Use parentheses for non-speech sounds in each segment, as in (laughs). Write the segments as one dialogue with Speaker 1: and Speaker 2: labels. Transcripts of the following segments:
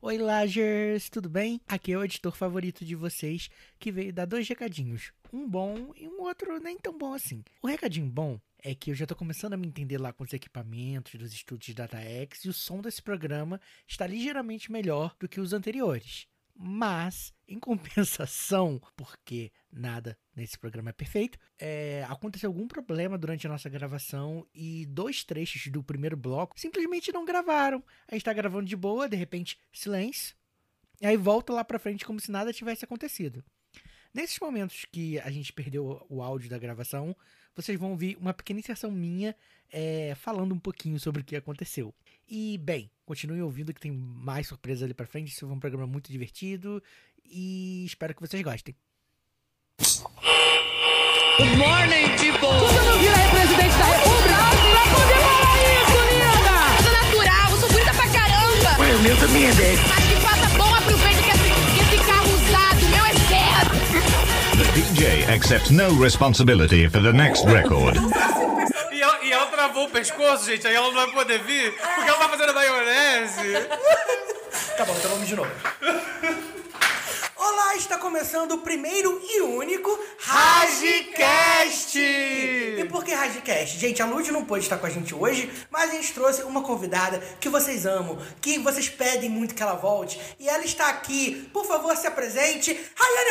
Speaker 1: Oi, Lagers, tudo bem? Aqui é o editor favorito de vocês que veio dar dois recadinhos. Um bom e um outro nem tão bom assim. O recadinho bom é que eu já tô começando a me entender lá com os equipamentos dos estudos de DataX e o som desse programa está ligeiramente melhor do que os anteriores. Mas, em (laughs) compensação, porque nada nesse programa é perfeito, é, aconteceu algum problema durante a nossa gravação e dois trechos do primeiro bloco simplesmente não gravaram. A gente tá gravando de boa, de repente, silêncio. E aí volta lá pra frente como se nada tivesse acontecido. Nesses momentos que a gente perdeu o áudio da gravação, vocês vão ouvir uma pequena inserção minha é, falando um pouquinho sobre o que aconteceu. E, bem, continuem ouvindo que tem mais surpresa ali pra frente. Isso foi um programa muito divertido e espero que vocês gostem.
Speaker 2: Good morning, people!
Speaker 3: Você não vira a presidente da República? Não poder falar isso, linda!
Speaker 4: Eu sou natural, eu sou bonita pra caramba.
Speaker 5: Mas o meu também é 10.
Speaker 4: Acho que falta bom aproveito que esse, que esse carro usado, o meu é zero.
Speaker 6: The DJ accepts no responsibility for the next record.
Speaker 7: E ela, e ela travou o pescoço, gente, aí ela não vai poder vir, porque ela tá fazendo maionese.
Speaker 8: Tá bom, então vamos de novo. (laughs) Olá, está começando o primeiro e único
Speaker 7: Ragecast!
Speaker 8: E por que Ragecast? Gente, a Lud não pôde estar com a gente hoje, mas a gente trouxe uma convidada que vocês amam, que vocês pedem muito que ela volte, e ela está aqui. Por favor, se apresente, Rayane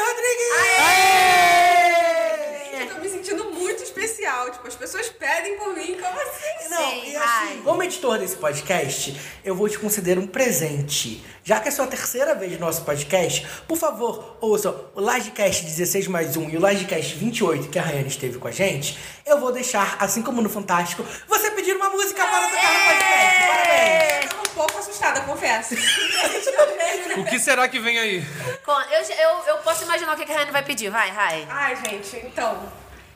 Speaker 8: Rodrigues!
Speaker 9: Eu tô me sentindo muito especial. Tipo, as pessoas pedem por mim, como assim?
Speaker 8: Não,
Speaker 4: Sim,
Speaker 8: e assim,
Speaker 4: Rai.
Speaker 8: como editor desse podcast, eu vou te conceder um presente. Já que é sua terceira vez no nosso podcast, por favor, ouçam o Lagecast 16 mais 1 e o Lagecast 28, que a Rayane esteve com a gente, eu vou deixar, assim como no Fantástico, você pedir uma música para tocar no podcast. Parabéns!
Speaker 9: Eu tô um pouco assustada, confesso. (laughs) A gente não vejo,
Speaker 7: O
Speaker 9: né?
Speaker 7: que será que vem aí?
Speaker 4: Com- Ah, Eu, eu, eu posso imaginar o que que a Rani vai pedir, vai, Rai.
Speaker 9: Ai, gente, então.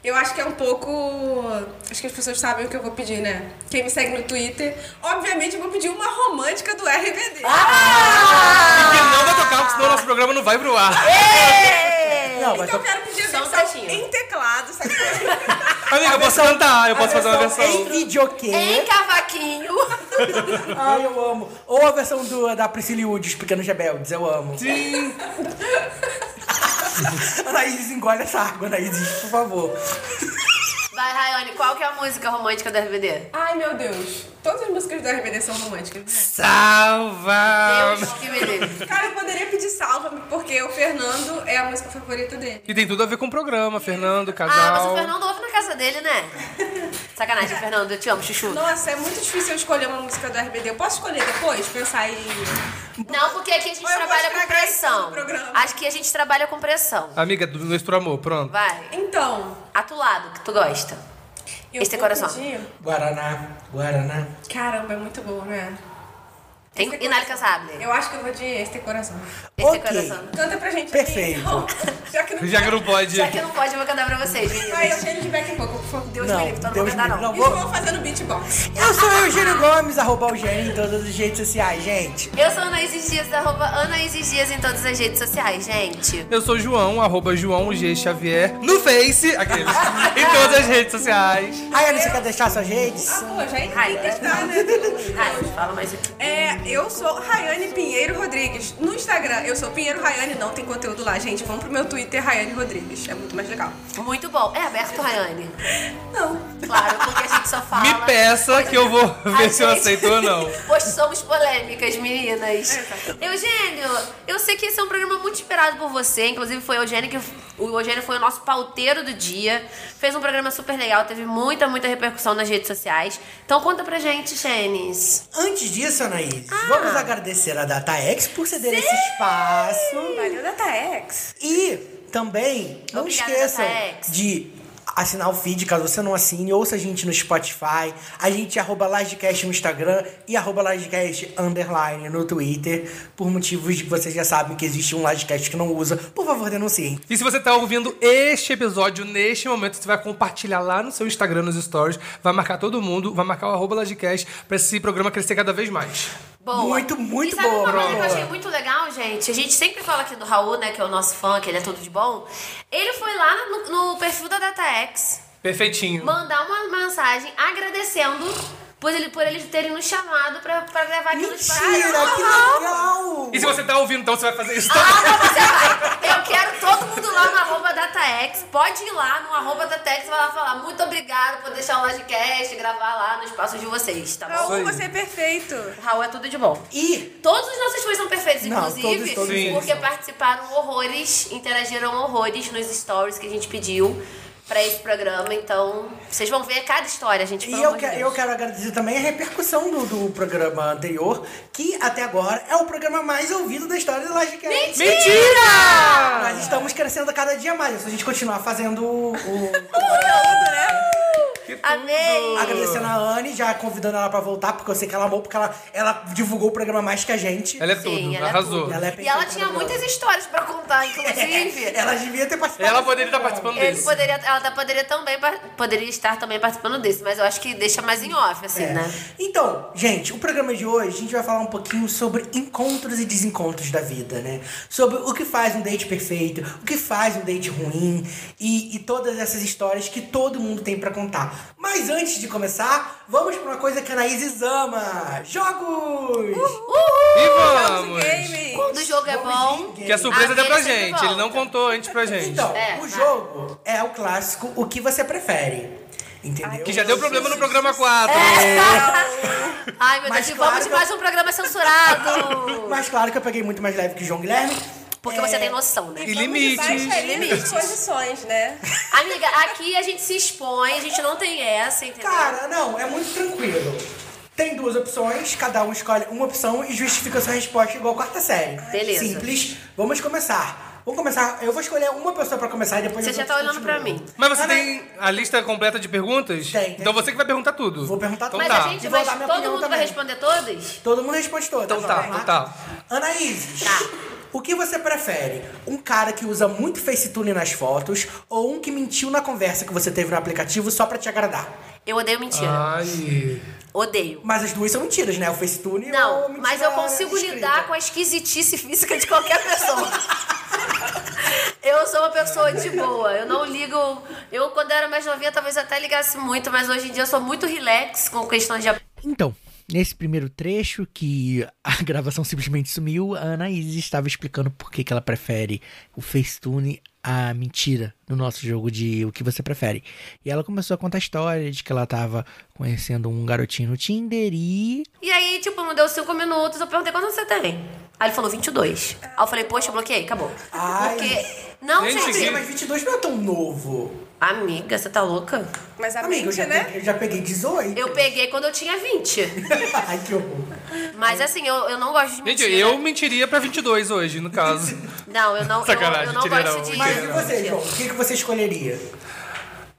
Speaker 9: Eu acho que é um pouco. Acho que as pessoas sabem o que eu vou pedir, né? Quem me segue no Twitter, obviamente eu vou pedir uma romântica do RBD.
Speaker 4: Ah!
Speaker 7: Porque não vai tocar, porque senão o nosso programa não vai pro ar.
Speaker 8: Não, mas
Speaker 9: então eu quero pedir a
Speaker 4: Só um
Speaker 9: versão
Speaker 4: trechinho.
Speaker 9: em teclado, sabe?
Speaker 7: Amiga, eu posso cantar, eu posso fazer uma versão.
Speaker 8: Em é videokê.
Speaker 4: Em cavaquinho.
Speaker 8: Ai, eu amo. Ou a versão do, da Priscila Wood, Os Pequenos Rebeldes, eu amo. (laughs)
Speaker 7: Sim.
Speaker 8: Anaíses, engole essa água, Anaíses, por favor.
Speaker 4: (laughs) Vai, Raiane, qual que é a música romântica do RBD?
Speaker 9: Ai, meu Deus. Todas as músicas do RBD são românticas, né?
Speaker 7: Salva!
Speaker 4: Deus que me livre.
Speaker 9: Cara, eu poderia pedir salva, porque o Fernando é a música favorita dele.
Speaker 7: E tem tudo a ver com o programa, Fernando,
Speaker 4: Ah, mas o
Speaker 7: casal.
Speaker 4: Fernando ouve na casa dele, né? Sacanagem, Fernando, eu te amo, chuchu.
Speaker 9: Nossa, é muito difícil eu escolher uma música do RBD. Eu posso escolher depois? Pensar em.
Speaker 4: Não, porque aqui a gente
Speaker 9: Ou eu vou
Speaker 4: trabalha com
Speaker 9: estragar isso
Speaker 4: pressão.
Speaker 9: no programa.
Speaker 4: Acho que a gente trabalha com pressão.
Speaker 7: Amiga, do Luiz pro Amor, pronto.
Speaker 4: Vai,
Speaker 9: Então.
Speaker 4: atulado, que tu gosta.
Speaker 9: Eu
Speaker 4: Esse é
Speaker 9: vou
Speaker 4: coração.
Speaker 9: pedir-
Speaker 8: Guaraná, Guaraná.
Speaker 9: Caramba, é muito bom, né?
Speaker 4: Tem
Speaker 9: Esse é
Speaker 4: inalcançável.
Speaker 9: Eu acho que eu vou de Este Coração.
Speaker 4: Esse
Speaker 8: Ok.
Speaker 4: é coração.
Speaker 9: Canta pra gente.
Speaker 8: Perfeito.
Speaker 9: Então, (laughs) já que não.
Speaker 7: Já que não pode.
Speaker 4: Já que não pode, eu vou cantar pra vocês,
Speaker 9: Ai, eu
Speaker 4: meninas.
Speaker 9: cheiro de back um pouco, por favor.
Speaker 4: Deus
Speaker 8: Não,
Speaker 4: me livre, tu não vou
Speaker 8: Deus
Speaker 4: cantar,
Speaker 8: me livre,
Speaker 4: não.
Speaker 8: não.
Speaker 9: E vou fazendo beatbox.
Speaker 8: Eu sou o Eugênio Gomes, arroba Eugênio em todas as redes sociais, gente.
Speaker 4: Eu sou Anaíses Dias, arroba Anaíses Dias em todas as redes sociais, gente.
Speaker 7: Eu sou João, arroba João G. Xavier, no Face, aqueles, em todas as redes sociais.
Speaker 8: Rayane, você quer deixar suas redes?
Speaker 9: Ah, pô, já
Speaker 4: Ai,
Speaker 9: entendi.
Speaker 4: deixa-
Speaker 9: Tá, né?
Speaker 4: Ai, fala mais aqui.
Speaker 9: É, eu sou Rayane Pinheiro Rodrigues. No Instagram, eu sou Pinheiro Rayane, não tem conteúdo lá, gente. Vão pro meu Twitter, Rayane Rodrigues. É muito mais legal.
Speaker 4: Muito bom. É aberto, Rayane?
Speaker 9: Não.
Speaker 4: Claro, porque a gente só fala.
Speaker 7: Me peça que
Speaker 4: (laughs)
Speaker 7: eu vou ver
Speaker 4: Ai,
Speaker 7: se eu
Speaker 4: gente.
Speaker 7: aceito ou não.
Speaker 4: (laughs) Pois somos polêmicas, meninas. Eugênio, eu sei que esse é um programa muito esperado por você. Inclusive, foi o Eugênio que. O Eugênio foi o nosso pauteiro do dia. Fez um programa super legal, teve muita, muita repercussão nas redes sociais. Então conta pra gente, Xenis.
Speaker 8: Antes disso, Anaís,
Speaker 4: Ah.
Speaker 8: vamos agradecer a DataX por ceder esse espaço.
Speaker 9: Valeu, DataX.
Speaker 8: E também, não
Speaker 4: Obrigada,
Speaker 8: esqueçam
Speaker 4: DataX.
Speaker 8: de assinar o feed, caso você não assine, ouça a gente no Spotify, a gente é arroba Lagecast no Instagram e arroba Lagecast underline no Twitter, por motivos de que vocês já sabem que existe um Lagecast que não usa, por favor, denunciem.
Speaker 7: E se você tá ouvindo este episódio neste momento, você vai compartilhar lá no seu Instagram, nos stories, vai marcar todo mundo, vai marcar o arroba Lagecast pra esse programa crescer cada vez mais.
Speaker 4: Boa.
Speaker 8: Muito, muito
Speaker 4: e sabe
Speaker 8: boa,
Speaker 4: uma coisa que eu
Speaker 8: boa.
Speaker 4: achei muito legal, gente? A gente sempre fala aqui do Raul, né? Que é o nosso fã, que ele é tudo de bom. Ele foi lá no, no perfil da DataX
Speaker 7: Perfeitinho.
Speaker 4: mandar uma mensagem agradecendo Pois ele, por eles terem nos chamado pra, pra gravar aqui nos
Speaker 8: Mentira, que legal!
Speaker 7: E se você tá ouvindo, então você vai fazer isso também.
Speaker 4: Ah, não, você vai. Eu quero todo mundo lá no arroba DataX. Pode ir lá no arroba DataX e vai lá falar muito obrigado por deixar o Lodcast gravar lá no espaço de vocês, tá bom?
Speaker 9: Raul, você é perfeito.
Speaker 4: Raul é tudo de bom.
Speaker 8: E
Speaker 4: Todos os nossos fãs são perfeitos,
Speaker 8: Não, todos,
Speaker 4: inclusive,
Speaker 8: todos,
Speaker 7: Sim.
Speaker 4: porque participaram horrores, interagiram horrores nos stories que a gente pediu pra esse programa. Então, vocês vão ver cada história, gente.
Speaker 8: E
Speaker 4: pelo
Speaker 8: eu,
Speaker 4: amor de
Speaker 8: que-
Speaker 4: Deus.
Speaker 8: eu quero agradecer também a repercussão do, do programa anterior, que até agora é o programa mais ouvido da história do Lodcast.
Speaker 7: Mentira!
Speaker 8: Nós estamos crescendo cada dia mais. É só a gente continuar fazendo o. o-
Speaker 4: Amei!
Speaker 8: Agradecendo a Anne, já convidando ela pra voltar, porque eu sei que ela amou, porque ela, ela divulgou o programa mais que a gente.
Speaker 7: Ela é
Speaker 4: Sim,
Speaker 7: tudo,
Speaker 4: ela é
Speaker 7: arrasou.
Speaker 4: tudo.
Speaker 8: Ela é
Speaker 4: E ela
Speaker 8: perfeita
Speaker 4: tinha
Speaker 8: no
Speaker 4: muitas histórias pra contar, inclusive.
Speaker 8: (laughs) É, Ela devia ter participado.
Speaker 7: é Ela poderia estar participando
Speaker 4: Ele
Speaker 7: desse.
Speaker 4: poderia, ela tá- poderia também par- poderia estar também participando desse, mas eu acho que deixa mais em off, assim,
Speaker 8: É.
Speaker 4: né?
Speaker 8: Então, gente, o programa de hoje a gente vai falar um pouquinho sobre encontros e desencontros da vida, né? Sobre o que faz um date perfeito, o que faz um date ruim e, e todas essas histórias que todo mundo tem pra contar. Mas antes de começar, vamos pra uma coisa que a Anaíses ama: jogos!
Speaker 7: E
Speaker 9: Vamos,
Speaker 7: vamos!
Speaker 9: game.
Speaker 4: Quando o jogo é bom. Ah, é
Speaker 7: Que a surpresa deu pra
Speaker 4: Aquele sempre
Speaker 7: gente. Ele não
Speaker 4: tá volta.
Speaker 7: contou antes pra gente.
Speaker 8: Então,
Speaker 4: É,
Speaker 8: o
Speaker 4: vai.
Speaker 8: jogo é o clássico O que você prefere. Entendeu?
Speaker 7: Que já deu problema no programa 4.
Speaker 4: É, então, Ai, meu
Speaker 8: Mas
Speaker 4: Deus, e
Speaker 8: claro
Speaker 4: vamos
Speaker 8: que
Speaker 4: de mais um
Speaker 8: (laughs)
Speaker 4: programa censurado!
Speaker 8: Mas claro que eu peguei muito mais leve que o João Guilherme.
Speaker 4: Porque
Speaker 8: É.
Speaker 4: você tem noção, né?
Speaker 7: E
Speaker 9: Baixa
Speaker 7: limites.
Speaker 9: aí as posições, né?
Speaker 4: Amiga, aqui a gente se expõe, a gente não tem essa, entendeu?
Speaker 8: Cara, não, é muito tranquilo. Tem duas opções, cada um escolhe uma opção e justifica sua resposta igual a quarta série.
Speaker 4: Beleza.
Speaker 8: Simples. Vamos começar. Vou começar, eu vou escolher uma pessoa pra começar e depois
Speaker 4: Você
Speaker 8: eu Tá
Speaker 4: já tá olhando pra mim.
Speaker 7: Mas você tem a lista completa de perguntas?
Speaker 8: Tem, tem.
Speaker 7: Então você que vai perguntar tudo.
Speaker 8: Vou perguntar
Speaker 7: então
Speaker 4: mas
Speaker 7: tá.
Speaker 4: a gente
Speaker 8: E
Speaker 4: vai.
Speaker 8: vou dar minha
Speaker 4: Todo
Speaker 8: opinião
Speaker 4: mundo vai
Speaker 8: também.
Speaker 4: responder todos?
Speaker 8: Todo mundo responde todas.
Speaker 7: Então tá,
Speaker 8: vamos
Speaker 7: então
Speaker 8: lá?
Speaker 7: tá.
Speaker 8: Anaíses,
Speaker 4: Tá.
Speaker 8: o que você prefere? Um cara que usa muito FaceTune nas fotos ou um que mentiu na conversa que você teve no aplicativo só pra te agradar?
Speaker 4: Eu odeio mentira.
Speaker 7: Ah. Ai.
Speaker 4: Odeio.
Speaker 8: Mas as duas são mentiras, né? O FaceTune ou a
Speaker 4: Não,
Speaker 8: mentira
Speaker 4: mas eu consigo
Speaker 8: escrita.
Speaker 4: lidar com a esquisitice física de qualquer pessoa. (laughs) Eu sou uma pessoa de boa, eu não ligo. Eu, quando era mais novinha, talvez até ligasse muito, mas hoje em dia eu sou muito relax com questões de.
Speaker 1: Então, nesse primeiro trecho que a (laughs) gravação simplesmente sumiu, a Anaís estava explicando por que, que ela prefere o Facetune à mentira no nosso jogo de o que você prefere. E ela começou a contar a história de que ela estava conhecendo um garotinho no Tinder e
Speaker 4: E aí, tipo, não deu cinco minutos, eu perguntei quantos você tem. Aí ele falou 22. Aí eu falei, poxa, eu bloqueei, acabou.
Speaker 8: Ai.
Speaker 4: Porque. Não,
Speaker 7: Gente,
Speaker 4: gente.
Speaker 8: Sim, mas 22 não é tão novo.
Speaker 4: Amiga, você tá louca?
Speaker 9: Mas a
Speaker 8: Amigo, eu
Speaker 9: mente,
Speaker 8: já,
Speaker 9: né?
Speaker 8: peguei, eu já peguei 18.
Speaker 4: Eu peguei quando eu tinha 20.
Speaker 8: (laughs) Ai, que horror.
Speaker 4: Mas assim, eu, eu não gosto de
Speaker 7: Gente,
Speaker 4: mentira.
Speaker 7: eu mentiria pra 22 hoje,
Speaker 8: (laughs)
Speaker 7: no caso.
Speaker 4: Não, eu não, eu,
Speaker 7: Sacanagem,
Speaker 4: eu não
Speaker 7: tirei da
Speaker 4: gosto de.
Speaker 7: onda.
Speaker 8: Mas e
Speaker 4: de
Speaker 8: você,
Speaker 4: mentira.
Speaker 8: João? O que, que você escolheria?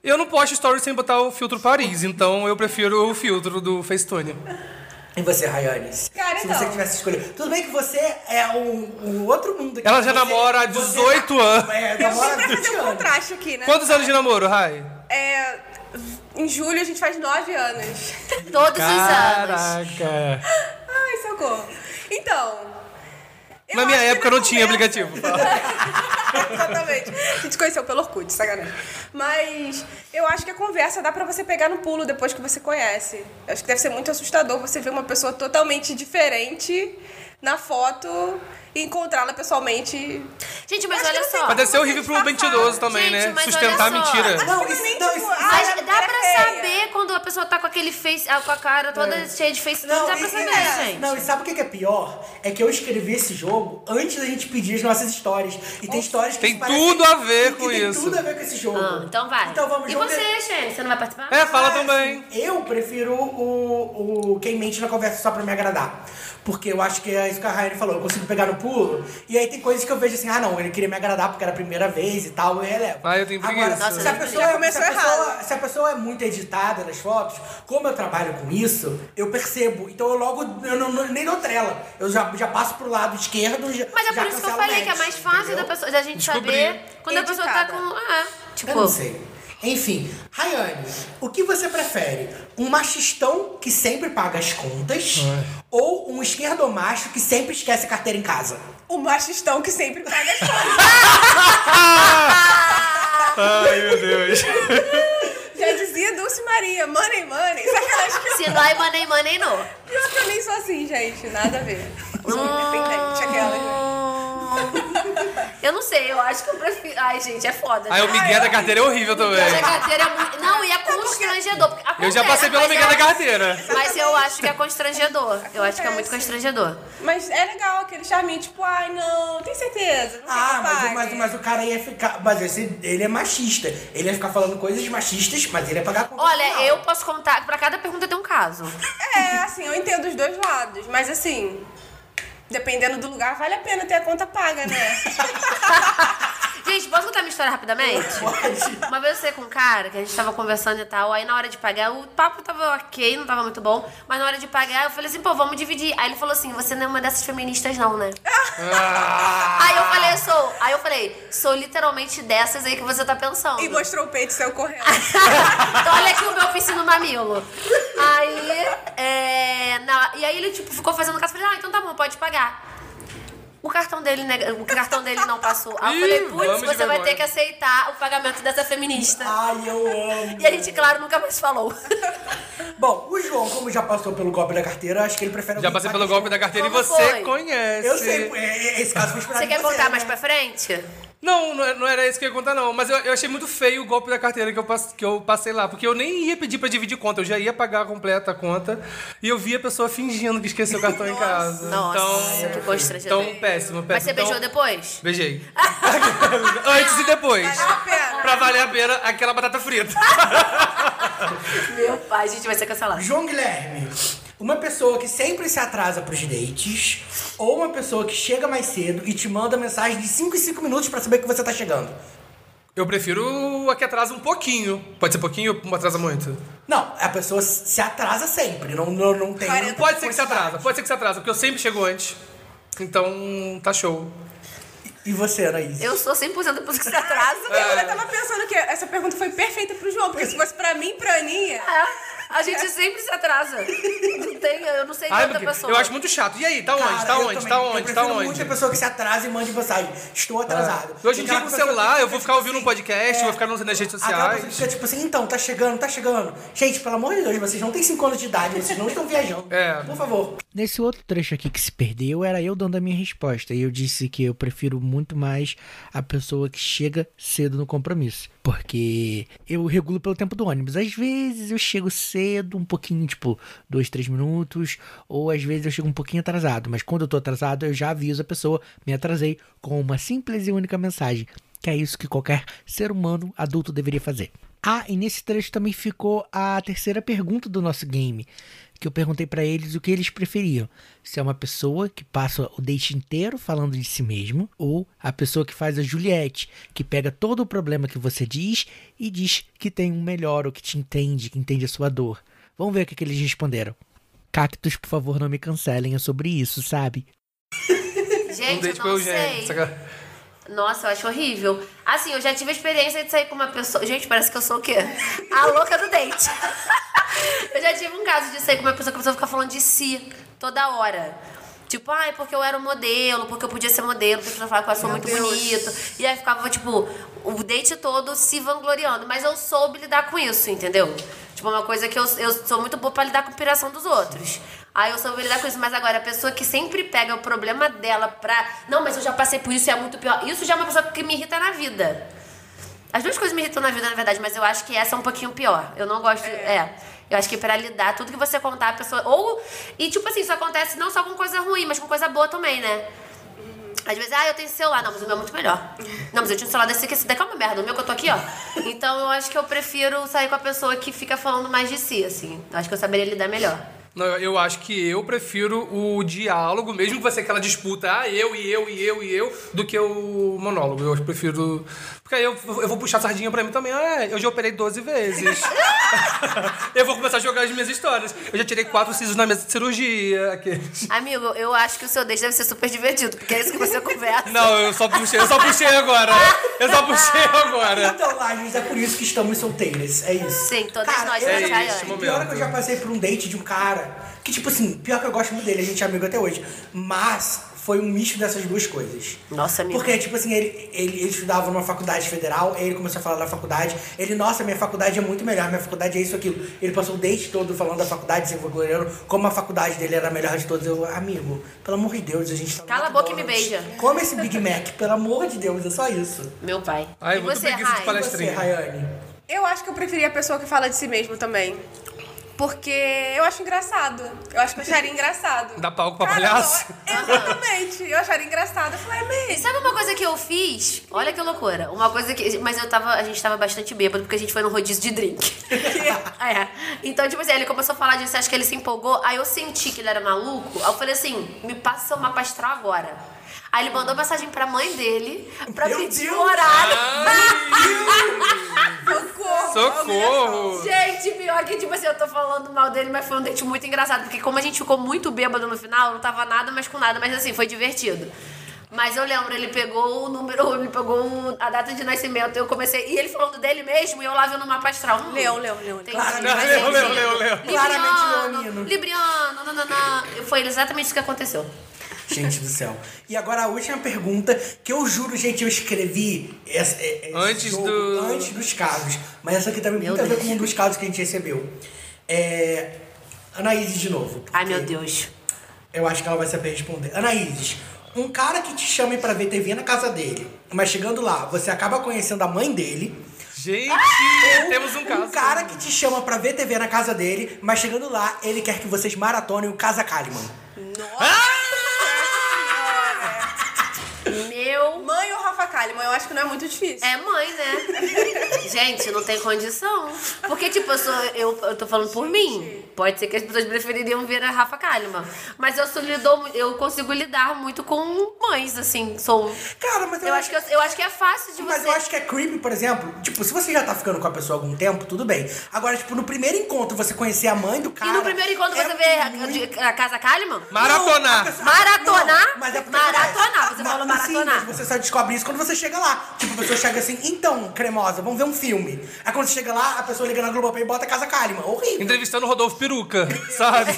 Speaker 7: Eu não posto stories sem botar o filtro Paris, então eu prefiro o filtro do Facetune.
Speaker 8: E você, Rayanes?
Speaker 9: Cara,
Speaker 8: Se
Speaker 9: então.
Speaker 8: você tivesse escolhido. Tudo bem que você é um, um outro mundo. aqui.
Speaker 7: Ela já
Speaker 8: Você-
Speaker 7: namora há
Speaker 8: você-
Speaker 7: 18 anos.
Speaker 8: É,
Speaker 9: Eu vim
Speaker 8: namora há
Speaker 9: pra
Speaker 8: 20
Speaker 9: fazer um
Speaker 8: anos.
Speaker 9: contraste aqui, né?
Speaker 7: Quantos anos de namoro, Rai?
Speaker 9: É, em julho a gente faz nove anos. (laughs)
Speaker 4: Todos os anos.
Speaker 7: Caraca.
Speaker 9: Ai, socorro. Então. eu
Speaker 7: Na minha
Speaker 9: acho que
Speaker 7: época não tinha
Speaker 9: conversa-
Speaker 7: aplicativo.
Speaker 9: (laughs) Exatamente. A gente conheceu pelo Orkut, sacanagem. Mas eu acho que a conversa dá pra você pegar no pulo depois que você conhece. Eu acho que deve ser muito assustador você ver uma pessoa totalmente diferente na foto e encontrá-la pessoalmente.
Speaker 4: Gente, mas
Speaker 9: Acho que assim, não
Speaker 4: olha
Speaker 9: tem
Speaker 4: só.
Speaker 7: Mas deve ser horrível pro
Speaker 9: Disfarçado.
Speaker 7: mentiroso também,
Speaker 4: Gente,
Speaker 7: né?
Speaker 4: mas
Speaker 7: Sustentar a
Speaker 4: olha só.
Speaker 7: mentira.
Speaker 8: Não,
Speaker 9: Mas
Speaker 4: é
Speaker 8: isso-
Speaker 9: nem,
Speaker 8: não,
Speaker 9: tipo,
Speaker 8: isso-
Speaker 9: ah,
Speaker 4: Mas
Speaker 9: ela
Speaker 4: dá
Speaker 9: era
Speaker 4: pra
Speaker 8: é
Speaker 9: feia.
Speaker 4: saber quando a pessoa tá com aquele face, ah, com a cara toda cheia de face, não,
Speaker 8: Não,
Speaker 4: dá
Speaker 8: e-
Speaker 4: pra saber,
Speaker 8: é,
Speaker 4: gente. Ah,
Speaker 8: não, e sabe o que que é pior? É que eu escrevi esse jogo antes da gente pedir as nossas histórias. E tem histórias que
Speaker 7: Tem
Speaker 8: se parecem-
Speaker 7: tudo a ver
Speaker 8: que
Speaker 7: com
Speaker 8: tem
Speaker 7: isso.
Speaker 8: tudo a ver com esse jogo.
Speaker 4: Ah, então vai.
Speaker 8: Então vamos
Speaker 4: e
Speaker 8: jogo-
Speaker 4: você, Xene, você não vai participar?
Speaker 7: É, fala
Speaker 8: Mas,
Speaker 7: também.
Speaker 8: Eu prefiro o, o quem mente na conversa só pra me agradar. Porque eu acho que é isso que a Raine falou, eu consigo pegar no pulo. E aí tem coisas que eu vejo assim, ah não, ele queria me agradar porque era a primeira vez e tal, eu relevo.
Speaker 7: Ah, eu tenho
Speaker 8: Agora,
Speaker 7: preguiça.
Speaker 8: se
Speaker 4: Nossa,
Speaker 8: a pessoa,
Speaker 9: já começou
Speaker 8: se a pessoa-
Speaker 9: errado.
Speaker 8: se a pessoa é muito editada nas fotos, como eu trabalho com isso, eu percebo. Então eu logo, eu não, não- nem dou trela. Eu já, já passo pro lado esquerdo e já
Speaker 4: Mas é
Speaker 8: já
Speaker 4: por isso que eu
Speaker 8: cancelo o
Speaker 4: falei que é
Speaker 8: match,
Speaker 4: mais fácil da,
Speaker 8: entendeu?
Speaker 4: pessoa, da gente
Speaker 7: Descobri.
Speaker 4: saber quando a pessoa tá
Speaker 9: Editada.
Speaker 4: com. Ah, tipo.
Speaker 8: Eu não sei. Enfim, Rayane, o que você prefere? Um machistão que sempre paga as contas ou um esquerdomacho que sempre esquece a carteira em casa?
Speaker 9: O machistão que sempre paga as contas.
Speaker 7: (laughs) Ai, meu Deus.
Speaker 9: (laughs) Já dizia Dulce putaria, money, money. Sacanagem que
Speaker 4: Se não é money, money, não.
Speaker 9: Pior que eu nem sou assim, gente. Nada a ver. Sou
Speaker 8: é
Speaker 9: independente,
Speaker 8: Ah.
Speaker 9: aquela.
Speaker 4: Eu não sei, eu acho que eu prefiro. Ai, gente, é foda.
Speaker 7: Aí o Miguel da carteira é horrível também.
Speaker 4: Mas a carteira é muito. Não, e é constrangedor. porque
Speaker 7: Eu já
Speaker 4: acontece,
Speaker 7: passei pelo
Speaker 4: mas
Speaker 7: Miguel
Speaker 4: eu
Speaker 7: da
Speaker 4: acho-
Speaker 7: carteira.
Speaker 4: Mas eu acho que é constrangedor. Eu acho que é muito
Speaker 9: Acontece.
Speaker 4: constrangedor.
Speaker 9: Mas é legal aquele charminho, tipo, ai, não, tem certeza. Não quer que
Speaker 8: Ah,
Speaker 9: eu
Speaker 8: mas,
Speaker 9: pague.
Speaker 8: o- mas, mas o cara ia ficar. Mas esse, ele é machista. Ele ia ficar falando coisas machistas, mas ele ia pagar a conta
Speaker 4: Olha,
Speaker 8: final.
Speaker 4: eu posso contar. Pra cada pergunta tem um caso.
Speaker 9: É, assim, eu entendo os dois lados, mas assim, dependendo do lugar, vale a pena ter a conta paga,
Speaker 8: (laughs)
Speaker 9: né?
Speaker 4: Gente, posso contar minha história rapidamente?
Speaker 8: Pode.
Speaker 4: Uma vez eu saí com um cara que a gente tava conversando e tal, aí na hora de pagar, o papo tava ok, não tava muito bom, mas na hora de pagar eu falei assim, pô, vamos dividir. Aí ele falou assim, você não é uma dessas feministas não, né?
Speaker 7: Ah.
Speaker 4: Aí eu falei, eu sou. Aí eu falei, sou literalmente dessas aí que você tá pensando.
Speaker 9: E mostrou o peito seu correndo.
Speaker 4: (laughs) então olha aqui o meu piscino mamilo. Aí, é, na- e aí ele tipo, ficou fazendo caso, eu falei, ah, então tá bom, pode pagar. O cartão dele, nega- o cartão dele não passou. Aí eu falei,
Speaker 7: Ih,
Speaker 4: putz,
Speaker 7: vamos de
Speaker 4: você vai
Speaker 7: vergonha."
Speaker 4: ter que aceitar o pagamento dessa feminista.
Speaker 8: Ai, eu amo.
Speaker 4: E a gente, claro, nunca mais falou.
Speaker 8: Bom, o João, como já passou pelo golpe da carteira, acho que ele prefere.
Speaker 7: Já passei pelo golpe da carteira
Speaker 4: Como
Speaker 7: e você
Speaker 4: foi?
Speaker 7: conhece.
Speaker 8: Eu sei, é, é, esse caso foi esperado.
Speaker 4: (laughs) Você
Speaker 8: de
Speaker 4: quer voltar
Speaker 8: né?
Speaker 4: mais pra frente?
Speaker 7: Não, não é- não era isso que eu ia contar, não. Mas eu, eu achei muito feio o golpe da carteira que eu, pass- que eu passei lá. Porque eu nem ia pedir pra dividir conta, eu já ia pagar completa a conta. E eu vi a pessoa fingindo que esqueceu o cartão em casa.
Speaker 4: Nossa,
Speaker 7: então,
Speaker 4: que constrangedor.
Speaker 7: então, péssimo, péssimo.
Speaker 4: Mas você
Speaker 7: Então,
Speaker 4: beijou depois? (laughs)
Speaker 7: Beijei. Antes e depois.
Speaker 9: Vale a pena.
Speaker 7: Pra valer a pena aquela batata frita.
Speaker 4: Meu pai, a gente vai ser cancelado.
Speaker 8: João Guilherme, uma pessoa que sempre se atrasa pros dates, ou uma pessoa que chega mais cedo e te manda mensagem de 5 em 5 minutos pra saber que você tá chegando?
Speaker 7: Eu prefiro a que atrasa um pouquinho. Pode ser pouquinho ou atrasa muito?
Speaker 8: Não, a pessoa se atrasa sempre, não, não, não tem.
Speaker 9: Quarenta.
Speaker 7: Pode ser que se atrasa, pode ser que se atrasa, porque eu sempre chego antes. Então, tá show.
Speaker 8: E você, Anaís?
Speaker 4: Eu sou 100% depois que você (laughs) atrasa.
Speaker 7: É.
Speaker 9: Eu tava pensando que essa pergunta foi perfeita pro João, porque se fosse pra mim, pra Aninha,
Speaker 4: É, A gente sempre se atrasa. Não tem, eu não sei de
Speaker 7: Ai,
Speaker 4: outra
Speaker 7: porque
Speaker 4: pessoa.
Speaker 7: eu acho muito chato. E aí, tá
Speaker 8: Cara,
Speaker 7: onde? Tá
Speaker 8: eu
Speaker 7: onde?
Speaker 8: também.
Speaker 7: Tá
Speaker 8: Eu
Speaker 7: onde? Tá
Speaker 8: prefiro muito a
Speaker 7: onde?
Speaker 8: pessoa que se atrasa e mande mensagem. Estou atrasado.
Speaker 7: Hoje em dia
Speaker 8: Aquela
Speaker 7: com o
Speaker 8: pessoa
Speaker 7: celular,
Speaker 8: que tipo assim,
Speaker 7: eu vou ficar ouvindo um
Speaker 4: É.
Speaker 7: podcast, eu vou ficar nas redes
Speaker 8: Aquela pessoa que
Speaker 7: sociais.
Speaker 8: fica tipo assim, então, tá chegando, tá chegando. Gente, pelo amor de Deus, vocês não têm 5 anos de idade, vocês não estão viajando.
Speaker 7: É.
Speaker 8: Por favor.
Speaker 1: Nesse outro trecho aqui que se perdeu, era eu dando a minha resposta. E eu disse que eu prefiro muito mais a pessoa que chega cedo no compromisso. Porque eu regulo pelo tempo do ônibus. Às vezes eu chego cedo, um pouquinho, tipo, dois, três minutos. Ou às vezes eu chego um pouquinho atrasado. Mas quando eu tô atrasado, eu já aviso a pessoa, me atrasei, com uma simples e única mensagem. Que é isso que qualquer ser humano adulto deveria fazer. Ah, e nesse trecho também ficou a terceira pergunta do nosso game, que eu perguntei pra eles o que eles preferiam. Se é uma pessoa que passa o date inteiro falando de si mesmo, ou a pessoa que faz a Juliette, que pega todo o problema que você diz e diz que tem um melhor, ou que te entende, que entende a sua dor. Vamos ver o que, que eles responderam. Cactus, por favor, não me cancelem, é sobre isso, sabe?
Speaker 7: Um
Speaker 4: Gente,
Speaker 7: date
Speaker 4: eu
Speaker 7: com
Speaker 4: não
Speaker 7: o Eugênio.
Speaker 4: sei.
Speaker 7: saca?
Speaker 4: Nossa, eu acho horrível. Assim, eu já tive a experiência de sair com uma pessoa. Gente, parece que eu sou o quê? A louca do date. eu já tive um caso de sair com uma pessoa que a pessoa fica falando de si toda hora. Tipo, ai, porque eu era um modelo, porque eu podia ser modelo, porque eu falava que eu sou muito bonito. E aí ficava, tipo, o date todo se vangloriando. Mas eu soube lidar com isso, entendeu? Tipo, uma coisa que eu, eu sou muito boa pra lidar com a piração dos outros. Aí eu soube lidar com isso. Mas agora, a pessoa que sempre pega o problema dela pra. Não, mas eu já passei por isso e é muito pior. Isso já é uma pessoa que me irrita na vida. As duas coisas me irritam na vida, na verdade, mas eu acho que essa é um pouquinho pior. Eu não gosto. É. Eu acho que pra lidar, tudo que você contar, a pessoa. Ou. E tipo assim, isso acontece não só com coisa ruim, mas com coisa boa também, né? Às vezes, ah, eu tenho celular. Não, mas o meu é muito melhor. Não, mas eu tinha um celular desse aqui, esse daqui é uma merda. O meu que eu tô aqui, ó. Então eu acho que eu prefiro sair com a pessoa que fica falando mais de si, assim. Eu acho que eu saberia lidar melhor.
Speaker 7: Não, eu- eu acho que eu prefiro o diálogo, mesmo que vai ser aquela disputa, ah, eu e eu e eu e eu, do que o monólogo. Eu prefiro. Porque aí eu, eu vou puxar a sardinha pra mim também. Ah, eu já operei 12
Speaker 4: (laughs)
Speaker 7: vezes. eu vou começar a jogar as minhas histórias. Eu já tirei quatro sisos na mesa de cirurgia. aqueles.
Speaker 4: Amigo, eu acho que o seu date deve ser super divertido, porque é isso que você (laughs) conversa.
Speaker 7: Não, eu só puxei, eu só puxei agora. Eu só puxei agora.
Speaker 8: Então, Lages, é por isso que estamos solteiras. É isso.
Speaker 4: Sim, todas
Speaker 8: Cara,
Speaker 4: nós,
Speaker 8: eu-
Speaker 4: né,
Speaker 7: é isso,
Speaker 4: Chayane?
Speaker 7: momento.
Speaker 8: Pior é que eu já passei por um date de um cara que, tipo assim, pior que eu gosto muito dele, a gente é amigo até hoje. Mas foi um misto dessas duas coisas.
Speaker 4: Nossa, amigo.
Speaker 8: Porque, tipo assim, ele, ele, ele estudava numa faculdade federal, aí ele começou a falar da faculdade. Ele, nossa, minha faculdade é muito melhor, minha faculdade faculdade é isso, aquilo. Ele passou o desde todo falando da faculdade, se vangloriando, como a faculdade dele era a melhor de todas. Eu, amigo, pelo amor de Deus, a gente tá no
Speaker 4: Cala a boca e me
Speaker 8: McDonald's.
Speaker 4: beija.
Speaker 8: Come esse Big Mac, pelo amor de Deus, é só isso.
Speaker 4: Meu pai.
Speaker 7: Ai,
Speaker 4: e
Speaker 7: muito
Speaker 4: você,
Speaker 7: preguiça de
Speaker 4: Rai?
Speaker 7: palestra.
Speaker 8: Você,
Speaker 7: Palestrinha.
Speaker 8: Rayane.
Speaker 9: Eu acho que eu preferia a pessoa que fala de si mesmo também. Porque eu acho engraçado. Eu acho que eu acharia engraçado.
Speaker 7: Dá palco pra
Speaker 9: Cara,
Speaker 7: palhaço?
Speaker 9: eu- Exatamente. Eu acharia engraçado. Eu falei, é
Speaker 4: E
Speaker 9: mesmo.
Speaker 4: Sabe uma coisa que eu fiz? Olha que loucura. Uma coisa que. Mas eu tava. A gente tava bastante bêbado porque a gente foi num rodízio de
Speaker 7: (laughs)
Speaker 4: drink. é. Então, tipo assim, ele começou a falar disso, acho que ele se empolgou. Aí eu senti que ele era maluco. Aí eu falei assim: me passa seu mapa astral agora. Aí ele mandou mensagem pra mãe dele pra
Speaker 8: Meu
Speaker 4: pedir
Speaker 8: Deus!
Speaker 4: o horário. (laughs)
Speaker 9: Socorro.
Speaker 7: Socorro!
Speaker 4: Gente, pior que, tipo assim, eu tô falando mal dele, mas foi um date muito engraçado. Porque como a gente ficou muito bêbado no final, não tava nada mais com nada, mas assim, foi divertido. Mas eu lembro, ele pegou o número, ele pegou o- a data de nascimento, eu comecei. E ele falando dele mesmo, e eu lá vendo no mapa astral. Hum,
Speaker 9: Leão, leão, leão.
Speaker 4: entendi,
Speaker 8: Claramente
Speaker 4: mas
Speaker 7: leão,
Speaker 4: enfim.
Speaker 7: leão, leão, leão.
Speaker 8: Claramente
Speaker 4: Libriano,
Speaker 8: leonino.
Speaker 4: Libriano, nananã. Foi exatamente isso que aconteceu.
Speaker 8: Gente do céu. E agora a última pergunta, que eu juro, gente, eu escrevi esse- é, esse
Speaker 7: Antes
Speaker 8: jogo
Speaker 7: do-
Speaker 8: antes dos casos. Mas essa aqui também tem muito a ver
Speaker 4: Deus.
Speaker 8: com um dos casos que a gente recebeu. É... Anaíse de novo.
Speaker 4: Ai, meu
Speaker 8: porque
Speaker 4: Deus.
Speaker 8: Eu acho que ela vai saber responder. Anaíses, um cara que te chama pra ver TV na casa dele, mas chegando lá, você acaba conhecendo a mãe dele.
Speaker 7: Gente,
Speaker 4: Ah!
Speaker 8: ou
Speaker 7: (laughs) temos um caso.
Speaker 8: cara que te chama pra ver TV na casa dele, mas chegando lá, ele quer que vocês maratonem o Casa Kaliman.
Speaker 4: Meu.
Speaker 9: Mãe ou Rafa Kalimann? Eu acho que não é muito difícil.
Speaker 4: É mãe, né? Gente, não tem condição. Porque, tipo, eu, sou, eu, eu tô falando por mim. Pode ser que as pessoas prefeririam ver a Rafa Kalimann. Mas eu sou, lidou, mu- eu consigo lidar muito com mães, assim. Sou.
Speaker 8: Cara, mas eu,
Speaker 4: Eu acho que, eu, eu acho que é fácil de
Speaker 8: Mas
Speaker 4: você.
Speaker 8: eu acho que é creepy, por exemplo. Tipo, se você já tá ficando com a pessoa há algum tempo, tudo bem. Agora, tipo, no primeiro encontro, você conhecer a mãe do cara.
Speaker 4: e no primeiro encontro
Speaker 8: é
Speaker 4: você vê a,
Speaker 8: muito-
Speaker 4: de- a Casa Kalimann?
Speaker 7: Maratonar.
Speaker 4: Maratonar?
Speaker 8: Não, mas é porque
Speaker 4: maratonar,
Speaker 8: acontece.
Speaker 4: você falou
Speaker 8: Não, sim,
Speaker 4: maratonar.
Speaker 8: mas você só descobre isso quando você chega lá. Tipo, a pessoa chega assim, então, cremosa, vamos ver um filme. Aí quando você chega lá, a pessoa liga na Globoplay e bota Casa Kalima. Horrível.
Speaker 7: Entrevistando o Rodolfo Peruca,
Speaker 4: (laughs)
Speaker 7: sabe?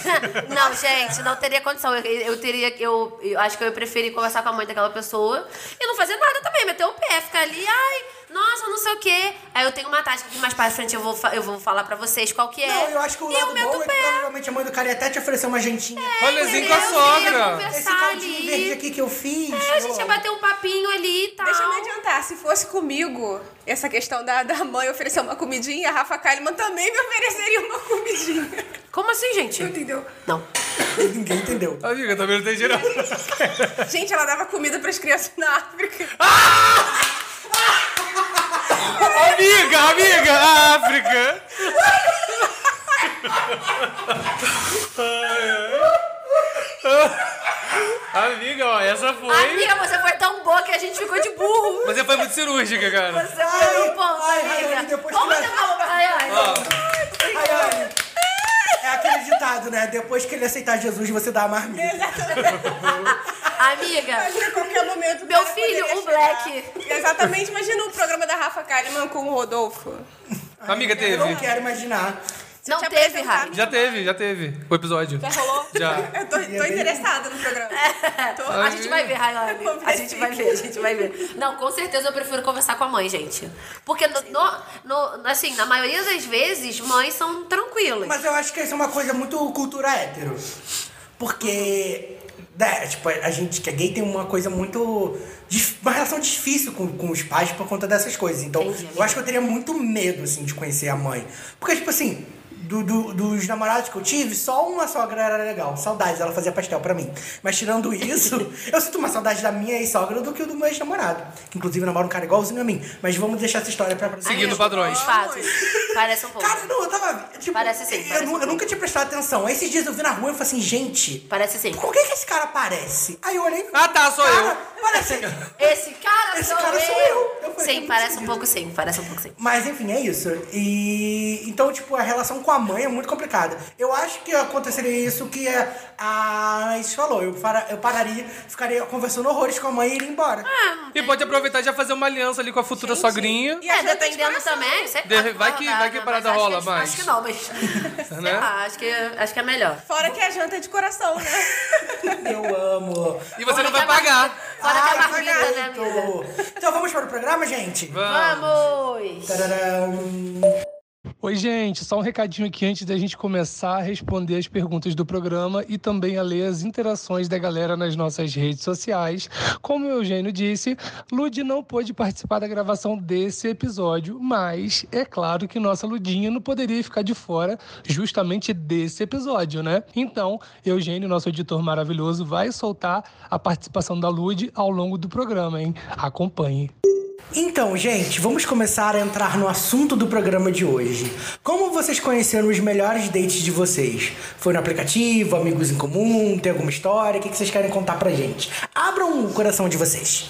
Speaker 4: Não, gente, não teria condição. Eu, eu teria. Eu, eu acho que eu ia preferir conversar com a mãe daquela pessoa e não fazer nada também, meter o pé, ficar ali, ai, nossa, não sei o quê. Aí eu tenho uma tática que mais pra frente eu vou, fa- eu vou falar pra vocês qual que é.
Speaker 8: Não, eu acho que o
Speaker 4: e eu
Speaker 8: lado
Speaker 4: meto
Speaker 8: bom
Speaker 4: o
Speaker 8: é que
Speaker 4: pé.
Speaker 8: provavelmente a mãe do cara ia até te oferecer uma jantinha.
Speaker 7: Rolezinho assim, com a
Speaker 4: entendeu? Eu queria
Speaker 7: sogra.
Speaker 4: conversar.
Speaker 8: Esse
Speaker 4: tá
Speaker 8: caldinho
Speaker 4: ali.
Speaker 8: verde aqui que eu fiz.
Speaker 4: É, a gente ia bater um papinho ali e tal.
Speaker 9: Deixa eu me adiantar, se fosse comigo, essa questão da, da mãe oferecer uma comidinha, a Rafa Kalimann também me ofereceria uma comidinha. (laughs)
Speaker 4: Como assim, gente?
Speaker 9: Entendeu?
Speaker 4: Não.
Speaker 8: (laughs) Ninguém entendeu.
Speaker 7: Amiga, também não tem geral.
Speaker 9: Gente, ela dava comida pras crianças na África.
Speaker 7: amiga, amiga, a África. (laughs) amiga, ó, essa foi.
Speaker 4: Amiga, você foi tão boa que a gente ficou de burro.
Speaker 7: Você foi muito cirúrgica, cara.
Speaker 4: Você foi um ponto,
Speaker 8: ai, Rayane,
Speaker 4: amiga.
Speaker 8: depois
Speaker 4: Vamos
Speaker 8: que
Speaker 4: dar
Speaker 8: nós-
Speaker 4: palma pra Rayane.
Speaker 8: Rayane, é aquele ditado, né? Depois que ele aceitar Jesus, você dá a marmita.
Speaker 4: Amiga,
Speaker 9: Imagina a qualquer momento. o
Speaker 4: Meu
Speaker 9: cara
Speaker 4: filho,
Speaker 9: poderia
Speaker 4: o
Speaker 9: chegar.
Speaker 4: Black.
Speaker 9: Exatamente, imagina o programa da Rafa Kalimann com o Rodolfo.
Speaker 7: Amiga,
Speaker 8: Eu não
Speaker 7: teve.
Speaker 8: quero imaginar.
Speaker 4: não
Speaker 9: te
Speaker 4: teve,
Speaker 9: apresentar,
Speaker 4: Rai.
Speaker 7: Já teve, já teve o episódio.
Speaker 9: Já rolou?
Speaker 7: Já.
Speaker 9: Eu tô, tô interessada no programa.
Speaker 4: É, (laughs)
Speaker 9: Tô-
Speaker 4: A gente vai ver, Rayane.
Speaker 9: Vamos ver
Speaker 4: A gente
Speaker 9: se-
Speaker 4: vai ver, a gente vai ver. Não, com certeza eu prefiro conversar com a mãe, gente. Porque, no, no- no- assim, na maioria das vezes, mães são tranquilas.
Speaker 8: Mas eu acho que isso é uma coisa muito cultura hétero. Porque, né, tipo, a gente que é gay tem uma coisa muito. dif- Uma relação difícil com, com os pais por conta dessas coisas. Então,
Speaker 4: Entendi,
Speaker 8: eu acho que eu teria muito medo, assim, de conhecer a mãe. Porque, tipo assim. do- do- dos namorados que eu tive, só uma sogra era legal. Saudades, ela fazia pastel pra mim. Mas tirando isso, eu sinto mais saudade da minha ex-sogra do que do meu ex-namorado. Que inclusive namora um cara igualzinho a mim. Mas vamos deixar essa história pra próxima.
Speaker 7: Seguindo padrões.
Speaker 4: Né? Fatos. Parece um pouco.
Speaker 8: Cara, não, eu tava. Tipo,
Speaker 4: Parece sim,
Speaker 8: eu,
Speaker 4: parece assim.
Speaker 8: nu- eu nunca tinha prestado atenção. Aí esses dias eu vi na rua e falei assim, gente,
Speaker 4: Parece sim.
Speaker 8: por que, que esse cara parece? Aí eu olhei e falei,
Speaker 7: Ah, tá, sou
Speaker 8: cara,
Speaker 7: eu.
Speaker 8: parece. (laughs)
Speaker 4: Esse cara
Speaker 8: Esse
Speaker 4: sou
Speaker 8: cara
Speaker 4: eu.
Speaker 8: sou eu. Eu falei,
Speaker 4: sim,
Speaker 8: tá
Speaker 4: parece um
Speaker 8: decidido.
Speaker 4: pouco sim. Parece um pouco sim.
Speaker 8: Mas enfim, é isso. E então, tipo, a relação com a mãe é muito complicada. Eu acho que aconteceria isso que a a Anaís falou. Eu, para, eu pararia, ficaria conversando horrores com a mãe e iria embora.
Speaker 4: Ah.
Speaker 7: E pode aproveitar e já fazer uma aliança ali com a futura sogrinha.
Speaker 9: E a
Speaker 4: É,
Speaker 9: gente tá de
Speaker 4: dependendo
Speaker 9: coração.
Speaker 8: né?
Speaker 4: também. Sei
Speaker 7: De-
Speaker 4: lá, não
Speaker 7: vai que-
Speaker 4: rodar,
Speaker 7: vai que
Speaker 4: né?
Speaker 7: parada
Speaker 4: Mas acho
Speaker 7: rola Né?
Speaker 4: que-
Speaker 7: mais.
Speaker 4: Acho que não, mas...
Speaker 7: (laughs)
Speaker 4: Sei lá, acho que, acho que é melhor.
Speaker 9: Fora que a janta é de coração, né?
Speaker 8: Eu amo.
Speaker 7: E você não
Speaker 4: Fora
Speaker 7: vai
Speaker 4: que a
Speaker 7: pagar.
Speaker 4: marmita- Fora que a
Speaker 8: Ai,
Speaker 4: marmita, né,
Speaker 8: que
Speaker 4: amiga?
Speaker 8: bonito. Então vamos para o programa, gente?
Speaker 4: Vamos!
Speaker 8: Tararam.
Speaker 7: Oi, gente, só um recadinho aqui antes da gente começar a responder as perguntas do programa e também a ler as interações da galera nas nossas redes sociais. Como o Eugênio disse, Lud não pôde participar da gravação desse episódio, mas é claro que nossa Ludinha não poderia ficar de fora justamente desse episódio, né? Então, Eugênio, nosso editor maravilhoso, vai soltar a participação da Lud ao longo do programa, hein? Acompanhe.
Speaker 8: Então, gente, vamos começar a entrar no assunto do programa de hoje. Como vocês conheceram os melhores dates de vocês? Foi no aplicativo, amigos em comum, tem alguma história? O que que vocês querem contar pra gente? Abram o coração de vocês.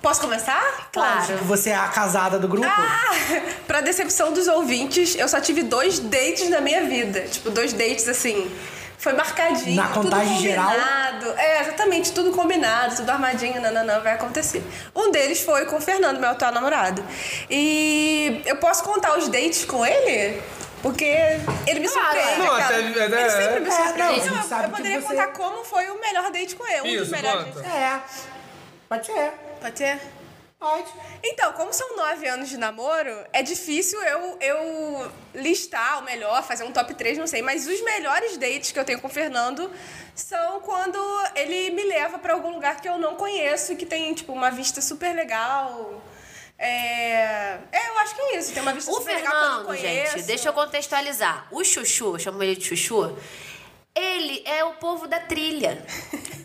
Speaker 9: Posso começar?
Speaker 4: Claro.
Speaker 8: Você é a casada do grupo?
Speaker 9: Ah! (laughs) pra decepção dos ouvintes, eu só tive dois dates na minha vida. Tipo, dois dates assim. Foi marcadinho.
Speaker 8: Na contagem
Speaker 9: tudo
Speaker 8: geral?
Speaker 9: combinado. É, exatamente, tudo combinado, tudo armadinho, nananã, vai acontecer. Um deles foi com o Fernando, meu atual namorado. E eu posso contar os dates com ele? Porque ele me
Speaker 4: Claro,
Speaker 9: surpreende.
Speaker 7: é. Não,
Speaker 9: cara.
Speaker 7: até- até-
Speaker 9: ele sempre me
Speaker 8: é,
Speaker 9: surpreende.
Speaker 8: não, a gente
Speaker 9: Então, eu,
Speaker 8: sabe
Speaker 9: eu
Speaker 8: que
Speaker 9: poderia
Speaker 8: você-
Speaker 9: contar como foi o melhor date com ele. Um dos
Speaker 7: Isso,
Speaker 9: melhores
Speaker 7: conta.
Speaker 9: dates.
Speaker 8: É. Pode ser.
Speaker 9: Pode ser?
Speaker 8: Pode.
Speaker 9: Então, como são nove anos de namoro, é difícil eu, eu listar o melhor, fazer um top 3, não sei. Mas os melhores dates que eu tenho com o Fernando são quando ele me leva pra algum lugar que eu não conheço e que tem, tipo, uma vista super legal. É, é eu acho que é isso. Tem uma vista
Speaker 4: O
Speaker 9: super legal que eu não
Speaker 4: Fernando,
Speaker 9: conheço.
Speaker 4: gente, deixa eu contextualizar. O Chuchu, eu chamo ele de Chuchu, ele é o povo da trilha.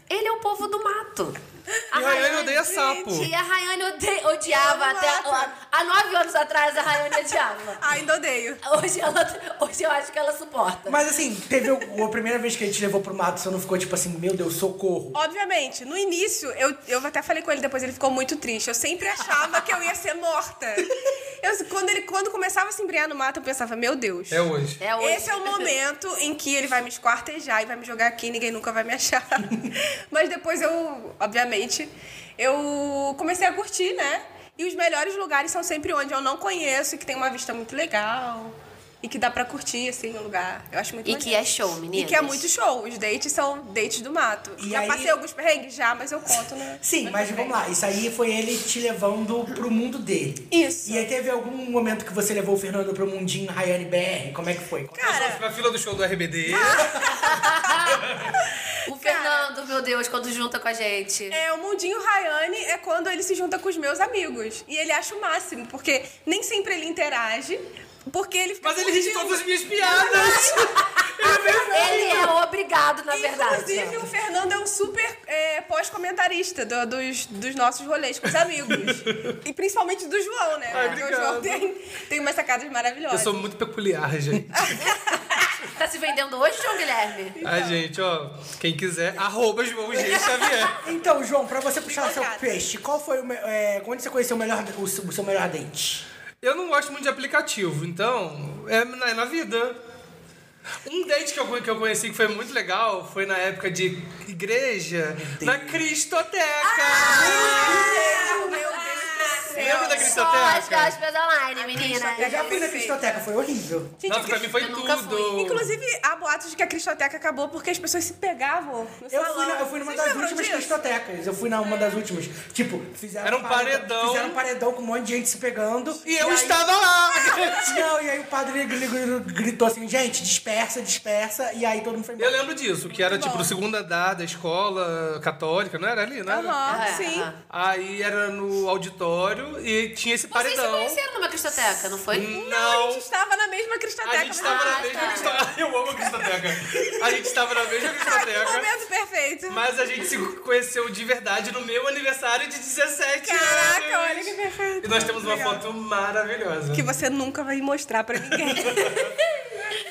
Speaker 4: Ele é o povo do mato.
Speaker 7: E a Rayane odeia sapo.
Speaker 4: E a Rayane ode- odiava
Speaker 9: Ela não
Speaker 4: até.
Speaker 9: mata.
Speaker 4: Há nove anos atrás, a Rayane odiava.
Speaker 9: Ainda odeio.
Speaker 4: Hoje, ela, hoje eu acho que ela suporta.
Speaker 8: Mas assim, teve o- a primeira vez que a gente levou pro mato, você não ficou tipo assim, meu Deus, socorro.
Speaker 9: Obviamente, no início, eu, eu até falei com ele depois, ele ficou muito triste. Eu sempre achava que eu ia ser morta. Eu- quando, ele, quando começava a se embriar no mato, eu pensava, meu Deus.
Speaker 7: É hoje.
Speaker 4: É hoje.
Speaker 9: Esse é o momento em que ele vai me esquartejar e vai me jogar aqui, ninguém nunca vai me achar. (laughs) Mas depois eu, obviamente, eu comecei a curtir, né? E os melhores lugares são sempre onde eu não conheço, e que tem uma vista muito legal. E que dá pra curtir, assim, o lugar. Eu acho muito
Speaker 4: E
Speaker 9: maneiro.
Speaker 4: que é show, meninas.
Speaker 9: E que é muito show. Os dates são dates do mato.
Speaker 8: E
Speaker 9: já
Speaker 8: aí-
Speaker 9: passei alguns perrengues já, mas eu conto, né?
Speaker 8: Sim, mas vamos lá, isso aí foi ele te levando pro mundo dele.
Speaker 9: Isso.
Speaker 8: E aí teve algum momento que você levou o Fernando pro mundinho Rayane BR? Como é que foi?
Speaker 9: Cara,
Speaker 7: Na fila do show do RBD.
Speaker 4: O
Speaker 9: Cara.
Speaker 4: Fernando, meu Deus, quando junta com a gente.
Speaker 9: É, o mundinho Rayane é quando ele se junta com os meus amigos. E ele acha o máximo, porque nem sempre ele interage, porque ele fica
Speaker 7: Mas ele ri de
Speaker 9: curtindo.
Speaker 7: todas as minhas piadas.
Speaker 4: Ele é obrigado, na verdade.
Speaker 9: Inclusive, o Fernando é um super é, pós-comentarista do- dos, dos nossos rolês com os amigos. e principalmente do João, né?
Speaker 7: Ai,
Speaker 9: Porque o
Speaker 7: obrigado.
Speaker 9: João tem, tem umas sacadas
Speaker 7: Eu
Speaker 9: maravilhosas.
Speaker 7: sou muito peculiar,
Speaker 4: (laughs)
Speaker 7: gente.
Speaker 4: Tá se vendendo hoje, João Guilherme?
Speaker 7: Ai, gente, ó. Quem quiser, arroba João G. Xavier.
Speaker 8: Então, João, pra você puxar o seu
Speaker 9: Obrigada.
Speaker 8: peixe, qual foi o me- é, onde você conheceu o, melhor, o, seu, o seu melhor dente?
Speaker 7: Eu não gosto muito de aplicativo, então é na, é na vida. Um date que eu, con- que eu conheci que foi muito legal foi na época de igreja, na Cristoteca.
Speaker 9: Ah, Meu Deus do céu.
Speaker 7: Lembra da
Speaker 4: Ah, Só as
Speaker 7: Cristoteca?
Speaker 4: gospels online, meninas.
Speaker 8: Eu já fui na Cristoteca, foi horrível.
Speaker 9: Gente,
Speaker 7: Nossa,
Speaker 9: eu
Speaker 7: pra
Speaker 9: quis-
Speaker 7: mim foi
Speaker 4: eu
Speaker 7: tudo.
Speaker 4: nunca fui.
Speaker 9: Inclusive, há boatos de que a Cristoteca acabou porque as pessoas se pegavam no
Speaker 8: Eu
Speaker 9: salão.
Speaker 8: fui, na- eu fui numa
Speaker 9: Vocês
Speaker 8: das
Speaker 9: lembram
Speaker 8: últimas
Speaker 9: disso?
Speaker 8: Cristotecas. Eu fui na uma das últimas. Tipo, fizeram
Speaker 7: Era um paredão.
Speaker 8: Fizeram um paredão com um monte de gente se pegando.
Speaker 7: E eu
Speaker 8: aí-
Speaker 7: estava lá.
Speaker 8: (laughs)
Speaker 4: (laughs)
Speaker 8: Não, e aí o padre gri- gri- gritou assim, gente, dispersa, dispersa. E aí todo mundo foi
Speaker 7: Eu
Speaker 8: embora.
Speaker 7: lembro disso, que era tipo no segundo andar da escola católica, não era ali, né?
Speaker 9: Aham,
Speaker 4: É.
Speaker 9: sim.
Speaker 4: Aham.
Speaker 7: Aí era no auditório e tinha esse
Speaker 4: Vocês se
Speaker 7: paredão.
Speaker 4: conheceram numa cristoteca, não foi?
Speaker 9: Não, a
Speaker 7: Não,
Speaker 9: gente estava na mesma cristoteca. né?
Speaker 7: a gente estava
Speaker 9: Ah,
Speaker 7: na
Speaker 9: tá.
Speaker 7: mesma Cristoteca. Eu amo a Cristoteca. A gente estava na
Speaker 9: (laughs)
Speaker 7: mesma
Speaker 9: Que
Speaker 7: Cristoteca.
Speaker 9: momento perfeito.
Speaker 7: Mas a gente se conheceu de verdade no meu aniversário de 17 anos.
Speaker 9: Caraca, olha que perfeito.
Speaker 7: E nós temos uma
Speaker 9: Legal.
Speaker 7: foto maravilhosa.
Speaker 9: que você nunca vai mostrar
Speaker 7: (laughs)
Speaker 9: pra ninguém.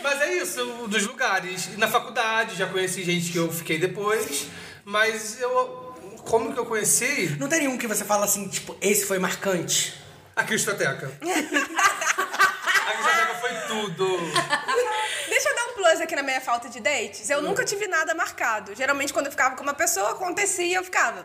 Speaker 7: Mas é isso, o- dos lugares. E Na faculdade, já conheci gente que eu fiquei depois. Mas eu... Como que eu conheci?
Speaker 8: Não tem nenhum que você fala assim, tipo, esse foi marcante?
Speaker 7: A
Speaker 9: (laughs)
Speaker 7: Cristoteca. a Cristoteca foi tudo.
Speaker 9: Deixa eu dar um plus coisa aqui na minha falta de dates. Eu nunca tive nada marcado. Geralmente, quando eu ficava com uma pessoa, acontecia, eu ficava.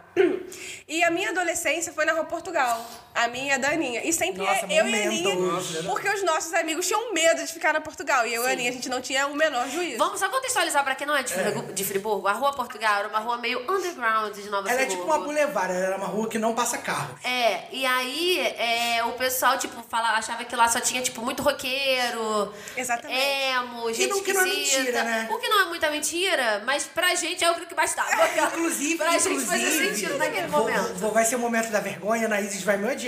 Speaker 9: E a minha adolescência foi na Rua Portugal. A minha e a da Aninha. E sempre
Speaker 8: Nossa,
Speaker 9: eu e a
Speaker 8: momento.
Speaker 9: Aninha,
Speaker 8: Nossa.
Speaker 9: porque os nossos amigos tinham medo de ficar na Portugal. E eu e a Aninha, a gente não tinha o menor juízo.
Speaker 4: Vamos só contextualizar pra quem não é de, Friburgo, de Friburgo. A Rua Portugal era uma rua meio underground de Nova
Speaker 8: Ela é tipo
Speaker 4: Friburgo.
Speaker 8: uma boulevard, ela era uma rua que não passa carro.
Speaker 4: É, e aí é, o pessoal, tipo, fala, achava que lá só tinha, tipo, muito roqueiro.
Speaker 9: Exatamente.
Speaker 4: Emo, gente
Speaker 8: não- que não é
Speaker 4: esquisita.
Speaker 8: mentira, né?
Speaker 4: O que não é muita mentira, mas pra gente é o que bastava.
Speaker 8: Inclusive,
Speaker 4: pra gente
Speaker 8: inclusive,
Speaker 4: fazer sentido naquele
Speaker 8: vou-
Speaker 4: momento.
Speaker 8: vou- vai ser o momento da vergonha, a Anaíses vai me odiar.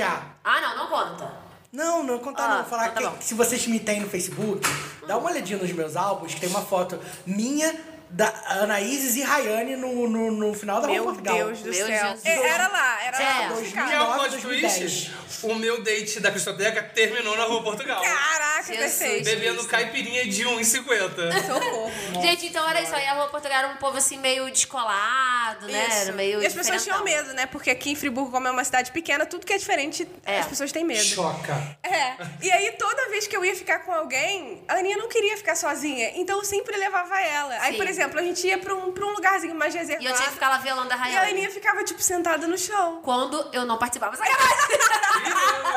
Speaker 4: Ah, não, não conta.
Speaker 8: Não, não contar
Speaker 4: Ah,
Speaker 8: não. Falar
Speaker 4: então tá
Speaker 8: que,
Speaker 4: bom.
Speaker 8: se vocês me têm no Facebook, dá uma olhadinha nos meus álbuns, que tem uma foto minha, da Anaíses e Rayane no, no, no final da
Speaker 9: Meu
Speaker 8: Rua Portugal.
Speaker 9: Deus do
Speaker 4: Meu
Speaker 9: céu.
Speaker 4: Jesus.
Speaker 9: É, Era lá, era
Speaker 4: É.
Speaker 9: lá. pra ficar.
Speaker 7: E ao
Speaker 8: 2009,
Speaker 7: um plot twist, o meu date da Cristoteca terminou na Rua Portugal.
Speaker 9: Caraca,
Speaker 4: Jesus.
Speaker 9: perfeito.
Speaker 7: Bebendo caipirinha de 1,50.
Speaker 9: Socorro.
Speaker 4: gente, então era isso aí. A Rua Portugal era um povo assim meio descolado, né? Era
Speaker 9: Isso.
Speaker 4: meio
Speaker 9: e as pessoas tinham
Speaker 4: diferentão.
Speaker 9: medo, né? Porque aqui em Friburgo, como é uma cidade pequena, tudo que é diferente,
Speaker 4: É.
Speaker 9: as pessoas têm medo.
Speaker 7: Choca.
Speaker 9: É. E aí, toda vez que eu ia ficar com alguém, a Aninha não queria ficar sozinha. Então eu sempre levava ela. Aí,
Speaker 4: Sim.
Speaker 9: por exemplo, a gente ia pra um, pra um lugarzinho mais reservado.
Speaker 4: E eu tinha que ficar lá velando
Speaker 9: e
Speaker 4: a
Speaker 9: a
Speaker 4: Rayane.
Speaker 9: Aninha ficava, tipo, sentada no chão.
Speaker 4: Quando eu não participava. Sacanagem!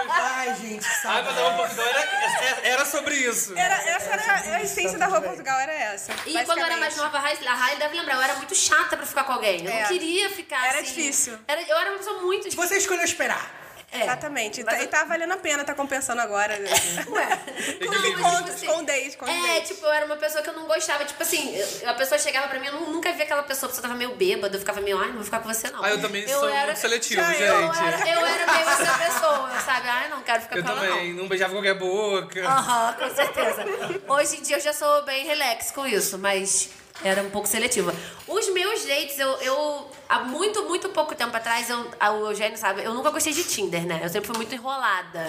Speaker 8: Ai, gente, que
Speaker 7: A água da Rua
Speaker 8: sabe?
Speaker 7: Portugal era, era- era sobre isso.
Speaker 9: Era, essa era a essência da Rua Portugal, era essa.
Speaker 4: E quando eu era mais
Speaker 9: basicamente.
Speaker 4: nova, a Rai- a Rai deve lembrar, eu era muito chata pra ficar com alguém. Eu não
Speaker 9: É.
Speaker 4: queria ficar
Speaker 9: Era
Speaker 4: assim.
Speaker 9: difícil.
Speaker 4: Era- eu era uma pessoa muito difícil.
Speaker 8: Você escolheu esperar.
Speaker 4: É.
Speaker 9: Exatamente. E
Speaker 4: Mas
Speaker 9: tá, e tá valendo a pena, tá compensando agora. né?
Speaker 4: É.
Speaker 9: (laughs)
Speaker 4: Ué,
Speaker 7: Não, mas,
Speaker 9: tipo assim, esconder, esconder.
Speaker 4: É, tipo, eu era uma pessoa que eu não gostava. Tipo assim, eu- a pessoa chegava pra mim, eu nu- nunca via aquela pessoa, a pessoa tava meio bêbada, eu ficava meio, ai, não vou ficar com você não.
Speaker 7: Ah, eu também sou muito seletivo,
Speaker 4: eu
Speaker 7: gente.
Speaker 4: Era, eu era meio essa pessoa, sabe? Ai, não quero ficar
Speaker 7: Eu
Speaker 4: com ela
Speaker 7: também,
Speaker 4: não. Ah.
Speaker 7: não beijava qualquer boca.
Speaker 4: Aham, com certeza. Hoje em dia eu já sou bem relax com isso, mas era um pouco seletiva. Os meus dates, eu, eu há muito, muito pouco tempo atrás, eu, a- o Eugênio sabe, eu nunca gostei de Tinder, né? Eu sempre fui muito enrolada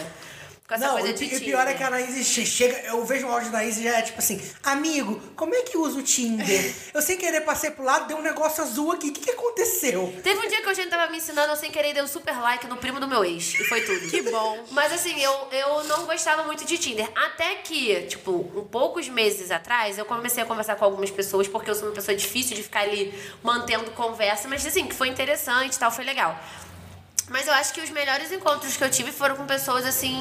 Speaker 4: com essa
Speaker 8: não,
Speaker 4: coisa
Speaker 8: e
Speaker 4: de
Speaker 8: pi- e
Speaker 4: Tinder.
Speaker 8: pior é que a Anaíses che- chega. Eu vejo o áudio da Anaíses e já é tipo assim: Amigo, como é que usa o
Speaker 4: (laughs)
Speaker 8: Tinder? Eu sem querer passei pro lado, deu um negócio azul aqui. O que, que aconteceu?
Speaker 4: Teve um dia que o Eugênio tava me ensinando, eu sem querer dei um super like no primo do meu ex. E foi tudo. (laughs) que bom. Mas assim, eu, eu não gostava muito de Tinder. Até que, tipo, um poucos meses atrás, eu comecei a conversar com algumas pessoas, porque eu sou uma pessoa difícil de ficar ali mantendo conversa, mas assim, que foi interessante e tal, foi legal. Mas eu acho que os melhores encontros que eu tive foram com pessoas assim.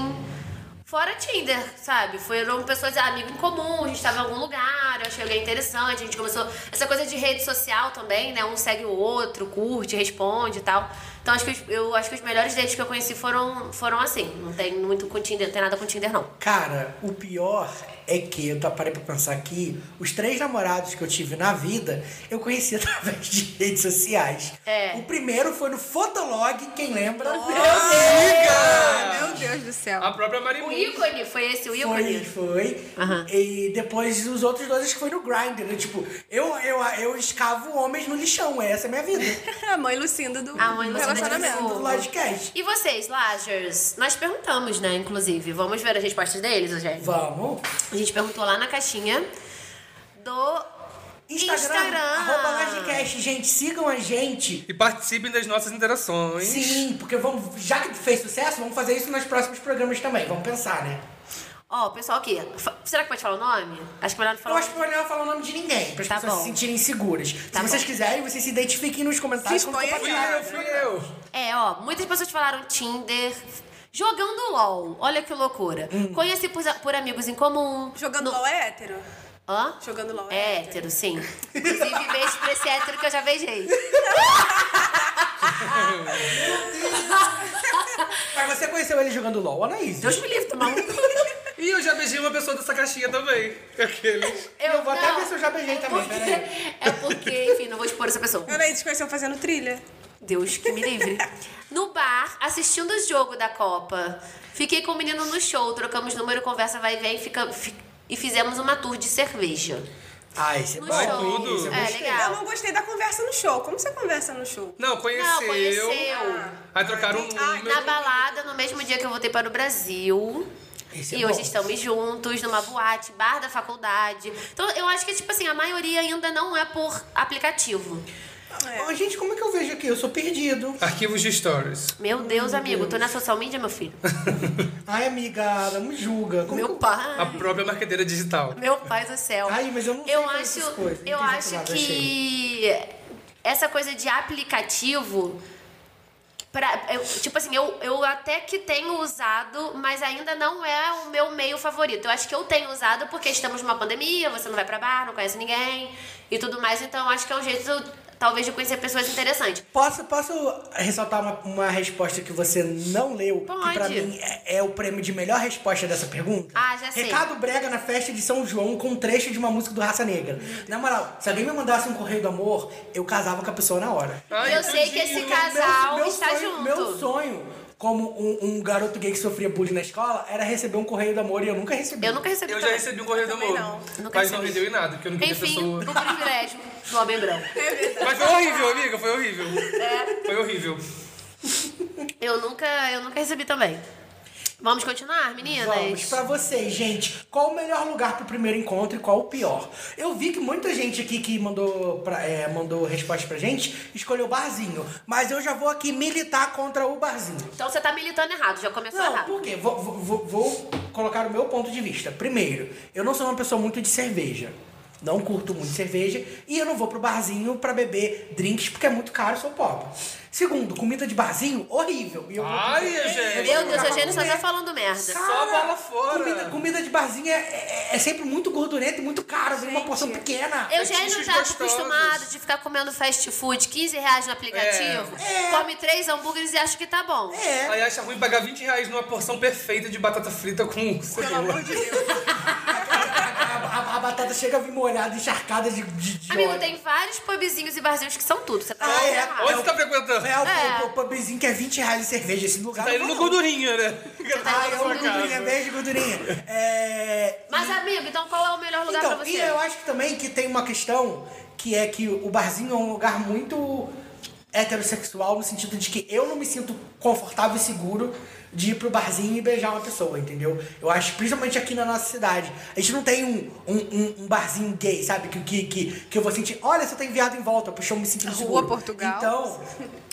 Speaker 4: Fora Tinder, sabe? Foram pessoas, ah, amigo em comum, a gente tava em algum lugar, eu achei alguém interessante, a gente começou. Essa coisa de rede social também, né? Um segue o outro, curte, responde e tal. Então acho que os- eu acho que os melhores dates que eu conheci foram, foram assim. Não tem muito com Tinder, não tem nada com Tinder, não.
Speaker 8: Cara, o pior é que eu tô- parei pra pensar aqui, os três namorados que eu tive na vida, eu conheci (laughs) através de redes sociais.
Speaker 4: É.
Speaker 8: O primeiro foi no Fotolog, quem lembra? (laughs)
Speaker 7: Amiga!
Speaker 9: Ah, Meu Deus do céu. (laughs)
Speaker 7: A própria
Speaker 4: O
Speaker 7: Marimu.
Speaker 4: ícone foi esse, o
Speaker 8: Foi,
Speaker 4: ícone.
Speaker 8: foi.
Speaker 4: Aham.
Speaker 8: E depois os outros dois acho que foi no Grindr. né? Tipo, eu, eu, eu escavo homens no lixão, essa é a minha vida.
Speaker 9: A mãe Lucinda do
Speaker 4: A mãe Lucinda de
Speaker 9: relacionamento.
Speaker 4: Friburgo.
Speaker 8: do Lodcast.
Speaker 4: E vocês, Lagers? Nós perguntamos, né, inclusive. Vamos ver as respostas deles, Eugênio?
Speaker 8: Vamos.
Speaker 4: A gente perguntou lá na caixinha do
Speaker 8: Instagram,
Speaker 4: Instagram.
Speaker 8: arroba Lodcast. Gente, sigam a gente.
Speaker 7: E participem das nossas interações.
Speaker 8: Sim, porque vamos, já que fez sucesso, vamos fazer isso nos próximos programas também. Vamos pensar, né?
Speaker 4: Ó, o pessoal aqui, fa- será que pode falar o nome? Acho que é melhor não
Speaker 8: Eu
Speaker 4: falar.
Speaker 8: acho que é melhor falar o nome de ninguém, para as
Speaker 4: Tá
Speaker 8: pessoas
Speaker 4: bom.
Speaker 8: se sentirem seguras.
Speaker 4: Tá
Speaker 8: se vocês
Speaker 4: bom.
Speaker 8: quiserem, vocês se identifiquem nos comentários.
Speaker 9: Se
Speaker 8: quando
Speaker 9: exponha
Speaker 7: Fui
Speaker 8: compartilharem.
Speaker 7: eu, fui eu.
Speaker 4: É, ó, muitas pessoas falaram Tinder, jogando LOL. Olha que loucura.
Speaker 8: Hum.
Speaker 4: Conheci por, por amigos em comum.
Speaker 9: Jogando LOL é hétero?
Speaker 4: Hã?
Speaker 9: Jogando LOL é
Speaker 4: É
Speaker 8: (laughs)
Speaker 4: hétero, sim. Inclusive, beijo pra esse hétero que eu já beijei.
Speaker 8: Mas você conheceu ele jogando LOL, Anaís?
Speaker 4: Deus me livre, tomar um.
Speaker 7: E eu já beijei uma pessoa dessa caixinha também. Aqueles.
Speaker 8: Eu vou até
Speaker 4: não,
Speaker 8: ver se eu já beijei também,
Speaker 4: porque-
Speaker 8: peraí.
Speaker 4: É porque, enfim, não vou expor essa pessoa.
Speaker 9: Ana, eles conheceu fazendo trilha?
Speaker 4: Deus que me livre. No bar, assistindo o jogo da Copa. Fiquei com o menino no show, trocamos número, conversa vai e vem fica- fi- e fizemos uma tour de cerveja.
Speaker 8: Ai, você
Speaker 4: No
Speaker 8: bom.
Speaker 4: show.
Speaker 7: tudo.
Speaker 8: Isso é
Speaker 4: É,
Speaker 8: bom.
Speaker 9: Eu
Speaker 4: legal.
Speaker 9: não gostei da conversa no show. Como você conversa no show?
Speaker 7: Não, conheceu.
Speaker 4: Não, conheceu. tá
Speaker 7: Aí trocaram um
Speaker 9: Ah,
Speaker 7: número.
Speaker 4: Na balada, no mesmo dia que eu voltei para o Brasil.
Speaker 8: Isso é
Speaker 4: e hoje
Speaker 8: bom.
Speaker 4: estamos juntos numa boate, bar da faculdade. Então eu acho que, tipo assim, a maioria ainda não é por aplicativo.
Speaker 8: Ó, gente, como é que eu vejo aqui? Eu sou perdido.
Speaker 7: Arquivos de stories.
Speaker 4: Meu Deus, amigo, tô na social media, meu filho.
Speaker 8: Ai, amiga, não me julga. Como que
Speaker 4: Meu
Speaker 8: eu-
Speaker 4: pai.
Speaker 7: A própria marqueteira digital.
Speaker 4: Meu pai do céu.
Speaker 8: Ai, mas eu não sei fazer
Speaker 4: acho,
Speaker 8: essas coisas. Não
Speaker 4: eu
Speaker 8: tem
Speaker 4: acho
Speaker 8: jeito nada,
Speaker 4: que essa coisa de aplicativo pra, eu- tipo assim, eu, eu até que tenho usado, mas ainda não é o meu meio favorito. Eu acho que eu tenho usado porque estamos numa pandemia, você não vai pra bar, não conhece ninguém e tudo mais, então eu acho que é um jeito talvez de conhecer pessoas interessantes.
Speaker 8: Posso, posso ressaltar uma, uma resposta que você não leu, que pra
Speaker 4: Pode.
Speaker 8: mim é, é o prêmio de melhor resposta dessa pergunta?
Speaker 4: Ah, já sei.
Speaker 8: Recado brega na festa de São João com trecho de uma música do Raça Negra. Na moral, se alguém me mandasse um correio do amor, eu casava com a pessoa na hora.
Speaker 4: eu sei que esse
Speaker 8: Porque
Speaker 4: casal está
Speaker 8: sonho,
Speaker 4: junto.
Speaker 8: Meu sonho, como um, um garoto gay que sofria bullying na escola, era receber um correio do amor e eu nunca recebi.
Speaker 4: Eu nunca recebi
Speaker 7: Eu já
Speaker 4: também.
Speaker 7: recebi um correio do
Speaker 9: Também
Speaker 7: amor.
Speaker 9: não.
Speaker 4: Nunca
Speaker 7: Mas não
Speaker 4: recebi.
Speaker 7: rendeu em nada, porque eu não queria
Speaker 4: Enfim,
Speaker 7: pessoa.
Speaker 4: o privilégio do homem branco.
Speaker 7: Mas foi horrível, amiga, foi horrível. Foi horrível.
Speaker 4: Eu nunca, eu nunca recebi também. Vamos continuar, meninas?
Speaker 8: Vamos pra vocês, gente. Qual o melhor lugar pro primeiro encontro e qual o pior? Eu vi que muita gente aqui que mandou, pra, é, mandou resposta pra gente escolheu barzinho. Mas eu já vou aqui militar contra o barzinho.
Speaker 4: Então você tá militando errado, já começou
Speaker 8: Não,
Speaker 4: errado.
Speaker 8: por quê? Vou, vou- vou- vou colocar o meu ponto de vista. Primeiro, eu não sou uma pessoa muito de cerveja. Não curto muito cerveja. E eu não vou pro barzinho pra beber drinks porque é muito caro, sou pobre. Segundo, comida de barzinho, horrível. E eu vou-
Speaker 7: Ai,
Speaker 8: eu vou
Speaker 7: gente.
Speaker 4: Meu
Speaker 8: lugar
Speaker 4: Deus,
Speaker 8: pra
Speaker 4: Eugênio só
Speaker 8: comer.
Speaker 4: tá falando merda.
Speaker 7: Só a bola fora.
Speaker 8: Comida, comida de barzinho é, é- é sempre muito gordurenta e muito caro, vem uma porção pequena.
Speaker 4: Eugênio
Speaker 7: Petiscos
Speaker 4: já tá
Speaker 7: gostosos.
Speaker 4: acostumado de ficar comendo fast food, 15 reais no aplicativo,
Speaker 8: É.
Speaker 4: come três hambúrgueres e acha que tá bom.
Speaker 8: É.
Speaker 7: Aí acha ruim pagar 20 reais numa porção perfeita de batata frita com cebola.
Speaker 8: A, a- a batata chega a vir molhada, encharcada de, de, de
Speaker 4: Amigo,
Speaker 8: óleo.
Speaker 4: tem vários pubzinhos e barzinhos que são tudo. Você tá
Speaker 8: Ah,
Speaker 4: falando
Speaker 8: é?
Speaker 4: errado.
Speaker 7: Onde você tá frequentando?
Speaker 8: É, o,
Speaker 4: É.
Speaker 8: o pubzinho que é 20 reais de cerveja esse lugar.
Speaker 7: Tá
Speaker 8: não
Speaker 7: indo
Speaker 8: vou
Speaker 7: no
Speaker 8: não.
Speaker 7: gordurinha, né?
Speaker 8: Ah, eu
Speaker 4: no
Speaker 8: amo gordurinha, beijo de gordurinha. É,
Speaker 4: Mas, amigo, então qual é o melhor lugar pra
Speaker 8: Então, e
Speaker 4: você?
Speaker 8: eu acho que também que tem uma questão que é que o barzinho é um lugar muito heterossexual no sentido de que eu não me sinto confortável e seguro de ir pro barzinho e beijar uma pessoa, entendeu? Eu acho, principalmente aqui na nossa cidade, a gente não tem um, um, um- um barzinho gay, sabe? Que, que, que, que eu vou sentir, olha, só tem viado em volta, puxa, eu me sinto
Speaker 9: Rua
Speaker 8: seguro.
Speaker 9: Portugal.
Speaker 8: Então,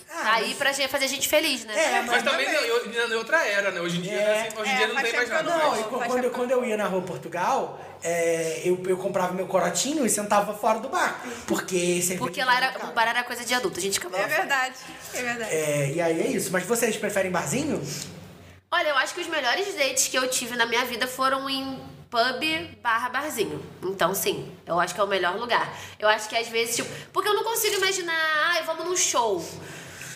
Speaker 4: Tá aí pra gente fazer a gente feliz, né?
Speaker 8: é,
Speaker 7: Mas também né, eu- em outra era, né? Hoje em dia, né, assim, hoje em
Speaker 9: É,
Speaker 7: dia não
Speaker 9: faz
Speaker 7: tem mais
Speaker 9: tempo
Speaker 7: nada.
Speaker 9: que eu não
Speaker 8: Não,
Speaker 7: mas-
Speaker 8: e
Speaker 9: Faz
Speaker 8: quando, quando eu,
Speaker 9: tempo.
Speaker 8: quando eu ia na Rua Portugal, é, eu, eu comprava meu corotinho e sentava fora do bar. Porque sempre.
Speaker 4: Porque lá era, o bar era coisa de adulto, a gente acabou.
Speaker 9: É verdade, é verdade.
Speaker 8: É, e aí é isso. Mas vocês preferem barzinho?
Speaker 4: Olha, eu acho que os melhores dates que eu tive na minha vida foram em pub barra barzinho. Então, sim, eu acho que é o melhor lugar. Eu acho que às vezes, tipo, porque eu não consigo imaginar, ai, vamos num show.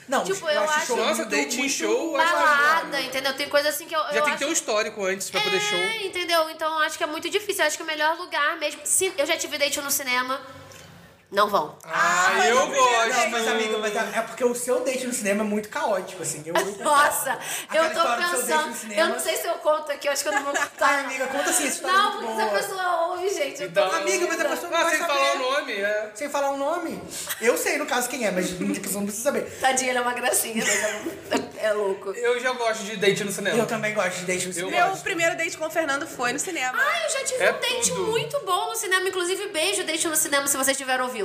Speaker 8: Não,
Speaker 4: Tipo, eu acho-
Speaker 7: Nossa, date em show, eu acho
Speaker 4: Balada, entendeu? Tem coisa assim que eu.
Speaker 7: Já
Speaker 4: eu
Speaker 7: tem que
Speaker 4: acho...
Speaker 7: ter um histórico antes pra poder show.
Speaker 4: É, entendeu? Então eu acho que é muito difícil. Eu acho que o melhor lugar mesmo. Sim, eu já tive date no cinema. Não vão.
Speaker 7: Ah, eu
Speaker 8: Não,
Speaker 7: gosto.
Speaker 8: mas amiga, mas é porque o seu date no cinema é muito caótico, assim. Eu,
Speaker 4: (laughs) Nossa, eu tô
Speaker 8: história do seu date no
Speaker 4: pensando.
Speaker 8: cinema.
Speaker 4: Eu não sei se eu conto aqui, eu acho que eu não vou contar.
Speaker 8: Ai, amiga, conta assim, essa história é
Speaker 4: Não,
Speaker 8: muito
Speaker 4: porque
Speaker 8: boa.
Speaker 4: se a pessoa ouve, gente. eu tô-
Speaker 7: Então-
Speaker 8: Amiga, mas é a pessoa não
Speaker 7: Ah,
Speaker 8: vai
Speaker 7: sem
Speaker 8: saber.
Speaker 7: falar o nome, é.
Speaker 8: (laughs) Sem falar o nome? Eu sei, no caso, quem é, mas (laughs) a pessoa não precisa saber.
Speaker 4: Tadinha, ele é uma gracinha. né? É louco.
Speaker 7: Eu já gosto de date no cinema.
Speaker 8: Eu também gosto de date no cinema.
Speaker 9: Meu
Speaker 7: gosto.
Speaker 9: primeiro date com o Fernando foi no cinema.
Speaker 4: Ah, eu já tive
Speaker 7: É
Speaker 4: um date
Speaker 7: tudo.
Speaker 4: muito bom no cinema, inclusive beijo date no cinema se vocês
Speaker 8: (laughs)
Speaker 4: estiveram ouvindo.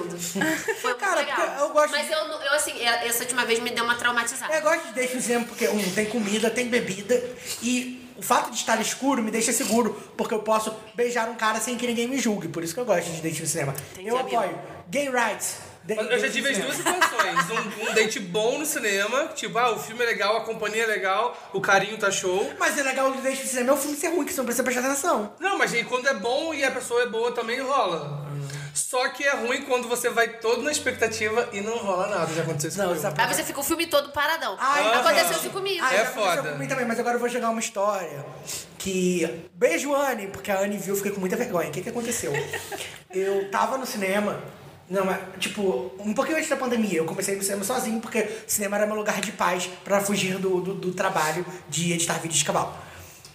Speaker 4: Foi
Speaker 8: Cara,
Speaker 4: muito legal.
Speaker 8: porque eu gosto
Speaker 4: Mas
Speaker 8: de-
Speaker 4: eu, não- eu, assim, é- essa última vez me deu uma traumatizada.
Speaker 8: É, Eu gosto de deixar exemplo porque, um, tem comida, tem bebida e o fato de estar escuro me deixa seguro, porque eu posso beijar um cara sem que ninguém me julgue. Por isso que eu gosto de date no cinema.
Speaker 4: Entendi,
Speaker 8: eu
Speaker 4: amigo.
Speaker 8: apoio. Gay rights. de-
Speaker 7: Eu já
Speaker 8: date
Speaker 7: tive
Speaker 8: no
Speaker 7: as
Speaker 8: cinema.
Speaker 7: duas situações. Um, um date bom no cinema, tipo, ah, o filme é legal, a companhia é legal, o carinho tá show.
Speaker 8: Mas é legal o date no cinema é o filme ser ruim, que você não precisa prestar atenção.
Speaker 7: Não, mas aí quando é bom e a pessoa é boa também rola. Só que é ruim quando você vai todo na expectativa e não rola nada. Já aconteceu isso
Speaker 8: Não,
Speaker 7: comigo.
Speaker 8: essa
Speaker 4: Aí você fica o filme todo paradão.
Speaker 8: Ai,
Speaker 4: Aconteceu
Speaker 8: gente.
Speaker 4: isso comigo.
Speaker 8: Ai,
Speaker 7: É
Speaker 8: já aconteceu
Speaker 7: foda.
Speaker 8: comigo também, mas agora eu vou jogar uma história que... Beijo, Anne, porque a Anne viu, eu fiquei com muita vergonha. O que que
Speaker 7: (laughs)
Speaker 8: aconteceu? eu tava no cinema... Não, mas, tipo, um pouquinho antes da pandemia, eu comecei no cinema sozinho, porque cinema era meu lugar de paz pra fugir do, do, do trabalho de editar vídeos de cabal.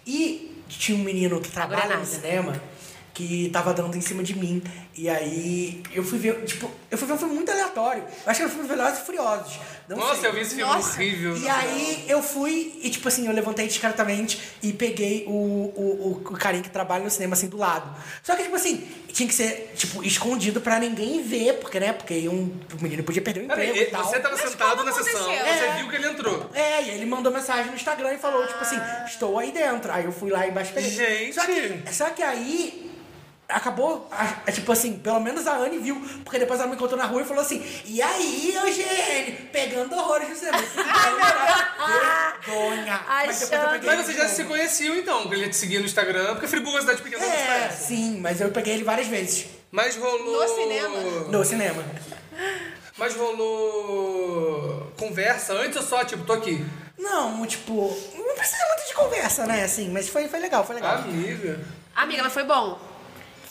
Speaker 8: E tinha um menino que trabalha
Speaker 4: Agora
Speaker 8: no
Speaker 4: nada.
Speaker 8: cinema que tava dando em cima de mim. E aí eu fui ver, tipo, eu Eu fui ver um filme muito aleatório. Eu acho que era o filme Velozes e Furiosos. Não
Speaker 7: Nossa,
Speaker 8: sei.
Speaker 7: eu vi esse filme
Speaker 9: Nossa.
Speaker 7: horrível.
Speaker 8: E aí eu fui e, tipo assim, eu levantei discretamente e peguei o, o, o, o carinha que trabalha no cinema, assim, do lado. Só que, tipo assim, tinha que ser, tipo, escondido pra ninguém ver, porque, né? Porque aí um o menino podia perder o
Speaker 7: Cara,
Speaker 8: emprego
Speaker 7: e-
Speaker 8: e tal.
Speaker 7: você tava
Speaker 9: Mas
Speaker 7: sentado
Speaker 9: como
Speaker 7: na sessão,
Speaker 9: aconteceu?
Speaker 7: você
Speaker 9: É.
Speaker 7: viu que ele entrou.
Speaker 8: É, e ele mandou mensagem no Instagram e falou, tipo assim, estou aí dentro. Aí eu fui lá embaixo e peguei.
Speaker 7: Ah. Gente!
Speaker 8: Só que, só que aí. Acabou, a- a- tipo assim, pelo menos a Anne viu, porque depois ela me encontrou na rua e falou assim: E aí, Eugênio, pegando horrores no cinema.
Speaker 7: (laughs)
Speaker 8: né? Vergonha!
Speaker 4: Ai,
Speaker 8: Mas depois eu
Speaker 4: Xande.
Speaker 8: peguei
Speaker 7: Mas
Speaker 8: ele
Speaker 7: vocês
Speaker 8: de
Speaker 7: já
Speaker 8: novo.
Speaker 7: se conheciam então, porque ele ia te seguia no Instagram, porque Friburgo é uma cidade pequena, não se
Speaker 8: É,
Speaker 7: conhece.
Speaker 8: sim, mas eu peguei ele várias vezes
Speaker 7: Mas rolou...
Speaker 9: No cinema?
Speaker 8: no cinema.
Speaker 7: Mas rolou... conversa antes ou só, tipo, tô aqui?
Speaker 8: Não, tipo, não precisa muito de conversa, né? Assim, mas foi, foi legal, foi
Speaker 7: Ah,
Speaker 8: legal.
Speaker 7: Amiga.
Speaker 4: Amiga, mas foi bom.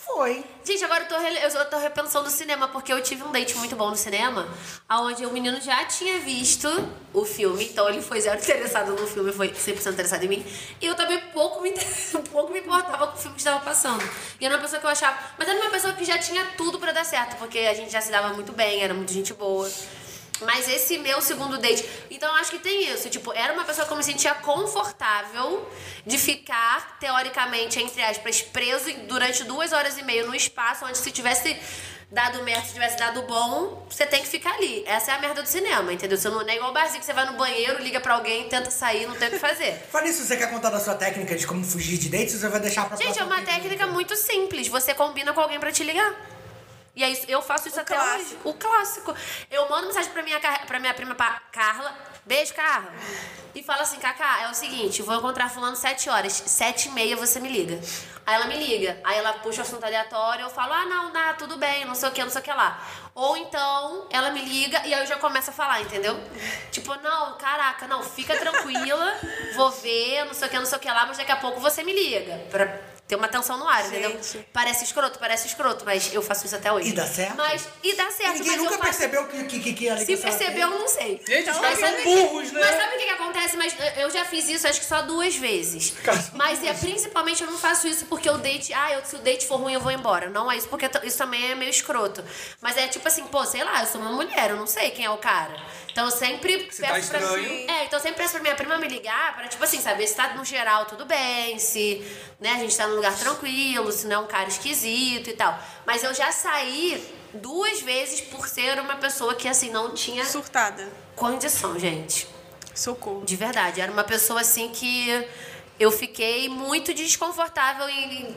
Speaker 8: Foi.
Speaker 4: Gente, agora eu tô, rele- eu tô repensando o cinema, porque eu tive um date muito bom no cinema, onde o menino já tinha visto o filme, então ele foi zero (laughs) interessado no filme, foi 100% interessado em mim. E eu também pouco me, inter- (laughs) pouco me importava com o filme que estava passando. E era uma pessoa que eu achava. Mas era uma pessoa que já tinha tudo pra dar certo, porque a gente já se dava muito bem, era muito gente boa. Mas esse meu segundo date. Então eu acho que tem isso. Tipo, era uma pessoa que eu me sentia confortável de ficar, teoricamente, entre aspas, preso durante duas horas e meia no espaço, onde se tivesse dado merda, se tivesse dado bom, você tem que ficar ali. Essa é a merda do cinema, entendeu? Você não não é igual o barzinho que você vai no banheiro, liga pra alguém, tenta sair, não tem o que fazer.
Speaker 8: (laughs) Fala isso, você quer contar da sua técnica de como fugir de dates ou você vai deixar pra
Speaker 4: Gente, é
Speaker 8: próxima
Speaker 4: uma técnica muito simples. Você combina com alguém pra te ligar. E é isso, eu faço isso até hoje.
Speaker 9: clássico.
Speaker 4: O clássico. Eu mando mensagem pra minha, car- pra minha prima pa- Carla. Beijo, Carla. E fala assim, Cacá, é o seguinte, vou encontrar fulano sete horas. sete e meia você me liga. Aí ela me liga. Aí ela puxa o assunto aleatório. Eu falo, ah, não, dá, tudo bem, não sei o que, não sei o que lá. Ou então, ela me liga e aí eu já começo a falar, entendeu? Tipo, não, caraca, não, fica tranquila. Vou ver, não sei o que, não sei o que lá. Mas daqui a pouco você me liga. Pra ter uma tensão no ar, entendeu? Parece escroto, parece escroto, mas eu faço isso até hoje.
Speaker 8: E dá certo?
Speaker 4: Mas, e dá certo,
Speaker 8: Ninguém
Speaker 4: mas
Speaker 8: nunca
Speaker 4: eu faço...
Speaker 8: percebeu que, que, que, que a
Speaker 4: Se
Speaker 8: ligação é era
Speaker 4: percebeu, eu não sei.
Speaker 7: Gente, os caras
Speaker 4: mas
Speaker 7: são
Speaker 4: sabe
Speaker 7: burros,
Speaker 4: que-
Speaker 7: né?
Speaker 4: Mas sabe o que, que acontece? Mas eh, eu- eu já fiz isso, acho que só duas vezes. Mas é, principalmente eu não faço isso porque o date... Ah, eu- se o date for ruim, eu vou embora. Não é isso, porque t- isso também é meio escroto. Mas é tipo assim, pô, sei lá, eu sou uma mulher, eu não sei quem é o cara. Então eu sempre
Speaker 7: Se tá estranho.
Speaker 4: pra... É, então eu sempre peço pra minha prima me ligar pra, tipo assim, saber se tá no geral tudo bem, se né, a gente tá num lugar tranquilo, se não é um cara esquisito e tal. Mas eu já saí duas vezes por ser uma pessoa que, assim, não tinha
Speaker 9: Surtada.
Speaker 4: condição, gente.
Speaker 9: Socorro.
Speaker 4: De verdade. Era uma pessoa, assim, que eu fiquei muito desconfortável em.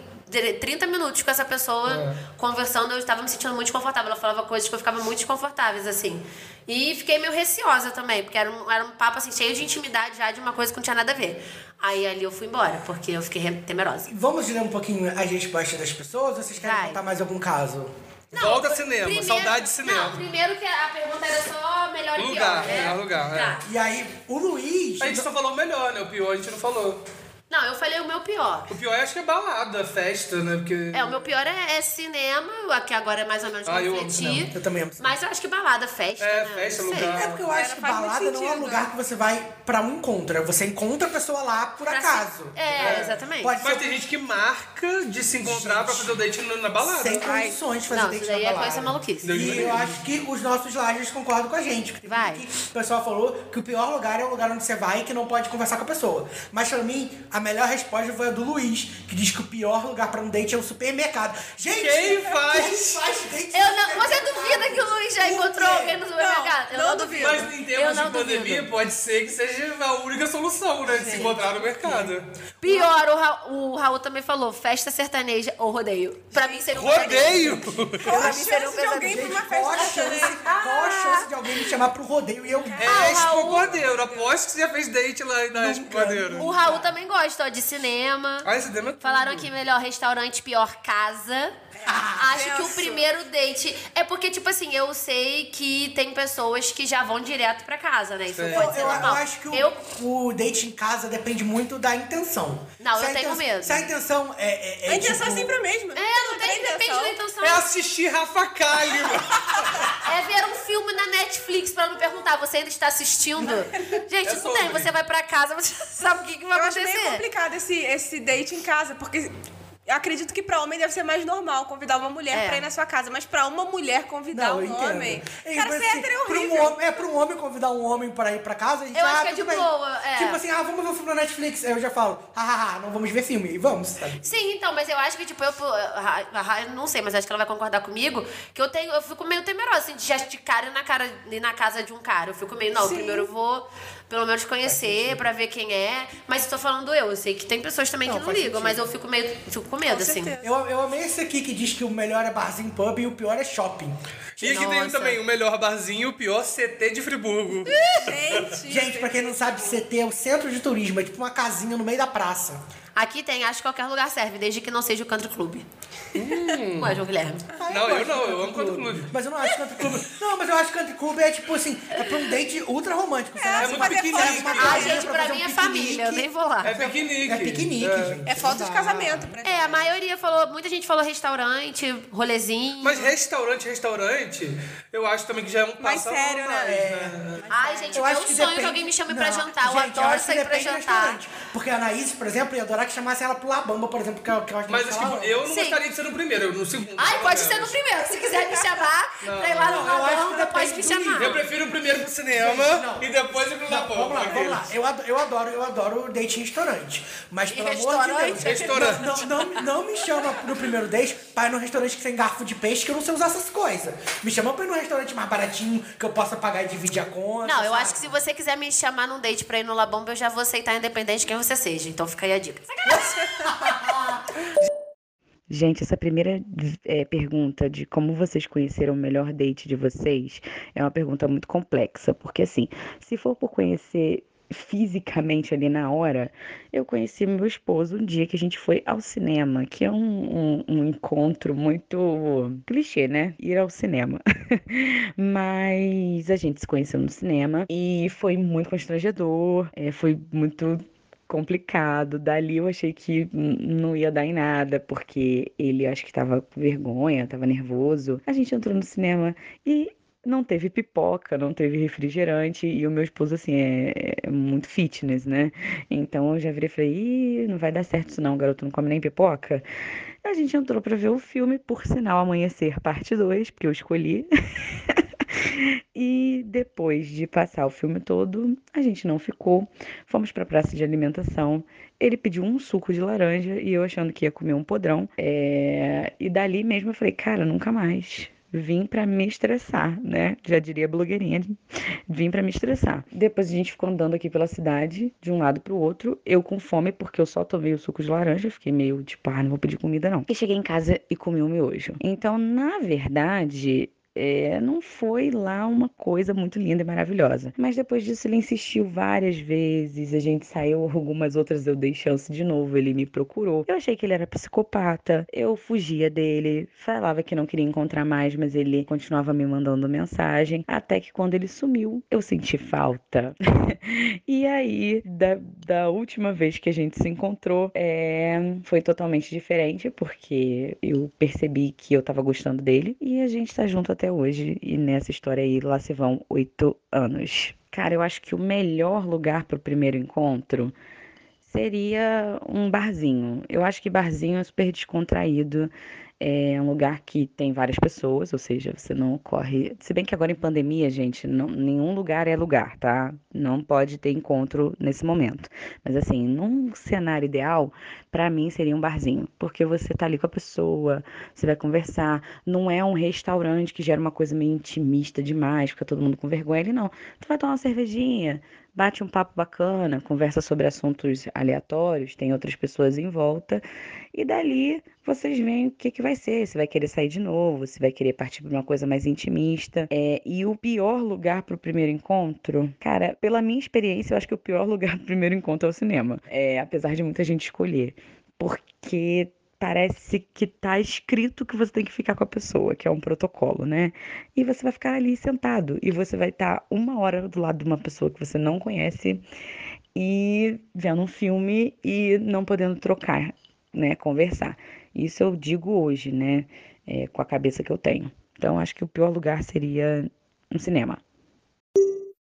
Speaker 4: 30 minutos com essa pessoa conversando, eu estava me sentindo muito desconfortável. Ela falava coisas que eu ficava muito desconfortáveis, assim. E fiquei meio receosa também, porque era um, era um papo assim, cheio de intimidade já de uma coisa que não tinha nada a ver. Aí ali eu fui embora, porque eu fiquei re- temerosa.
Speaker 8: Vamos ler um pouquinho as respostas das pessoas ou vocês querem
Speaker 4: Vai.
Speaker 8: contar mais algum caso?
Speaker 7: Volta ao cinema, saudade de cinema.
Speaker 4: Não, primeiro que a pergunta era só melhor e
Speaker 7: Lugar,
Speaker 4: pior, né?
Speaker 7: melhor lugar, é.
Speaker 4: Tá.
Speaker 8: E aí, o Luiz.
Speaker 7: A gente só falou o melhor, né? O pior a gente não falou.
Speaker 4: Não, eu falei o meu pior.
Speaker 7: O pior acho que é balada, festa, né? Porque...
Speaker 4: É, o meu pior é, é cinema, que agora é mais ou menos
Speaker 7: Ah, eu amo
Speaker 4: refletir.
Speaker 7: cinema.
Speaker 8: Eu também amo cinema.
Speaker 4: Mas eu acho que balada, festa.
Speaker 7: É,
Speaker 4: né?
Speaker 7: festa,
Speaker 4: Não sei.
Speaker 7: lugar.
Speaker 8: É porque eu acho
Speaker 9: Era,
Speaker 8: que
Speaker 9: faz muito
Speaker 8: balada não é um
Speaker 9: sentido,
Speaker 8: lugar
Speaker 9: né?
Speaker 8: que você vai pra um encontro. é Você encontra a pessoa lá por
Speaker 4: Pra se-
Speaker 8: acaso.
Speaker 4: É, exatamente.
Speaker 8: Pode
Speaker 7: Mas
Speaker 8: ser
Speaker 7: tem gente que marca de se encontrar pra fazer o date na, na balada.
Speaker 8: sem condições de fazer
Speaker 4: Não,
Speaker 8: date
Speaker 4: isso
Speaker 8: na
Speaker 4: daí é
Speaker 8: balada.
Speaker 4: coisa maluquice.
Speaker 7: Deus me
Speaker 8: E
Speaker 7: livre.
Speaker 8: eu acho que os nossos lajes concordam com a gente. porque tem
Speaker 4: Vai.
Speaker 8: gente que o pessoal falou que o pior lugar é o lugar onde você vai e que não pode conversar com a pessoa. Mas pra mim, a melhor resposta foi a do Luiz, que diz que o pior lugar pra um date é o supermercado. Gente,
Speaker 7: Quem faz?
Speaker 8: Quem faz date
Speaker 4: Eu
Speaker 8: no
Speaker 4: não, você
Speaker 8: supermercado?
Speaker 4: duvida que o Luiz já
Speaker 8: Por
Speaker 4: encontrou
Speaker 8: quê?
Speaker 4: alguém no supermercado? eu
Speaker 9: não
Speaker 4: não
Speaker 9: duvido.
Speaker 4: duvido.
Speaker 7: Mas em
Speaker 4: eu
Speaker 7: termos
Speaker 4: não
Speaker 7: de pandemia,
Speaker 4: duvido.
Speaker 7: pode ser que seja a única solução, né? De se encontrar no mercado.
Speaker 4: Pior, o, Ra o Raul também falou: festa sertaneja ou rodeio. Pra mim seria um
Speaker 7: Rodeio!
Speaker 9: Qual a
Speaker 4: mim seria um
Speaker 9: chance de alguém pra
Speaker 8: Gente,
Speaker 9: uma
Speaker 8: qual a
Speaker 9: festa né? Ah,
Speaker 8: chance,
Speaker 9: sertaneja?
Speaker 8: qual a chance de alguém me chamar pro rodeio e eu
Speaker 4: Ah,
Speaker 7: É Expo Cordeiro. Aposto que você já fez date lá na Expo Cordeiro.
Speaker 4: O Raul também gosta, ó, de cinema.
Speaker 7: Ah, esse tema é tudo.
Speaker 4: Falaram que melhor restaurante, pior casa.
Speaker 7: Ah,
Speaker 4: Acho que o primeiro date. É porque, tipo assim, eu sei que tem pessoas que já vão direto pra casa, né? Isso
Speaker 7: Sim.
Speaker 8: Eu,
Speaker 4: pode ser
Speaker 8: eu- eu
Speaker 4: normal.
Speaker 8: acho que o,
Speaker 4: Eu-
Speaker 8: o date em casa depende muito da intenção.
Speaker 4: Não,
Speaker 8: Se
Speaker 4: eu
Speaker 8: a
Speaker 4: tenho
Speaker 8: inten-
Speaker 4: medo.
Speaker 8: Se a intenção é. é- é
Speaker 9: A intenção é
Speaker 8: tipo,
Speaker 9: sempre a mesma.
Speaker 4: É, não tem, depende da intenção.
Speaker 8: assim,
Speaker 7: É assistir Rafa Kalho.
Speaker 8: (laughs)
Speaker 4: É ver um filme na Netflix pra não perguntar, você ainda
Speaker 9: (laughs)
Speaker 4: está assistindo? Gente,
Speaker 7: É
Speaker 4: isso tem.
Speaker 7: sobre.
Speaker 4: Você vai pra casa, você (laughs) sabe o que, que vai
Speaker 9: Eu acho meio
Speaker 4: acontecer.
Speaker 9: complicado esse, esse date em casa, porque Eu acredito que pra homem deve ser mais normal convidar uma mulher
Speaker 4: É.
Speaker 9: pra ir na sua casa, mas pra uma mulher convidar
Speaker 8: eu
Speaker 9: um
Speaker 8: entendo.
Speaker 9: homem.
Speaker 8: É,
Speaker 9: cara,
Speaker 8: mas,
Speaker 9: ser
Speaker 8: assim,
Speaker 9: hétero é
Speaker 8: pra um
Speaker 9: horrível.
Speaker 8: homem- é pra um homem convidar um homem pra ir pra casa, a gente
Speaker 4: Eu
Speaker 8: ah,
Speaker 4: acho que é
Speaker 8: tudo
Speaker 4: de
Speaker 8: bem.
Speaker 4: boa, é.
Speaker 8: Tipo assim, ah, vamos ver um filme na Netflix. Aí eu já falo, ah, ah, ah, não vamos ver filme. E vamos, tá sabe?
Speaker 4: Sim, então, mas eu acho que, tipo, eu, a Ra- a Ra- eu não sei, mas acho que ela vai concordar comigo, que eu tenho, eu fico meio temerosa, assim, de jasticar na cara, ir na casa de um cara. Eu fico meio, não,
Speaker 9: Sim.
Speaker 4: primeiro eu vou, pelo menos, conhecer, pra ver quem é. Mas tô falando eu, eu sei que tem pessoas também
Speaker 8: Não,
Speaker 4: que não
Speaker 8: faz
Speaker 4: ligam,
Speaker 8: sentido.
Speaker 4: mas eu fico meio, fico com medo,
Speaker 9: Com
Speaker 4: assim.
Speaker 9: certeza.
Speaker 8: Eu, eu amei esse aqui que diz que o melhor é barzinho pub e o pior é shopping.
Speaker 7: E aqui tem
Speaker 4: Nossa.
Speaker 7: também o melhor barzinho e o pior CT de Friburgo.
Speaker 9: Gente,
Speaker 8: Gente, pra quem não sabe, CT é o centro de turismo, é tipo uma casinha no meio da praça.
Speaker 4: Aqui tem, acho que qualquer lugar serve, desde que não seja o country club.
Speaker 9: Hum.
Speaker 4: Ué, João Guilherme.
Speaker 8: Ah,
Speaker 7: Não, eu
Speaker 8: gosto
Speaker 7: não,
Speaker 8: de
Speaker 7: eu amo
Speaker 8: country
Speaker 7: country club.
Speaker 8: Mas eu não acho country club. Não, mas eu acho country club é tipo assim, é pra um date ultra romântico.
Speaker 7: É,
Speaker 8: Você leva
Speaker 9: se
Speaker 8: uma-
Speaker 9: fazer
Speaker 8: leva uma
Speaker 9: foto de
Speaker 4: Ah,
Speaker 8: cadeira
Speaker 4: gente, pra
Speaker 8: fazer um
Speaker 4: mim é
Speaker 8: piquenique.
Speaker 4: família, eu nem vou lá.
Speaker 7: É piquenique.
Speaker 8: É piquenique, gente.
Speaker 9: é falta de
Speaker 8: Não dá.
Speaker 9: casamento pra
Speaker 4: É, a maioria falou, muita gente falou restaurante, rolezinho.
Speaker 7: Mas restaurante, restaurante, eu acho também que já é um passo
Speaker 9: Mais
Speaker 7: a
Speaker 9: sério,
Speaker 7: mais,
Speaker 8: né?
Speaker 4: Ai, gente,
Speaker 8: Eu acho que
Speaker 4: eu meu Tipo, é um sonho
Speaker 8: depende-
Speaker 4: que alguém me chame pra
Speaker 8: Não,
Speaker 4: jantar.
Speaker 8: gente,
Speaker 4: eu
Speaker 8: eu
Speaker 4: adoro
Speaker 8: acho que
Speaker 4: sair pra
Speaker 8: depende do
Speaker 4: jantar.
Speaker 8: restaurante. Porque a Anaís, por exemplo, ia adorar que chamasse ela pro Labamba, por exemplo, que é o que eu acho que
Speaker 7: Mas
Speaker 8: ela
Speaker 7: acho que
Speaker 8: ama.
Speaker 7: eu não
Speaker 4: Sim.
Speaker 7: gostaria de ser no primeiro, eu no segundo.
Speaker 4: Ai,
Speaker 7: pelo
Speaker 4: pode ser no
Speaker 7: menos.
Speaker 4: primeiro. Se quiser me chamar pra ir lá no
Speaker 8: Não, eu acho que
Speaker 4: Rabamba, pode me
Speaker 8: depende do
Speaker 4: chamar.
Speaker 7: Eu prefiro o primeiro pro cinema
Speaker 8: Não.
Speaker 7: e depois ir pro
Speaker 8: Não,
Speaker 7: Lapão.
Speaker 8: vamos lá, vamos lá. Eu adoro, eu adoro, eu adoro date em restaurante. Mas pelo amor de Deus.
Speaker 4: restaurante?
Speaker 7: Restaurante.
Speaker 8: Não, não, não- não me chama no primeiro date pra ir num restaurante que tem garfo de peixe, que eu não sei usar essas coisas. Me chama pra ir num restaurante mais baratinho, que eu possa pagar e dividir a conta.
Speaker 4: Não, eu
Speaker 8: sabe?
Speaker 4: acho que se você quiser me chamar num date pra ir no Labamba, eu já vou aceitar independente de quem você seja. Então fica aí a dica.
Speaker 5: Gente, essa primeira eh, pergunta de como vocês conheceram o melhor date de vocês é uma pergunta muito complexa, porque assim, se for por conhecer fisicamente ali na hora, eu conheci meu esposo um dia que a gente foi ao cinema, que é um, um- um encontro muito clichê, né? Ir ao cinema. (laughs) Mas a gente se conheceu no cinema e foi muito constrangedor, eh, foi muito complicado. Dali eu achei que n- não ia dar em nada, porque ele acho que tava com vergonha, tava nervoso. A gente entrou no cinema e não teve pipoca, não teve refrigerante, e o meu esposo, assim, é, é muito fitness, né? Então eu já virei e falei, Ih, não vai dar certo isso não, garoto não come nem pipoca. A gente entrou pra ver o filme, por sinal, Amanhecer, parte 2, porque eu escolhi. (laughs) E depois de passar o filme todo, a gente não ficou. Fomos para a praça de alimentação. Ele pediu um suco de laranja e eu achando que ia comer um podrão. É, E dali mesmo eu falei, cara, nunca mais. Vim para me estressar, né? Já diria blogueirinha. (laughs) Vim para me estressar. Depois a gente ficou andando aqui pela cidade, de um lado para o outro. Eu com fome, porque eu só tomei o suco de laranja. Fiquei meio tipo, ah, não vou pedir comida não. E cheguei em casa e comi um miojo. Então, na verdade, é, não foi lá uma coisa muito linda e maravilhosa. Mas depois disso ele insistiu várias vezes, a gente saiu (laughs) algumas outras, eu dei chance de novo, ele me procurou. Eu achei que ele era psicopata, eu fugia dele, falava que não queria encontrar mais, mas ele continuava me mandando mensagem. Até que quando ele sumiu, eu senti falta. E aí, da, da última vez que a gente se encontrou, é, foi totalmente diferente, porque eu percebi que eu tava gostando dele. E a gente tá junto até hoje. E nessa história aí, lá se vão oito anos. Cara, eu acho que o melhor lugar pro primeiro encontro seria um barzinho. Eu acho que barzinho é super descontraído. É um lugar que tem várias pessoas, ou seja, você não corre. Se bem que agora em pandemia, gente, não- nenhum lugar é lugar, tá? Não pode ter encontro nesse momento. Mas assim, num cenário ideal, pra mim seria um barzinho, porque você tá ali com a pessoa, você vai conversar. Não é um restaurante que gera uma coisa meio intimista demais, fica todo mundo com vergonha ali, não. Tu vai tomar uma cervejinha, bate um papo bacana, conversa sobre assuntos aleatórios, tem outras pessoas em volta, e dali vocês veem o que, que vai ser, se vai querer sair de novo, se vai querer partir para uma coisa mais intimista. É, e o pior lugar para o primeiro encontro, cara, pela minha experiência, eu acho que o pior (laughs) lugar para o primeiro encontro é o cinema, é, apesar de muita gente escolher, porque. Parece que tá escrito que você tem que ficar com a pessoa, que é um protocolo, né? e você vai ficar ali sentado e você vai estar uma hora do lado de uma pessoa que você não conhece e vendo um filme e não podendo trocar, né, conversar. Isso eu digo hoje, né, é, com a cabeça que eu tenho. Então acho que o pior lugar seria um cinema.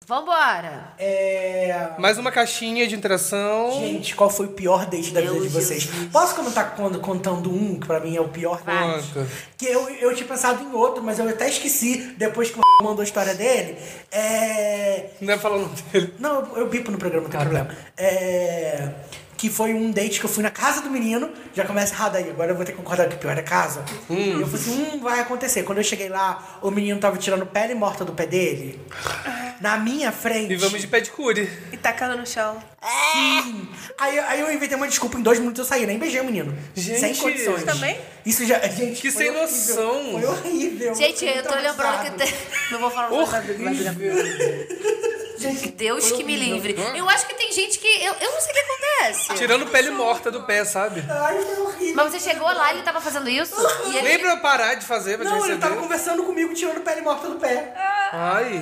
Speaker 4: Vambora!
Speaker 8: É...
Speaker 7: Mais uma caixinha de interação.
Speaker 8: Gente, qual foi o pior date da vida
Speaker 4: Meu
Speaker 8: de vocês?
Speaker 4: Jesus.
Speaker 8: Posso comentar quando, contando um, que pra mim é o pior
Speaker 4: Vai.
Speaker 8: date? Que eu, eu tinha pensado em outro, mas eu até esqueci, depois que o (laughs) mandou a história dele. É...
Speaker 7: Não é falando dele.
Speaker 8: Não, eu, eu bipo no programa, não tem problema. É... Que foi um date que eu fui na casa do menino, já começa errado aí, agora eu vou ter que concordar que o pior é a casa. E eu falei assim, hum, vai acontecer. Quando eu cheguei lá, o menino tava tirando pele morta do pé dele. Na minha frente.
Speaker 7: E vamos de pedicure.
Speaker 9: E tacando no chão.
Speaker 8: Aí, aí eu inventei uma desculpa, em dois minutos eu saí, nem beijei o menino.
Speaker 7: Gente,
Speaker 8: sem condições.
Speaker 9: também?
Speaker 8: Isso já. Gente,
Speaker 7: Que
Speaker 8: foi
Speaker 7: sem
Speaker 8: horrível,
Speaker 7: noção.
Speaker 8: Foi horrível.
Speaker 4: Gente,
Speaker 8: foi
Speaker 4: eu tô
Speaker 8: muito
Speaker 4: lembrando que
Speaker 8: abusado.
Speaker 4: tem... (laughs) Não vou falar mais da Bíblia.
Speaker 8: Gente,
Speaker 4: Deus
Speaker 8: foi
Speaker 4: que me
Speaker 8: horrível.
Speaker 4: livre. Eu acho que tem gente que... Eu, eu não sei o que acontece.
Speaker 7: Tirando pele morta do pé, sabe?
Speaker 8: Ai, foi horrível.
Speaker 4: Mas você chegou lá e ele tava fazendo isso? E ele...
Speaker 7: Nem pra eu parar de fazer, pra te
Speaker 8: Não, ele tá
Speaker 7: receber.
Speaker 8: tava conversando comigo, tirando pele morta do pé.
Speaker 7: Ai.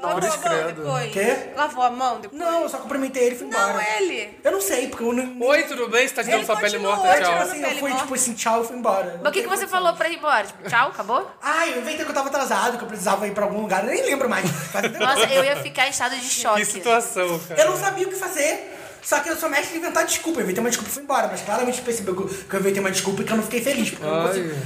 Speaker 9: Lavou a mão
Speaker 7: credo.
Speaker 9: depois.
Speaker 8: Quê?
Speaker 9: Lavou a mão depois.
Speaker 8: Não, eu só cumprimentei ele e fui embora.
Speaker 9: Não, ele.
Speaker 8: Eu não sei, porque eu não.
Speaker 7: Oi, tudo bem? Você tá tirando
Speaker 9: Ele
Speaker 7: sua pele
Speaker 9: continuou,
Speaker 7: morta?
Speaker 9: ele
Speaker 7: Tchau.
Speaker 8: Tipo
Speaker 9: tirou-
Speaker 8: assim,
Speaker 9: Pele
Speaker 8: eu fui,
Speaker 9: morta.
Speaker 8: tipo assim, tchau e fui embora.
Speaker 4: Mas o que, que você falou pra ir embora? Tipo, tchau, acabou?
Speaker 8: Ai, eu inventei que eu tava atrasado, que eu precisava ir pra algum lugar, eu nem lembro
Speaker 4: (laughs)
Speaker 8: mais. Faz tempo.
Speaker 4: Nossa, eu ia ficar em estado de choque.
Speaker 7: Que situação, cara.
Speaker 8: Eu não sabia o que fazer. Só que eu sou mestre em inventar desculpa. Eu inventei uma desculpa e fui embora. Mas claramente percebeu que eu inventei uma desculpa e que eu não fiquei feliz. Porque eu não
Speaker 7: Ai.
Speaker 8: consigo...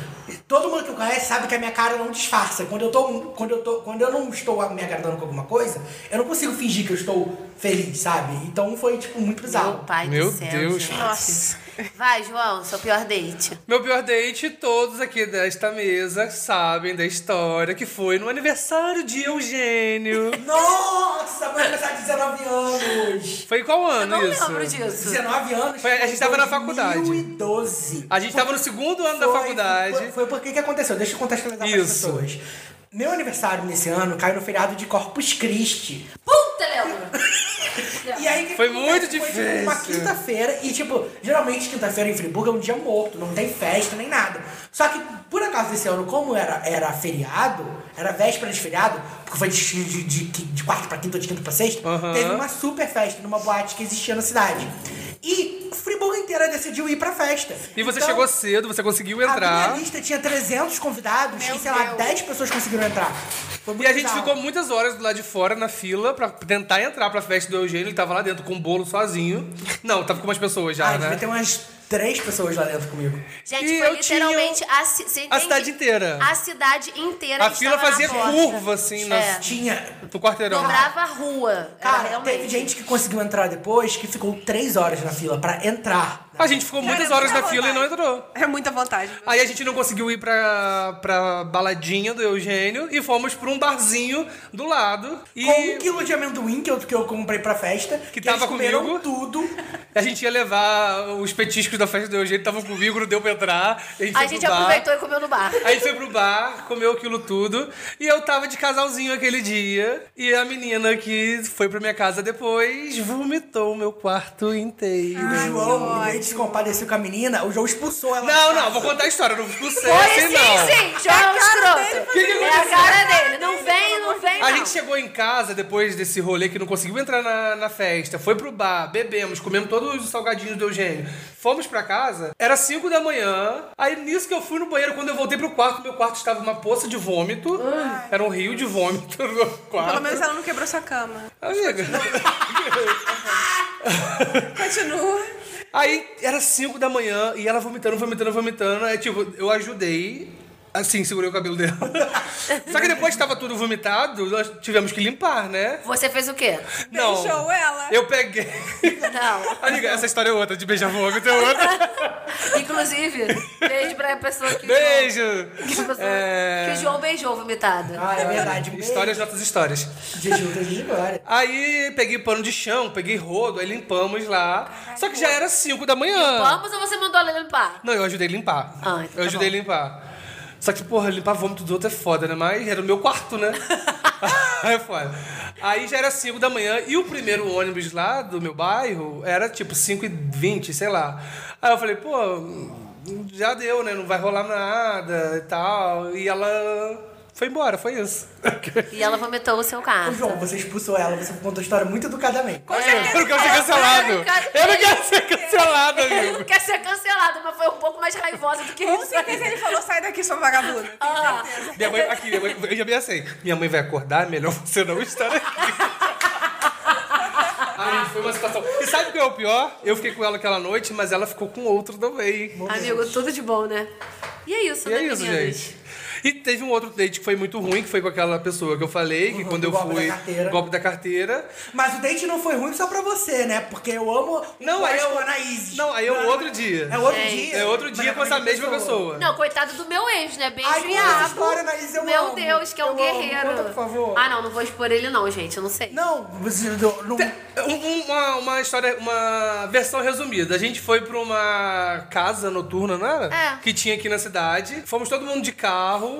Speaker 8: Todo mundo que eu conhece sabe que a minha cara não disfarça. Quando eu, tô, quando, eu tô, quando eu não estou me agradando com alguma coisa, eu não consigo fingir que eu estou feliz, sabe? Então foi, tipo, muito
Speaker 4: Meu
Speaker 8: bizarro.
Speaker 4: pai
Speaker 7: Meu
Speaker 4: do céu,
Speaker 7: Deus.
Speaker 4: gente.
Speaker 9: Nossa.
Speaker 4: Vai, João, seu pior date.
Speaker 7: Meu pior date, todos aqui desta mesa sabem da história que foi no aniversário de Eugênio.
Speaker 8: Nossa, vai começar 19 anos!
Speaker 7: Foi em qual
Speaker 4: Eu
Speaker 7: ano
Speaker 4: não
Speaker 7: isso?
Speaker 4: lembro disso.
Speaker 8: 19 anos.
Speaker 7: Foi- a gente tava na faculdade.
Speaker 8: 2012.
Speaker 7: A gente tava no segundo ano da
Speaker 8: Foi-
Speaker 7: faculdade.
Speaker 8: Foi, foi porque que aconteceu? Deixa eu contextualizar para as
Speaker 7: Isso.
Speaker 8: pessoas. Meu aniversário nesse ano caiu no feriado de Corpus Christi.
Speaker 4: Puta, Leandro!
Speaker 8: E aí, o que
Speaker 7: Foi
Speaker 8: acontece?
Speaker 7: muito
Speaker 8: tipo,
Speaker 7: difícil.
Speaker 8: uma quinta-feira, e tipo, geralmente quinta-feira em Friburgo é um dia morto, não tem festa nem nada. Só que, por acaso, esse ano, como era, era feriado, era véspera de feriado, porque foi de, de, de, de quarta pra quinta ou de quinta pra sexta,
Speaker 7: Aham.
Speaker 8: teve uma super festa numa boate que existia na cidade. E Friburgo inteira decidiu ir pra festa.
Speaker 7: E você
Speaker 8: Então,
Speaker 7: chegou cedo, você conseguiu
Speaker 8: a
Speaker 7: entrar.
Speaker 8: minha lista tinha 300 convidados
Speaker 9: Meu
Speaker 8: e, sei lá,
Speaker 9: Deus.
Speaker 8: 10 pessoas conseguiram entrar. Foi
Speaker 7: E
Speaker 8: muito
Speaker 7: a gente
Speaker 8: bizarro.
Speaker 7: ficou muitas horas do lado de fora na fila pra tentar entrar pra festa do Eugênio. Ele tava lá dentro com um bolo sozinho. Não, tava com umas pessoas já,
Speaker 8: Ah, devia
Speaker 7: né?
Speaker 8: ter umas 3 pessoas lá dentro comigo.
Speaker 4: Gente,
Speaker 7: E
Speaker 4: foi
Speaker 7: eu
Speaker 4: literalmente
Speaker 7: tinha
Speaker 4: a, ci- você entende?
Speaker 7: cidade inteira.
Speaker 4: A cidade inteira.
Speaker 7: A fila
Speaker 4: estava na
Speaker 7: fazia
Speaker 4: porta.
Speaker 7: curva, assim, nas-
Speaker 4: É.
Speaker 8: Tinha
Speaker 7: Do quarteirão.
Speaker 4: Dobrava a rua. Era
Speaker 8: Cara,
Speaker 4: realmente.
Speaker 8: teve gente que conseguiu entrar depois que ficou três horas na fila pra entrar.
Speaker 7: A gente ficou
Speaker 9: Cara,
Speaker 7: muitas
Speaker 9: é
Speaker 7: horas na
Speaker 9: muita
Speaker 7: fila e não
Speaker 9: vontade.
Speaker 7: entrou.
Speaker 9: É muita vontade.
Speaker 7: Aí a gente não conseguiu ir pra, pra baladinha do Eugênio e fomos pra um barzinho do lado. E
Speaker 8: Com um quilo de amendoim que eu, que eu comprei pra festa. Que,
Speaker 7: tava
Speaker 8: eles comeram
Speaker 7: comigo.
Speaker 8: tudo.
Speaker 7: a gente ia levar os petiscos da festa do Eugênio, estavam comigo, não deu pra entrar. A gente,
Speaker 4: A
Speaker 7: foi
Speaker 4: gente
Speaker 7: pro bar. É,
Speaker 4: aproveitou e comeu no bar.
Speaker 7: Aí foi pro bar, comeu aquilo tudo. E eu tava de casalzinho aquele dia. E a menina que foi pra minha casa depois vomitou o meu quarto inteiro.
Speaker 8: O
Speaker 4: Ah.
Speaker 8: João, em vez de se compadecer com a menina, o João expulsou ela.
Speaker 7: Não, não, vou contar a história, não fico sério
Speaker 4: Foi
Speaker 7: assim,
Speaker 4: sim,
Speaker 7: não.
Speaker 4: sim. João é um escroto.
Speaker 7: Que que
Speaker 4: é a
Speaker 7: aconteceu?
Speaker 4: cara dele. Não vem, não vem,
Speaker 7: A
Speaker 4: não.
Speaker 7: gente chegou em casa depois desse rolê que não conseguiu entrar na, na festa, foi pro bar, bebemos, comemos todos os salgadinhos do Eugênio. Fomos pra casa, era 5 da manhã. Aí nisso que eu fui no banheiro, quando eu voltei pro quarto, meu quarto estava uma poça de vômito. Era um rio de vômito no meu quarto.
Speaker 9: Pelo menos ela não quebrou sua cama.
Speaker 7: Amiga.
Speaker 9: Continua.
Speaker 7: Aí era 5 da manhã e ela vomitando, vomitando, vomitando. Aí, tipo, eu ajudei. Assim, segurei o cabelo dela. (laughs) Só que depois que tava tudo vomitado, nós tivemos que limpar, né?
Speaker 4: Você fez o quê?
Speaker 7: Não.
Speaker 9: Beijou ela.
Speaker 7: Eu peguei. (laughs)
Speaker 4: Não.
Speaker 7: Amiga, essa história é outra, de beijar vômito é
Speaker 9: (laughs)
Speaker 7: outra.
Speaker 4: Inclusive, beijo pra pessoa que. o João-
Speaker 7: Beijo!
Speaker 4: Que, a pessoa-
Speaker 7: É.
Speaker 4: que o João beijou vomitada.
Speaker 8: Ah, é
Speaker 7: (laughs)
Speaker 8: verdade.
Speaker 7: Histórias, nossas histórias.
Speaker 8: De juntas de agora.
Speaker 7: Aí peguei pano de chão, peguei rodo, aí limpamos lá. Só que já era 5 da manhã.
Speaker 4: Vamos ou você mandou ela limpar?
Speaker 7: Não, eu ajudei a limpar.
Speaker 4: Ah, então
Speaker 7: eu
Speaker 4: tá
Speaker 7: ajudei a
Speaker 4: bom.
Speaker 7: limpar. Só que, porra, limpar vômito do outro é foda, né? Mas era o meu quarto,
Speaker 4: (laughs)
Speaker 7: né? (laughs) Aí é foda. Aí já era 5 da manhã e o primeiro ônibus lá do meu bairro era tipo 5 e 20, sei lá. Aí eu falei, pô, já deu, né? Não vai rolar nada e tal. E ela foi embora, foi isso. (laughs)
Speaker 4: E ela vomitou o seu
Speaker 8: Ô,
Speaker 4: carro.
Speaker 8: João, você expulsou ela, você contou a história muito educadamente.
Speaker 7: Eu não
Speaker 4: É,
Speaker 7: quero ser cancelado. Eu não quero ser cancelado,
Speaker 4: Ele
Speaker 7: amigo.
Speaker 4: não quer ser cancelado, mas foi um pouco mais raivosa do que
Speaker 9: Com
Speaker 4: isso. né?
Speaker 9: certeza ele falou, sai daqui, sua vagabunda.
Speaker 4: Ah,
Speaker 7: assim, (laughs) Minha mãe, aqui, minha mãe, eu já pensei. Minha mãe vai acordar, melhor você não estar aqui. foi uma situação. E sabe o que é o pior? Eu fiquei com ela aquela noite, mas ela ficou com outro também.
Speaker 4: Amigo, tudo de bom, né? E é isso,
Speaker 7: E
Speaker 4: né,
Speaker 7: é isso,
Speaker 4: meninas?
Speaker 7: gente. E teve um outro date que foi muito ruim, que foi com aquela pessoa que eu falei, que quando eu
Speaker 8: Uhum, golpe da
Speaker 7: fui.
Speaker 8: carteira.
Speaker 7: golpe da carteira.
Speaker 8: Mas o date não foi ruim só pra você, né? Porque eu amo o
Speaker 7: Não, aí
Speaker 8: pós
Speaker 7: é o-
Speaker 8: com a Anaíses.
Speaker 7: não, aí é o outro dia.
Speaker 8: É outro
Speaker 4: Gente.
Speaker 8: dia.
Speaker 7: É outro dia
Speaker 8: Mas
Speaker 7: com essa mesma pessoa.
Speaker 4: Não, coitado do meu ex, né? Beijo
Speaker 8: Ai,
Speaker 4: e
Speaker 8: minha
Speaker 4: rabo.
Speaker 8: história, Anaís, eu
Speaker 4: Meu
Speaker 8: amo.
Speaker 4: Deus, que é um
Speaker 8: Eu amo.
Speaker 4: guerreiro.
Speaker 8: Conta, por favor.
Speaker 4: Ah, não, não vou expor ele não, gente. Eu não sei.
Speaker 8: Não, você não... não-
Speaker 7: Um- um- uma, uma história, uma versão resumida. A gente foi pra uma casa noturna, não era?
Speaker 4: É.
Speaker 7: Que tinha aqui na cidade. Fomos todo mundo de carro.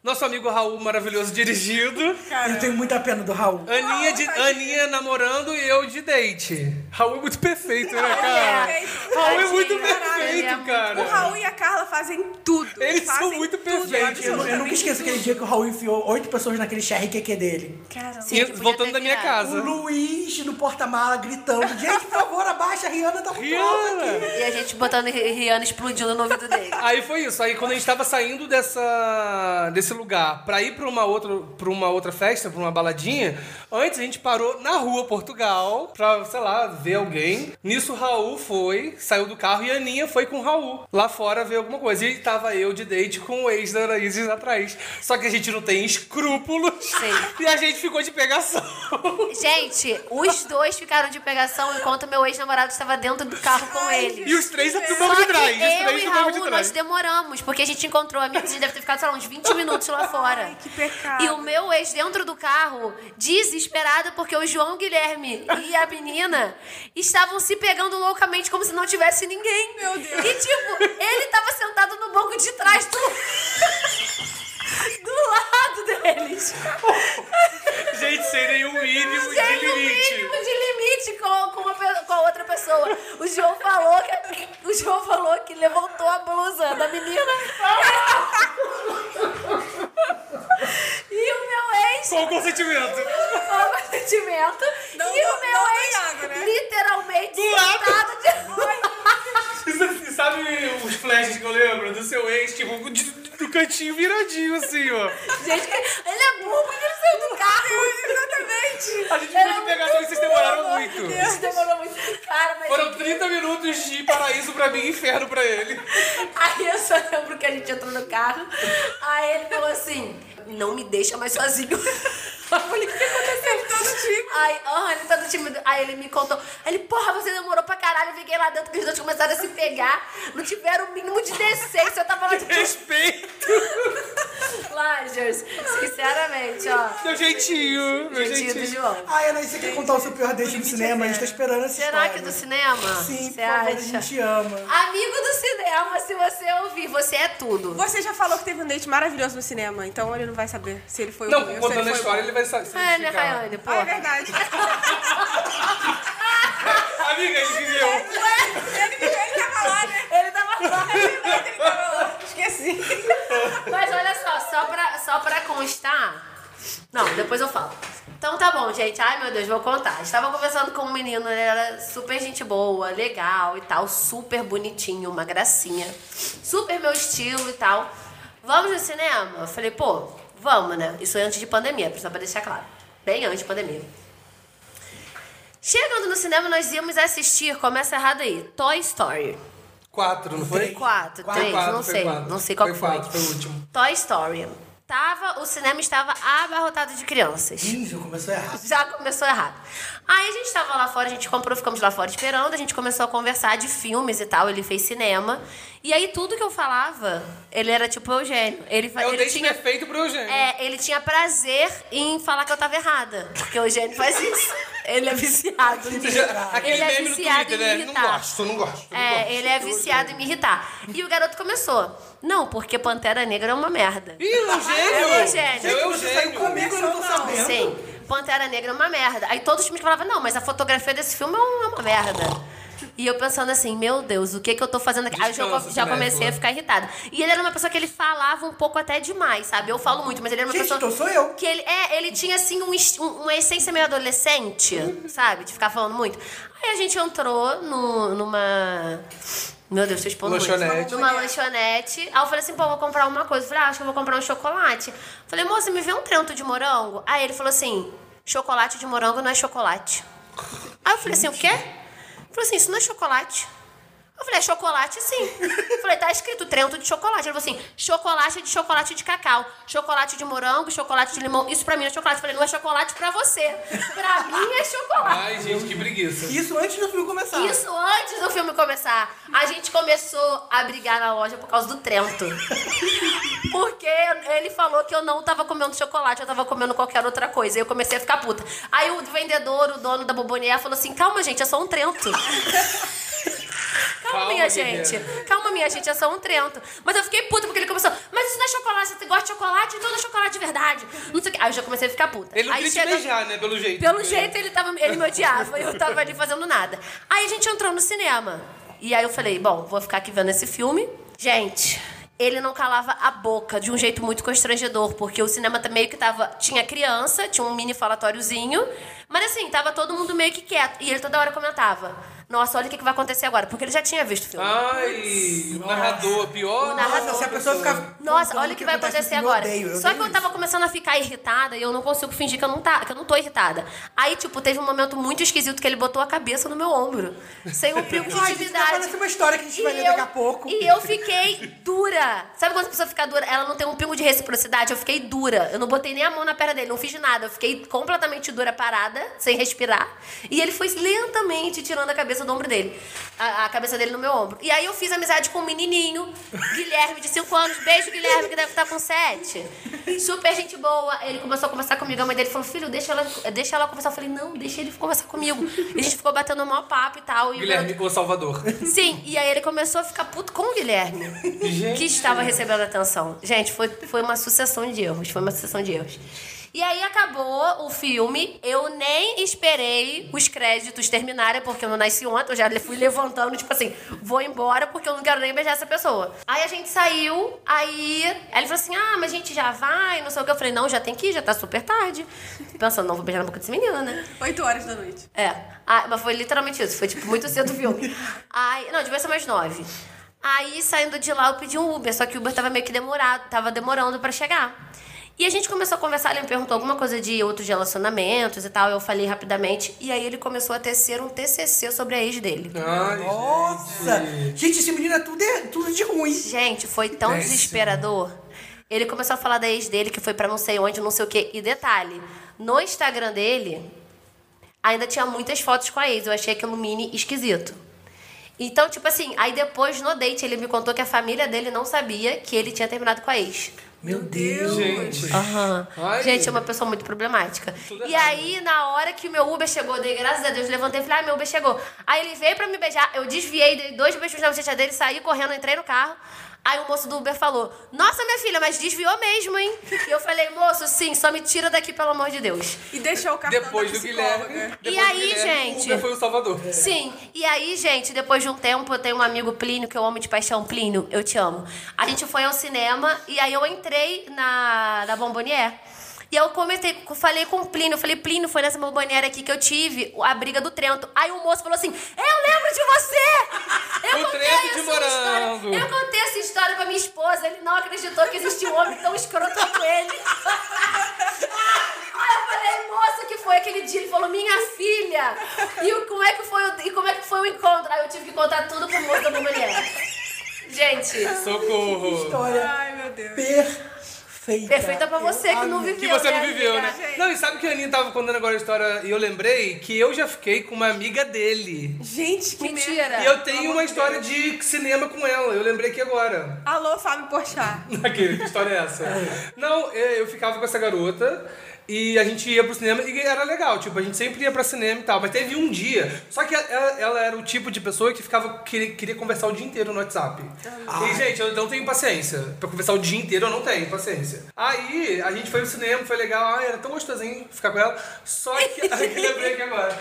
Speaker 7: Nosso amigo Raul maravilhoso
Speaker 4: (laughs)
Speaker 7: dirigindo.
Speaker 8: Eu tenho muita pena do Raul.
Speaker 7: Aninha, de, Aninha namorando e eu de date. Raul é muito perfeito, né, cara?
Speaker 9: perfeito.
Speaker 7: Raul é muito
Speaker 4: Tadinho, caralho, ele é
Speaker 7: perfeito,
Speaker 4: muito-
Speaker 7: cara.
Speaker 9: O Raul e a Carla fazem tudo.
Speaker 7: Eles são
Speaker 9: Fazem
Speaker 7: muito
Speaker 9: tudo, é
Speaker 7: perfeitos.
Speaker 8: Eu, eu nunca
Speaker 9: absolutamente
Speaker 8: esqueço aquele dia que o Raul enfiou oito pessoas naquele charrequeque dele.
Speaker 9: Caramba.
Speaker 4: Sim,
Speaker 7: E
Speaker 4: que podia
Speaker 7: voltando
Speaker 4: ter
Speaker 7: da minha
Speaker 4: criado.
Speaker 8: O
Speaker 7: casa.
Speaker 8: Luiz no porta-mala gritando: Gente, por favor, abaixa, a Rihanna tá muito alta aqui.
Speaker 7: Rihanna!
Speaker 4: E a gente botando Ri- Rihanna explodindo no ouvido dele.
Speaker 7: Aí foi isso. Aí quando a gente tava saindo dessa, desse lugar pra ir pra uma, outra, pra uma outra festa, pra uma baladinha, antes a gente parou na rua Portugal pra, sei lá, ver alguém. Nisso o Raul foi, saiu do carro e a Aninha foi com o Raul lá fora ver alguma coisa. E tava eu de date com o ex da Anaíses atrás. Só que a gente não tem escrúpulos
Speaker 4: Sim.
Speaker 7: (laughs) e a gente ficou de pegação.
Speaker 4: Gente, os dois ficaram de pegação enquanto meu ex-namorado estava dentro do carro com ele.
Speaker 7: E os três do
Speaker 9: é
Speaker 7: banco
Speaker 4: Só
Speaker 7: de
Speaker 4: que
Speaker 7: trás. os
Speaker 4: eu
Speaker 7: três
Speaker 4: e
Speaker 7: do banco de
Speaker 4: Raul,
Speaker 7: trás.
Speaker 4: nós demoramos, porque a gente encontrou amigos, a gente deve ter ficado, sei lá, uns 20 minutos lá fora.
Speaker 9: Ai, que pecado.
Speaker 4: E o meu ex dentro do carro, desesperado, porque o João Guilherme e a menina estavam se pegando loucamente como se não tivesse ninguém.
Speaker 9: Meu Deus.
Speaker 4: E tipo, ele tava sentado no banco de trás do. (laughs) do lado deles.
Speaker 7: Gente, sem nenhum mínimo
Speaker 4: Sem
Speaker 7: de
Speaker 4: o
Speaker 7: limite.
Speaker 4: é mínimo de limite com, com, uma pe- com a outra pessoa. O João falou que, o João falou que levantou a blusa da menina. e o meu ex
Speaker 7: Com consentimento.
Speaker 4: com sentimento.
Speaker 9: Não-
Speaker 4: e
Speaker 9: não-
Speaker 4: o meu
Speaker 9: não tem
Speaker 4: ex
Speaker 9: água, né?
Speaker 4: literalmente
Speaker 7: Do lado.
Speaker 4: sentado de...
Speaker 7: E Sabe os flashes que eu lembro do seu ex, tipo, de- do cantinho viradinho, assim, ó.
Speaker 4: Gente, ele é burro porque ele saiu do carro. Exatamente.
Speaker 7: A gente ficou de pegação e vocês demoraram muito.
Speaker 4: Deus, demorou muito. Cara, mas
Speaker 7: Foram 30 minutos de paraíso pra mim e inferno pra ele.
Speaker 4: (laughs) Aí eu só lembro que a gente entrou no carro. Aí ele falou assim: Não me deixa mais sozinho. (laughs) Eu falei: O que aconteceu?
Speaker 8: tá
Speaker 4: Ele todo tímido. Aí, aham, ele tá todo tímido. Aí ele me contou: Aí ele, porra, você demorou pra caralho. Eu fiquei lá dentro que os dois começaram a se pegar. Não tiveram o mínimo de decência. Eu tava lá
Speaker 8: (laughs)
Speaker 4: de
Speaker 7: Respeito.
Speaker 4: Lajers. Sinceramente, ó.
Speaker 7: Meu jeitinho, meu
Speaker 4: Jeitinho do
Speaker 7: jeitinho.
Speaker 4: João.
Speaker 8: Ai, Anaís, você quer contar o seu pior date no cinema? A gente tá esperando essa
Speaker 4: Será que
Speaker 8: história.
Speaker 4: é do cinema?
Speaker 8: Sim, por
Speaker 4: Você
Speaker 8: favor, a
Speaker 4: acha?
Speaker 8: gente te ama.
Speaker 4: Amigo do cinema, se você ouvir, você é tudo.
Speaker 9: Você já falou que teve um date maravilhoso no cinema, então ele não vai saber se ele foi
Speaker 7: Não,
Speaker 9: ruim ou se
Speaker 7: contando
Speaker 9: ele
Speaker 7: a
Speaker 9: foi
Speaker 7: história,
Speaker 9: bom.
Speaker 7: ele
Speaker 4: (laughs)
Speaker 7: vai saber.
Speaker 4: É, né, Rayane? Pô.
Speaker 9: Ah, é verdade.
Speaker 7: Amiga, ele viveu.
Speaker 9: Ué, ele, ele tava lá, né?
Speaker 4: Ele tava lá.
Speaker 9: É verdade, ele tava lá. Esqueci.
Speaker 4: Mas olha só, só pra, só pra constar. Não, depois eu falo. Então tá bom, gente. Ai, meu Deus, vou contar. Estava conversando com um menino, ele era super gente boa, legal e tal, super bonitinho, uma gracinha. Super meu estilo e tal. Vamos no cinema? Eu falei, pô, vamos, né? Isso é antes de pandemia, só pra deixar claro. Bem antes de pandemia. Chegando no cinema, nós íamos assistir, começa errado aí, Toy Story.
Speaker 7: Quatro, não foi?
Speaker 4: Quatro, três, não
Speaker 7: foi
Speaker 4: sei.
Speaker 7: quatro.
Speaker 4: Não sei qual
Speaker 7: foi.
Speaker 4: que foi.
Speaker 7: quatro, foi o último.
Speaker 4: Toy Story. Tava, o cinema estava abarrotado de crianças.
Speaker 8: Ih, já começou errado.
Speaker 4: Já começou errado. Aí a gente tava lá fora, a gente comprou, ficamos lá fora esperando, a gente começou a conversar de filmes e tal, ele fez cinema. E aí tudo que eu falava, ele era tipo Eugênio. Ele, fa-
Speaker 7: É o
Speaker 4: ele
Speaker 7: date
Speaker 4: tinha
Speaker 7: perfeito pro Eugênio. (laughs)
Speaker 4: é, ele tinha prazer em falar que eu tava errada. Porque o Eugênio faz isso. Ele é
Speaker 7: (laughs)
Speaker 4: viciado. em-
Speaker 7: Aquele
Speaker 4: ele é
Speaker 7: meme no
Speaker 4: viciado
Speaker 7: Twitter,
Speaker 4: em
Speaker 7: né?
Speaker 4: me
Speaker 7: Não
Speaker 4: irritar.
Speaker 7: gosto, não gosto. não gosto.
Speaker 4: É, ele é viciado em me irritar. E o garoto começou. Não, porque Pantera Negra é uma merda.
Speaker 7: Ih, Eugênio!
Speaker 4: É o Eugênio.
Speaker 7: Seu
Speaker 8: Você saiu
Speaker 7: Eugênio!
Speaker 8: comigo, eu não tô sabendo.
Speaker 4: Sim. Pantera Negra é uma merda. Aí todos os times falavam, não, mas a fotografia desse filme é uma, é uma merda. E eu pensando assim, meu Deus, o que que eu tô fazendo aqui? Aí eu já,
Speaker 7: Descansa,
Speaker 8: né,
Speaker 4: já comecei
Speaker 7: cinéfila.
Speaker 4: a ficar irritada. E ele era uma pessoa que ele falava um pouco até demais, sabe? Eu falo muito, mas ele era uma
Speaker 8: Gente,
Speaker 4: pessoa...
Speaker 8: então sou eu.
Speaker 4: Que ele, é, ele tinha, assim, um, est- um- uma essência meio adolescente, sabe? De ficar falando muito. Aí a gente entrou no- numa... Meu Deus, tô expondo muito.
Speaker 7: Lanchonete.
Speaker 4: Numa lanchonete. Aí eu falei assim, pô, vou comprar uma coisa. Eu falei, ah, acho que eu vou comprar um chocolate. Eu falei, moça, me vê um trento de morango? Aí ele falou assim, chocolate de morango não é chocolate. Aí eu falei assim, o quê? Ele falou assim, isso não é chocolate. Eu falei, é chocolate sim. Eu falei, tá escrito Trento de chocolate. Ele falou assim, chocolate de chocolate de cacau, chocolate de morango, chocolate de limão. Isso pra mim não é chocolate. Eu falei, não é chocolate pra você. Pra mim é chocolate.
Speaker 7: Ai, gente, que preguiça.
Speaker 8: Isso antes do filme começar.
Speaker 4: Isso antes do filme começar. A gente começou a brigar na loja por causa do
Speaker 7: (laughs)
Speaker 4: Trento. Porque ele falou que eu não tava comendo chocolate, eu tava comendo qualquer outra coisa. E eu comecei a ficar puta. Aí o vendedor, o dono da Bobonier, falou assim: calma, gente, é só um Trento. Calma,
Speaker 7: Calma,
Speaker 4: minha
Speaker 7: Guilherme.
Speaker 4: gente. Calma, minha gente, é só um Trento. Mas eu fiquei puta porque ele começou. Mas isso não é chocolate, você gosta de chocolate? Então não é chocolate de verdade. Não sei o que. Aí eu já comecei a ficar puta.
Speaker 7: Ele não
Speaker 4: Aí
Speaker 7: queria te
Speaker 4: chega-
Speaker 7: beijar, né? Pelo jeito.
Speaker 4: pelo jeito, ele, tava, ele me odiava. Eu tava ali fazendo nada. Aí a gente entrou no cinema. E aí eu falei, bom, vou ficar aqui vendo esse filme. Gente, ele não calava a boca de um jeito muito constrangedor. Porque o cinema tá meio que tava... Tinha criança, tinha um mini falatóriozinho. Mas assim, tava todo mundo meio que quieto. E ele toda hora comentava. Nossa, olha o que que vai acontecer agora. Porque ele já tinha visto o filme.
Speaker 7: Ai, o narrador, pior.
Speaker 4: O narrador.
Speaker 8: Nossa, se a pessoa ficar.
Speaker 4: Nossa,
Speaker 8: contando
Speaker 4: olha o que vai acontecer
Speaker 8: no filme,
Speaker 4: agora.
Speaker 8: Eu odeio, eu
Speaker 4: Só que
Speaker 8: odeio
Speaker 4: eu tava começando a ficar irritada e eu não consigo fingir que eu não, tá, que eu não tô irritada. Aí, tipo, teve um momento muito esquisito que ele botou a cabeça no meu ombro.
Speaker 8: (laughs)
Speaker 4: Sem um pingo de
Speaker 8: isso. Ai, gente, tá
Speaker 4: intimidade.
Speaker 8: parecendo uma história que a gente vai
Speaker 4: E
Speaker 8: ler
Speaker 4: eu-
Speaker 8: daqui a pouco.
Speaker 4: E eu fiquei dura. Sabe quando a pessoa fica dura? Ela não tem um pingo de reciprocidade. Eu fiquei dura. Eu não botei nem a mão na perna dele, não fiz nada. Eu fiquei completamente dura, parada, sem respirar. E ele foi lentamente tirando a cabeça do ombro dele. A, a cabeça dele no meu ombro. E aí eu fiz amizade com um menininho, Guilherme, de 5 anos. Beijo, Guilherme, que deve estar com 7. Super gente boa. Ele começou a conversar comigo. A mãe dele falou, filho, deixa ela, deixa ela conversar. Eu falei, não, deixa ele conversar comigo. E a gente ficou batendo o maior papo e tal. E o
Speaker 7: Guilherme, o Salvador.
Speaker 4: Sim, e aí ele começou a ficar puto com o Guilherme,
Speaker 7: Gente.
Speaker 4: que estava recebendo atenção. Gente, foi, foi uma sucessão de erros, foi uma sucessão de erros. E aí acabou o filme, eu nem esperei os créditos terminarem, porque eu não nasci ontem, eu já fui levantando, tipo assim, vou embora porque eu não quero nem beijar essa pessoa. Aí a gente saiu, aí ele falou assim, ah, mas a gente já vai, não sei o que. Eu falei, não, já tem que ir, já tá super tarde. Pensando, não, vou beijar na boca desse menino, né?
Speaker 9: 8 horas da noite.
Speaker 4: É. Ah, mas foi literalmente isso. Foi, tipo, muito cedo o filme. Aí, não, devia ser mais nove. Aí, saindo de lá, eu pedi um Uber. Só que o Uber tava meio que demorado. Tava demorando pra chegar. E a gente começou a conversar. Ele me perguntou alguma coisa de outros relacionamentos e tal. Eu falei rapidamente. E aí, ele começou a tecer um TCC sobre a ex dele.
Speaker 7: Ai,
Speaker 8: Nossa! Gente, esse menino é tudo, é tudo de ruim.
Speaker 4: Gente, foi tão
Speaker 7: Péssimo.
Speaker 4: desesperador. Ele começou a falar da ex dele, que foi pra não sei onde, não sei o quê. E detalhe, no Instagram dele, ainda tinha muitas fotos com a ex. Eu achei aquilo mini esquisito. Então, tipo assim, aí depois, no date, ele me contou que a família dele não sabia que ele tinha terminado com a ex.
Speaker 8: Meu Deus.
Speaker 7: gente.
Speaker 4: Aham.
Speaker 7: Ai,
Speaker 4: Gente, é uma pessoa muito problemática.
Speaker 7: Tudo
Speaker 4: E
Speaker 7: errado.
Speaker 4: aí, na hora que o meu Uber chegou, eu dei graças a Deus, levantei e falei, ah, meu Uber chegou. Aí ele veio pra me beijar, eu desviei, dei dois beijos na bochecha dele, saí correndo, entrei no carro. Aí o moço do Uber falou, nossa, minha filha, mas desviou mesmo, hein? E eu falei, moço, sim, só me tira daqui, pelo amor de Deus.
Speaker 9: E deixou o cartão
Speaker 7: Depois
Speaker 9: da
Speaker 7: do
Speaker 9: psicóloga.
Speaker 7: Guilherme.
Speaker 4: E
Speaker 7: depois
Speaker 4: aí,
Speaker 7: do Guilherme,
Speaker 4: gente?
Speaker 7: o Uber foi o Salvador.
Speaker 4: Sim, e aí, gente, depois de um tempo, eu tenho um amigo Plínio, que eu amo de paixão. Plínio, eu te amo. A gente foi ao cinema e aí eu entrei na, na Bombonier. E eu comentei, falei com o Plínio, eu falei, Plínio, foi nessa bomboniera aqui que eu tive a briga do Trento. Aí o moço falou assim: Eu lembro de você! Eu
Speaker 7: O
Speaker 4: contei
Speaker 7: Trento
Speaker 4: essa
Speaker 7: de morango.
Speaker 4: história- Eu contei essa história pra minha esposa, ele não acreditou que existia um homem tão escroto como ele. Aí eu falei, moça, que foi aquele dia? Ele falou, minha filha! E o- como é que foi o, e como é que foi o encontro? Aí eu tive que contar tudo pro moço da mulher. Gente,
Speaker 7: Socorro.
Speaker 8: Olha,
Speaker 9: Ai, meu Deus.
Speaker 8: perfeita.
Speaker 4: perfeita pra você que não
Speaker 9: Ah,
Speaker 8: amei.
Speaker 4: viveu.
Speaker 7: Que você não
Speaker 4: né,
Speaker 7: viveu,
Speaker 4: amiga?
Speaker 7: né? Não, e sabe que a Aninha tava contando agora a história e eu lembrei que eu já fiquei com uma amiga dele.
Speaker 9: Gente, que
Speaker 4: Mentira.
Speaker 7: E eu tenho uma história de cinema com ela, eu lembrei aqui agora.
Speaker 9: merda. Alô, Fábio Porchat.
Speaker 7: (laughs) Aqui, que história é essa? Não, é, eu ficava com essa garota e a gente ia pro cinema e era legal, tipo, a gente sempre ia pra cinema e tal, mas teve um dia. Só que ela, ela era o tipo de pessoa que ficava queria, queria conversar o dia inteiro no WhatsApp.
Speaker 8: Ah.
Speaker 7: E, gente, eu não tenho paciência. Pra conversar o dia inteiro eu não tenho paciência. Aí a gente foi pro cinema, foi legal, ah, era tão gostosinho ficar com ela. Só que. (laughs) lembrei aqui agora.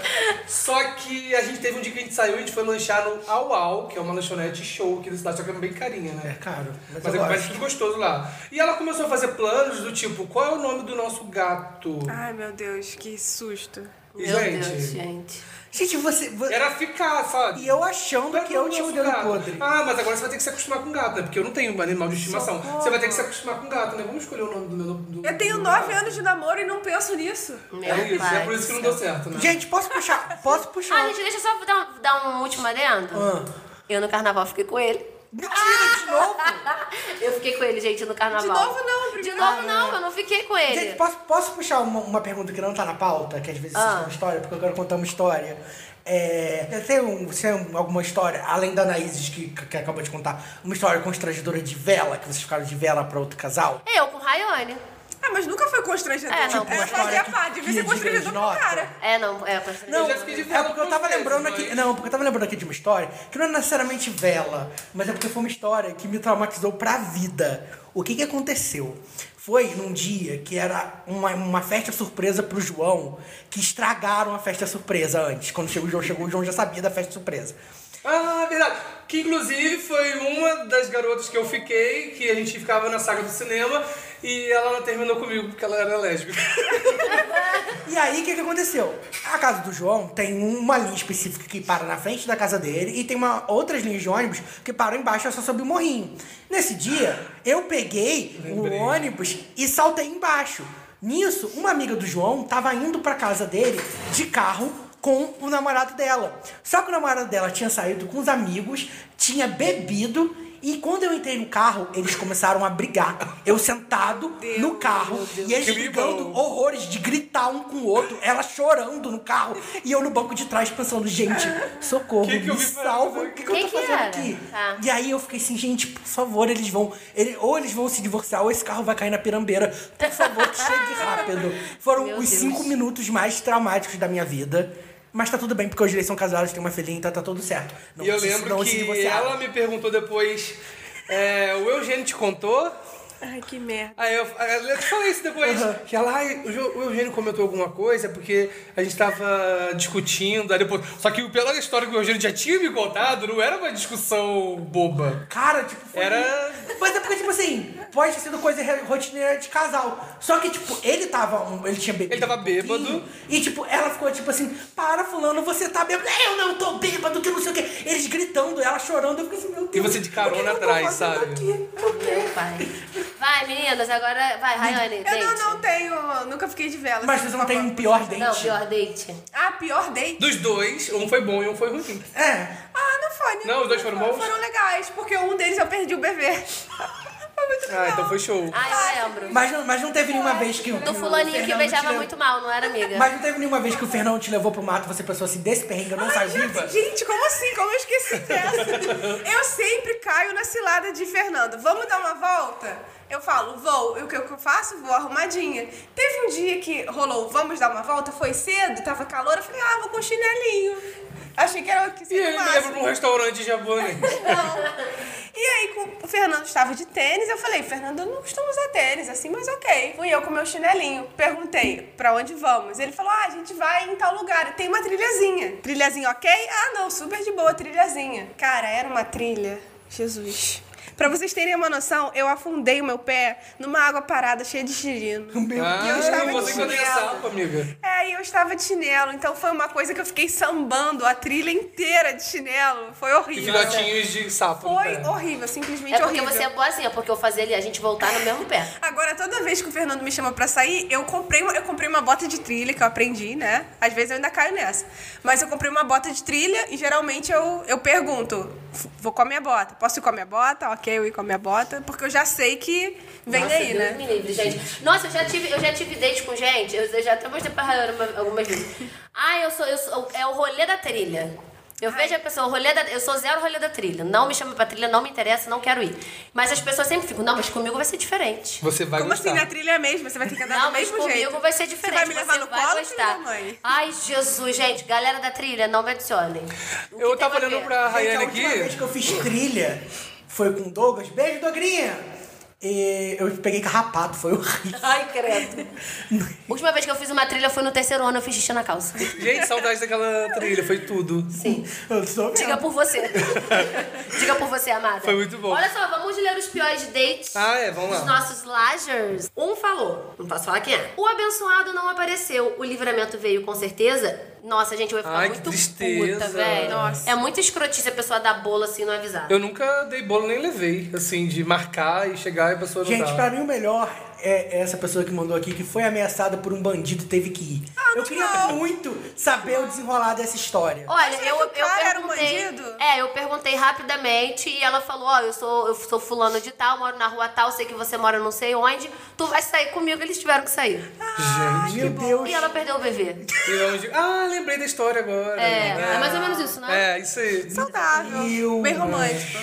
Speaker 7: Só que a gente teve um dia que a gente saiu e a gente foi lanchar no Au Au, que é uma lanchonete show aqui da cidade, só que é bem carinha, né?
Speaker 8: É caro, mas, eu
Speaker 7: Mas é
Speaker 8: gosto.
Speaker 7: mais tudo gostoso lá. E ela começou a fazer planos do tipo, qual é
Speaker 8: Ah,
Speaker 7: o nome do nosso gato?
Speaker 9: Ai, meu Deus, que susto.
Speaker 7: E,
Speaker 4: Meu Deus, gente.
Speaker 8: Gente, você. vo-
Speaker 7: Era ficar, sabe?
Speaker 8: E eu achando que eu
Speaker 7: não
Speaker 8: tinha o
Speaker 7: gosto
Speaker 8: dedo
Speaker 7: gato.
Speaker 8: podre.
Speaker 7: Ah, mas agora você vai ter que se acostumar com gato, né? Porque eu não tenho animal de estimação. Você vai ter que se acostumar com gato, né? Vamos escolher o nome do meu. Do,
Speaker 9: Eu tenho
Speaker 7: do-
Speaker 9: nove anos de namoro e não penso nisso.
Speaker 7: É
Speaker 4: Meu
Speaker 7: isso,
Speaker 4: pai.
Speaker 7: é por isso que não
Speaker 4: do
Speaker 7: deu
Speaker 4: céu.
Speaker 7: certo, né?
Speaker 8: Gente, posso puxar? Posso puxar?
Speaker 4: Ah, gente, deixa eu só dar um, dar um último adendo.
Speaker 9: Ah.
Speaker 4: Eu no carnaval fiquei com ele.
Speaker 8: Mentira,
Speaker 4: ah!
Speaker 8: de novo?
Speaker 4: Eu fiquei com ele, gente, no carnaval.
Speaker 9: De novo, não,
Speaker 4: De
Speaker 9: primeiro Ah, é.
Speaker 4: novo, não, eu não fiquei com ele. Ah.
Speaker 8: Gente, posso, posso puxar uma, uma pergunta que não tá na pauta, que às vezes isso é uma história, porque eu quero contar uma história. É, você tem, um, você tem alguma história, além da Anaíses que, que acabou de contar, uma história constrangedora de vela, que vocês ficaram de vela pra outro casal?
Speaker 4: Eu com o Rayane.
Speaker 9: Ah, mas nunca foi constrangedor.
Speaker 4: É, não,
Speaker 9: é
Speaker 4: uma
Speaker 8: história
Speaker 9: fazia
Speaker 8: que-
Speaker 9: parte, devia
Speaker 8: que
Speaker 9: ser constrangedor
Speaker 8: desnota.
Speaker 9: pro cara.
Speaker 4: É, não, é, pra
Speaker 8: Não,
Speaker 7: já fiquei de
Speaker 8: é
Speaker 7: vela
Speaker 8: porque eu
Speaker 7: algumas
Speaker 8: tava
Speaker 7: vezes,
Speaker 8: lembrando
Speaker 7: mas-
Speaker 8: aqui. Não, porque eu tava lembrando aqui de uma história que não é necessariamente vela, mas é porque foi uma história que me traumatizou pra vida. O que que aconteceu? Foi num dia que era uma, uma festa surpresa pro João, que estragaram a festa surpresa antes. Quando chegou o João, chegou, o João já sabia da festa surpresa.
Speaker 7: Ah, verdade. Que inclusive foi uma das garotas que eu fiquei, que a gente ficava na saga do cinema, e ela não terminou comigo porque ela era lésbica.
Speaker 8: E aí, o que, que aconteceu? A casa do João tem uma linha específica que para na frente da casa dele e tem uma, outras linhas de ônibus que param embaixo é só sobre o morrinho. Nesse dia, eu peguei
Speaker 7: Lembrei.
Speaker 8: o ônibus e saltei embaixo. Nisso, uma amiga do João tava indo pra casa dele de carro com o namorado dela. Só que o namorado dela tinha saído com os amigos, tinha bebido e quando eu entrei no carro, eles começaram a brigar. Eu sentado no carro e eles
Speaker 7: Que
Speaker 8: brigando
Speaker 7: limão.
Speaker 8: horrores de gritar um com o outro, ela chorando no carro e eu no banco de trás pensando, gente, socorro,
Speaker 7: Que que eu
Speaker 8: me
Speaker 7: vi fazer
Speaker 8: salva, o
Speaker 7: aqui?
Speaker 8: que, que eu tô
Speaker 4: Que que
Speaker 8: fazendo
Speaker 4: era?
Speaker 8: aqui?
Speaker 4: Ah.
Speaker 8: E aí eu fiquei assim, gente, por favor, eles vão, ele- ou eles vão se divorciar ou esse carro vai cair na pirambeira, por favor, que chegue rápido. Foram
Speaker 4: Meu
Speaker 8: os
Speaker 4: Deus.
Speaker 8: cinco minutos mais traumáticos da minha vida. Mas tá tudo bem, porque hoje eles são casados, têm uma filhinha, então tá tudo certo. Não,
Speaker 7: e eu
Speaker 8: se-
Speaker 7: lembro
Speaker 8: não se
Speaker 7: que
Speaker 8: divorciaram.
Speaker 7: ela me perguntou depois: é, o Eugênio te contou?
Speaker 9: Ai, que merda.
Speaker 7: Aí eu, aí eu te falei isso depois. Que ela, ai, o Jo- o Eugênio comentou alguma coisa porque a gente tava discutindo. Aí depois, só que pela história que o Eugênio já tinha me contado, não era uma discussão boba.
Speaker 8: Cara, tipo, foi...
Speaker 7: Era-
Speaker 8: Mas é porque, tipo assim, pode ter sido coisa re- rotineira de casal. Só que, tipo, ele tava. um- Ele tinha bebido.
Speaker 7: Ele tava
Speaker 8: um pouquinho,
Speaker 7: bêbado.
Speaker 8: E, tipo, ela ficou tipo assim: para, Fulano, você tá bêbado. Eu não tô bêbado, que não sei o quê. Eles gritando, ela chorando. Eu fiquei assim, meu Deus.
Speaker 7: E você de carona
Speaker 8: por que eu tô
Speaker 7: atrás,
Speaker 8: fazendo
Speaker 7: sabe?
Speaker 8: aqui? Por quê?
Speaker 4: Meu pai. Vai, meninas, agora vai, Rayane,
Speaker 9: Eu não,
Speaker 4: date.
Speaker 9: não tenho, nunca fiquei de vela.
Speaker 8: Mas
Speaker 9: assim,
Speaker 8: você
Speaker 9: por
Speaker 8: não tem
Speaker 9: favor.
Speaker 8: um pior dente?
Speaker 4: Não, pior date.
Speaker 9: Ah, pior date?
Speaker 7: Dos dois, um foi bom e um foi ruim.
Speaker 8: É.
Speaker 9: Ah, não foi, né?
Speaker 7: Não, os dois foram bons?
Speaker 9: Foram legais, porque um deles eu perdi o bebê. (laughs) foi muito legal.
Speaker 7: Ah, então foi show.
Speaker 4: Ah, eu lembro.
Speaker 8: Mas não, mas não teve nenhuma vez que o. que
Speaker 4: Do
Speaker 8: o
Speaker 4: fulaninho que
Speaker 8: Fernando te
Speaker 4: beijava
Speaker 8: levou-
Speaker 4: muito mal, não era amiga?
Speaker 8: Mas não teve nenhuma vez que o Fernando te levou pro mato e você pensou assim: desse perrengue eu não saio viva?
Speaker 9: Gente, como assim? Como
Speaker 7: (laughs)
Speaker 9: eu esqueci dessa? eu sempre caio na cilada de Fernando. Vamos dar uma volta? Eu falo, vou. E o que eu faço? Vou arrumadinha. Teve um dia que rolou, vamos dar uma volta? Foi cedo, tava calor. Eu falei, ah, vou com chinelinho. Achei que era o que
Speaker 7: E aí me leva pra um restaurante japonês.
Speaker 9: E aí, com- o Fernando estava de tênis, eu falei, Fernando, eu não costumo usar tênis, assim, mas ok. Fui eu com meu chinelinho, perguntei, pra onde vamos? Ele falou, ah, a gente vai em tal lugar, tem uma trilhazinha. Trilhazinha ok? Ah, não, super de boa, trilhazinha. Cara, era uma trilha, Jesus. Pra vocês terem uma noção, eu afundei o meu pé numa água parada cheia de xirino.
Speaker 7: Ah,
Speaker 9: eu estava
Speaker 7: e você
Speaker 9: de
Speaker 7: que tem
Speaker 9: chinelo.
Speaker 7: sapo, amiga.
Speaker 9: É, e eu estava de chinelo, então foi uma coisa que eu fiquei sambando a trilha inteira de chinelo. Foi
Speaker 7: E
Speaker 9: horrível.
Speaker 7: filhotinhos de sapo. no
Speaker 9: Foi
Speaker 7: pé.
Speaker 9: horrível, simplesmente
Speaker 4: É porque
Speaker 9: horrível.
Speaker 4: você é boa assim, é porque eu fazia ali a gente voltar no mesmo pé.
Speaker 9: Agora, toda vez que o Fernando me chama pra sair, eu comprei, uma, eu comprei uma bota de trilha que eu aprendi, né? Às vezes eu ainda caio nessa. Mas eu comprei uma bota de trilha e geralmente eu, eu pergunto: "F- vou com a minha bota? Posso ir com a minha bota? Ok, eu ir com a minha bota, porque eu já sei que vem
Speaker 4: Nossa,
Speaker 9: daí,
Speaker 4: Deus
Speaker 9: né?
Speaker 4: me livre, gente. Nossa, eu já tive, eu já tive date com gente. Eu, eu já até mostrei pra Rayane uma- algumas vezes. Ah, eu sou, eu sou. É o rolê da trilha. Eu vejo a pessoa, o rolê da, eu sou zero rolê da trilha. Não me chama pra trilha, não me interessa, não quero ir. Mas as pessoas sempre ficam, não, mas comigo vai ser diferente.
Speaker 7: Você vai
Speaker 9: Como
Speaker 7: gostar.
Speaker 9: assim, na trilha é a mesma? Você vai ter que andar
Speaker 4: Não,
Speaker 9: do
Speaker 4: mas
Speaker 9: mesmo
Speaker 4: comigo
Speaker 9: jeito.
Speaker 4: vai ser diferente.
Speaker 9: Você vai me levar no colo ou
Speaker 4: gostar.
Speaker 9: minha mãe?
Speaker 4: Ai, Jesus, gente, galera da trilha, não me adicionem. O que
Speaker 7: Eu
Speaker 4: tem
Speaker 7: tava
Speaker 4: a ver?
Speaker 7: olhando pra
Speaker 8: Gente, a
Speaker 7: Rayane
Speaker 8: última vez
Speaker 7: aqui.
Speaker 8: que eu fiz trilha foi com o Douglas. Beijo, Dogrinha! E eu peguei carrapato, foi horrível.
Speaker 4: Ai, credo. Última vez que eu fiz uma trilha foi no terceiro ano, eu fiz xixi
Speaker 9: (laughs)
Speaker 4: na calça.
Speaker 7: Gente, saudade daquela trilha, foi tudo.
Speaker 4: (laughs) Sim.
Speaker 8: Eu sou mesmo.
Speaker 4: Diga por você. Diga por você, amada.
Speaker 7: Foi muito bom.
Speaker 4: Olha só, vamos ler os piores dates.
Speaker 7: Ah, é, vamos lá.
Speaker 4: Os nossos lajers. Um falou, não posso falar quem é. O abençoado não apareceu, o livramento veio com certeza. Nossa, gente, eu ia ficar
Speaker 7: Ai, que
Speaker 4: muito
Speaker 7: tristeza.
Speaker 4: puta, velho.
Speaker 7: Nossa.
Speaker 4: É muito escrotice a pessoa dar bolo assim e não avisar.
Speaker 7: Eu nunca dei bolo nem levei, assim, de marcar e chegar e a pessoa não
Speaker 8: Gente,
Speaker 7: dá.
Speaker 8: pra mim o melhor é essa pessoa que mandou aqui, que foi ameaçada por um bandido e teve que ir.
Speaker 4: Ah,
Speaker 8: eu queria muito saber o desenrolar dessa história.
Speaker 4: Olha,
Speaker 9: será
Speaker 4: eu,
Speaker 9: que o
Speaker 4: eu
Speaker 9: cara era um
Speaker 4: perguntei.
Speaker 9: bandido?
Speaker 4: é, eu perguntei rapidamente e ela falou: Ó, eu, sou, eu sou fulano de tal, moro na rua tal, sei que você mora não sei onde, tu vai sair comigo, eles tiveram que sair.
Speaker 8: Meu Deus.
Speaker 4: E ela perdeu o bebê.
Speaker 7: E eu digo, ah, lembrei da história agora.
Speaker 4: É, é mais ou menos isso, né?
Speaker 7: É, isso aí.
Speaker 9: Saudável.
Speaker 8: Meu
Speaker 9: bem romântico.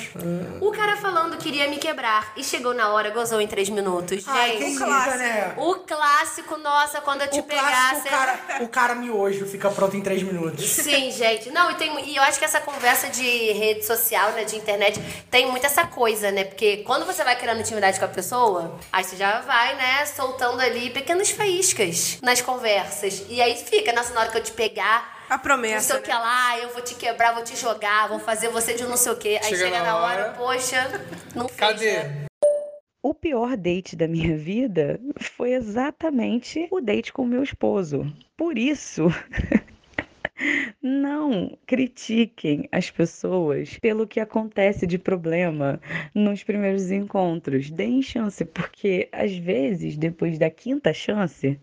Speaker 4: O cara falando queria me quebrar e chegou na hora, gozou em três minutos.
Speaker 8: Ai,
Speaker 4: Gente,
Speaker 8: quem
Speaker 9: o
Speaker 8: liga,
Speaker 9: clássico.
Speaker 8: né?
Speaker 4: o clássico, nossa, quando eu te
Speaker 8: O clássico,
Speaker 4: pegasse.
Speaker 8: o cara, o cara miojo fica pronto em três minutos.
Speaker 4: Sim, gente. Não, e, tem, e eu acho que essa conversa de rede social, né, de internet, tem muito essa coisa, né? Porque quando você vai criando intimidade com a pessoa, aí você já vai, né, soltando ali pequenas faíscas nas conversas. E aí fica, nossa, na hora que eu te pegar,
Speaker 9: A
Speaker 7: É
Speaker 4: não sei
Speaker 7: né?
Speaker 9: promessa. né?
Speaker 4: o que lá, "Ah, eu vou te quebrar, vou te jogar, vou fazer você de um não sei o que. Aí
Speaker 7: Chega
Speaker 4: chega,
Speaker 7: na
Speaker 4: na hora,
Speaker 7: hora.
Speaker 4: poxa, não fez,
Speaker 7: Cadê?
Speaker 4: né?
Speaker 5: O pior date da minha vida foi exatamente o date com o meu esposo. Por isso, não critiquem as pessoas pelo que acontece de problema nos primeiros encontros. Deem chance, porque às vezes, depois da quinta chance,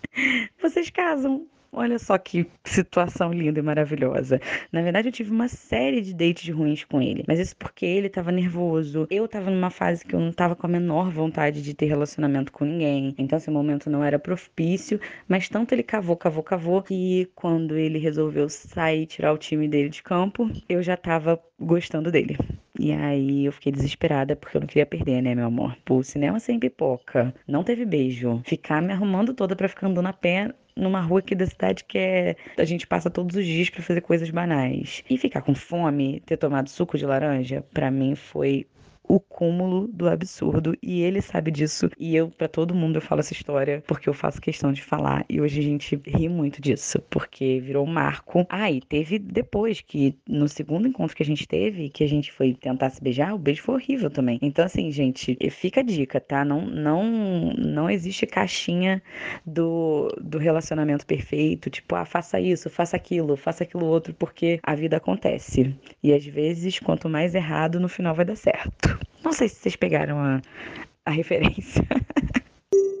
Speaker 5: (laughs) vocês casam. Olha só que situação linda e maravilhosa. Na verdade, eu tive uma série de dates ruins com ele. Mas isso porque ele tava nervoso. Eu tava numa fase que eu não tava com a menor vontade de ter relacionamento com ninguém. Então, esse momento não era propício. Mas tanto ele cavou, cavou, cavou. Que quando ele resolveu sair e tirar o time dele de campo, eu já tava gostando dele. E aí eu fiquei desesperada porque eu não queria perder, né, meu amor? Pô, cinema sem pipoca. Não teve beijo. Ficar me arrumando toda pra ficar andando a pé numa rua aqui da cidade que é a gente passa todos os dias pra fazer coisas banais. E ficar com fome, ter tomado suco de laranja, pra mim foi o cúmulo do absurdo e ele sabe disso e eu pra todo mundo eu falo essa história porque eu faço questão de falar e hoje a gente ri muito disso porque virou um marco. Ah, e teve depois que no segundo encontro que a gente teve, que a gente foi tentar se beijar, o beijo foi horrível também. Então assim, gente, fica a dica, tá? Não não não existe caixinha do, do relacionamento perfeito, tipo, ah, faça isso, faça aquilo, faça aquilo outro, porque a vida acontece. E às vezes, quanto mais errado, no final vai dar certo. Não sei se vocês pegaram a, a referência.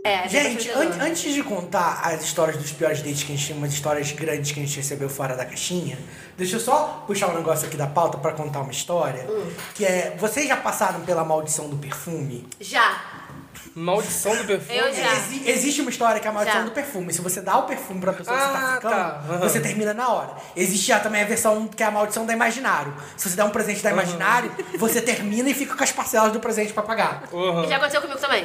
Speaker 4: É, a
Speaker 8: Gente,
Speaker 4: tá
Speaker 8: an- antes de contar as histórias dos piores dates que a gente tem, umas histórias grandes que a gente recebeu fora da caixinha, deixa eu só puxar um negócio aqui da pauta pra contar uma história. Que é. Vocês já passaram pela maldição do perfume?
Speaker 4: Já.
Speaker 7: Maldição do perfume.
Speaker 4: Eu já.
Speaker 8: Exi- existe uma história que é a maldição
Speaker 4: Já.
Speaker 8: do perfume. Se você dá o perfume pra pessoa que você
Speaker 7: Ah,
Speaker 8: tá ficando,
Speaker 7: tá. Aham.
Speaker 8: você termina na hora. Existe já também a versão que é a maldição da Imaginário. Se você dá um presente da Imaginário, você termina e fica com as parcelas do presente pra pagar.
Speaker 4: Já aconteceu comigo também.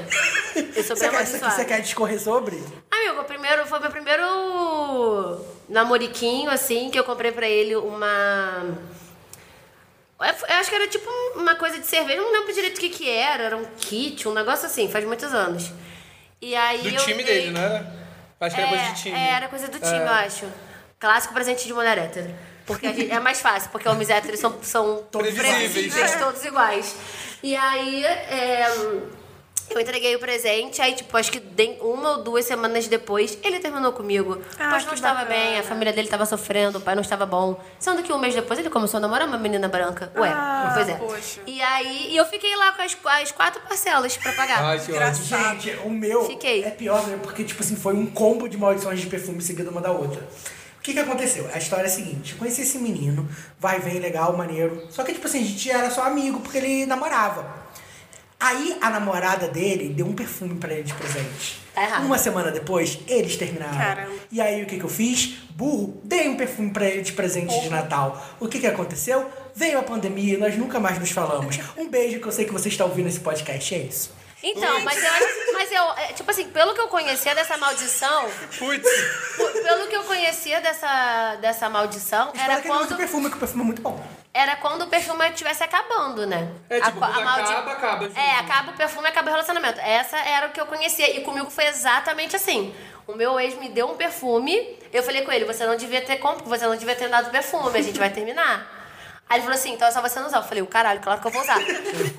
Speaker 4: Eu sou
Speaker 8: Você
Speaker 4: bem
Speaker 8: quer, você,
Speaker 4: amaldiçoada.
Speaker 8: quer discorrer sobre?
Speaker 4: Amigo, o primeiro, foi meu primeiro namoriquinho, assim, que eu comprei pra ele uma. Eu acho que era tipo uma coisa de cerveja, eu não lembro direito o que que era, era um kit, um negócio assim, faz muitos anos. E aí
Speaker 7: Do
Speaker 4: É, eu
Speaker 7: time
Speaker 4: dei-
Speaker 7: dele, né? não era? Acho que era coisa de time.
Speaker 4: é, era coisa do time, eu acho. Clássico presente de mulher hétero. Porque a gente- é mais fácil, porque homens héteros são, são todos
Speaker 7: Previsíveis.
Speaker 4: previsíveis, todos iguais. E aí, é, eu entreguei o presente, aí, tipo, acho que de- uma ou duas semanas depois, ele terminou comigo.
Speaker 9: Ah,
Speaker 4: pois não
Speaker 9: que
Speaker 4: estava
Speaker 9: bacana.
Speaker 4: bem, a família dele estava sofrendo, o pai não estava bom. Sendo que um mês depois ele começou a namorar uma menina branca. Ué,
Speaker 9: Ah,
Speaker 4: pois é.
Speaker 9: poxa.
Speaker 4: E aí, e eu fiquei lá com as, as quatro parcelas pra pagar.
Speaker 7: Ai, que ódio.
Speaker 8: Gente, o meu
Speaker 4: Fiquei.
Speaker 8: é pior, né? Porque, tipo assim, foi um combo de maldições de perfume seguida uma da outra. O que que aconteceu? A história é a seguinte. Eu conheci esse menino, vai, vem, legal, maneiro. Só que, tipo assim, a gente era só amigo, porque ele namorava. Aí, a namorada dele deu um perfume pra ele de presente.
Speaker 4: Tá errado.
Speaker 8: Uma semana depois, eles terminaram.
Speaker 9: Caramba.
Speaker 8: E aí, o que que eu fiz? Burro, dei um perfume pra ele de presente de Natal. O que que aconteceu? Veio a pandemia e nós nunca mais nos
Speaker 4: (laughs)
Speaker 8: falamos. Um beijo, que eu sei que você está ouvindo esse podcast, é isso.
Speaker 4: Então, mas eu acho. Mas eu. é, Tipo assim, pelo que eu conhecia dessa maldição. (laughs)
Speaker 7: Putz.
Speaker 4: po- Pelo que eu conhecia dessa, dessa maldição,
Speaker 8: Espero
Speaker 4: era
Speaker 8: que ele use o
Speaker 4: quando,
Speaker 8: perfume, que o perfume é muito bom.
Speaker 4: era quando o perfume estivesse acabando, né?
Speaker 7: É, tipo,
Speaker 4: co-
Speaker 7: quando
Speaker 4: maldi-
Speaker 7: acaba, acaba, assim.
Speaker 4: É, acaba o perfume, acaba o relacionamento. Essa era o que eu conhecia. E comigo foi exatamente assim. O meu ex me deu um perfume, eu falei com ele, você não devia ter comprado, você não devia ter dado perfume, a gente vai terminar. Aí ele falou assim, então é só você não usar. Eu falei, o caralho, claro que eu
Speaker 7: (laughs)
Speaker 4: vou usar.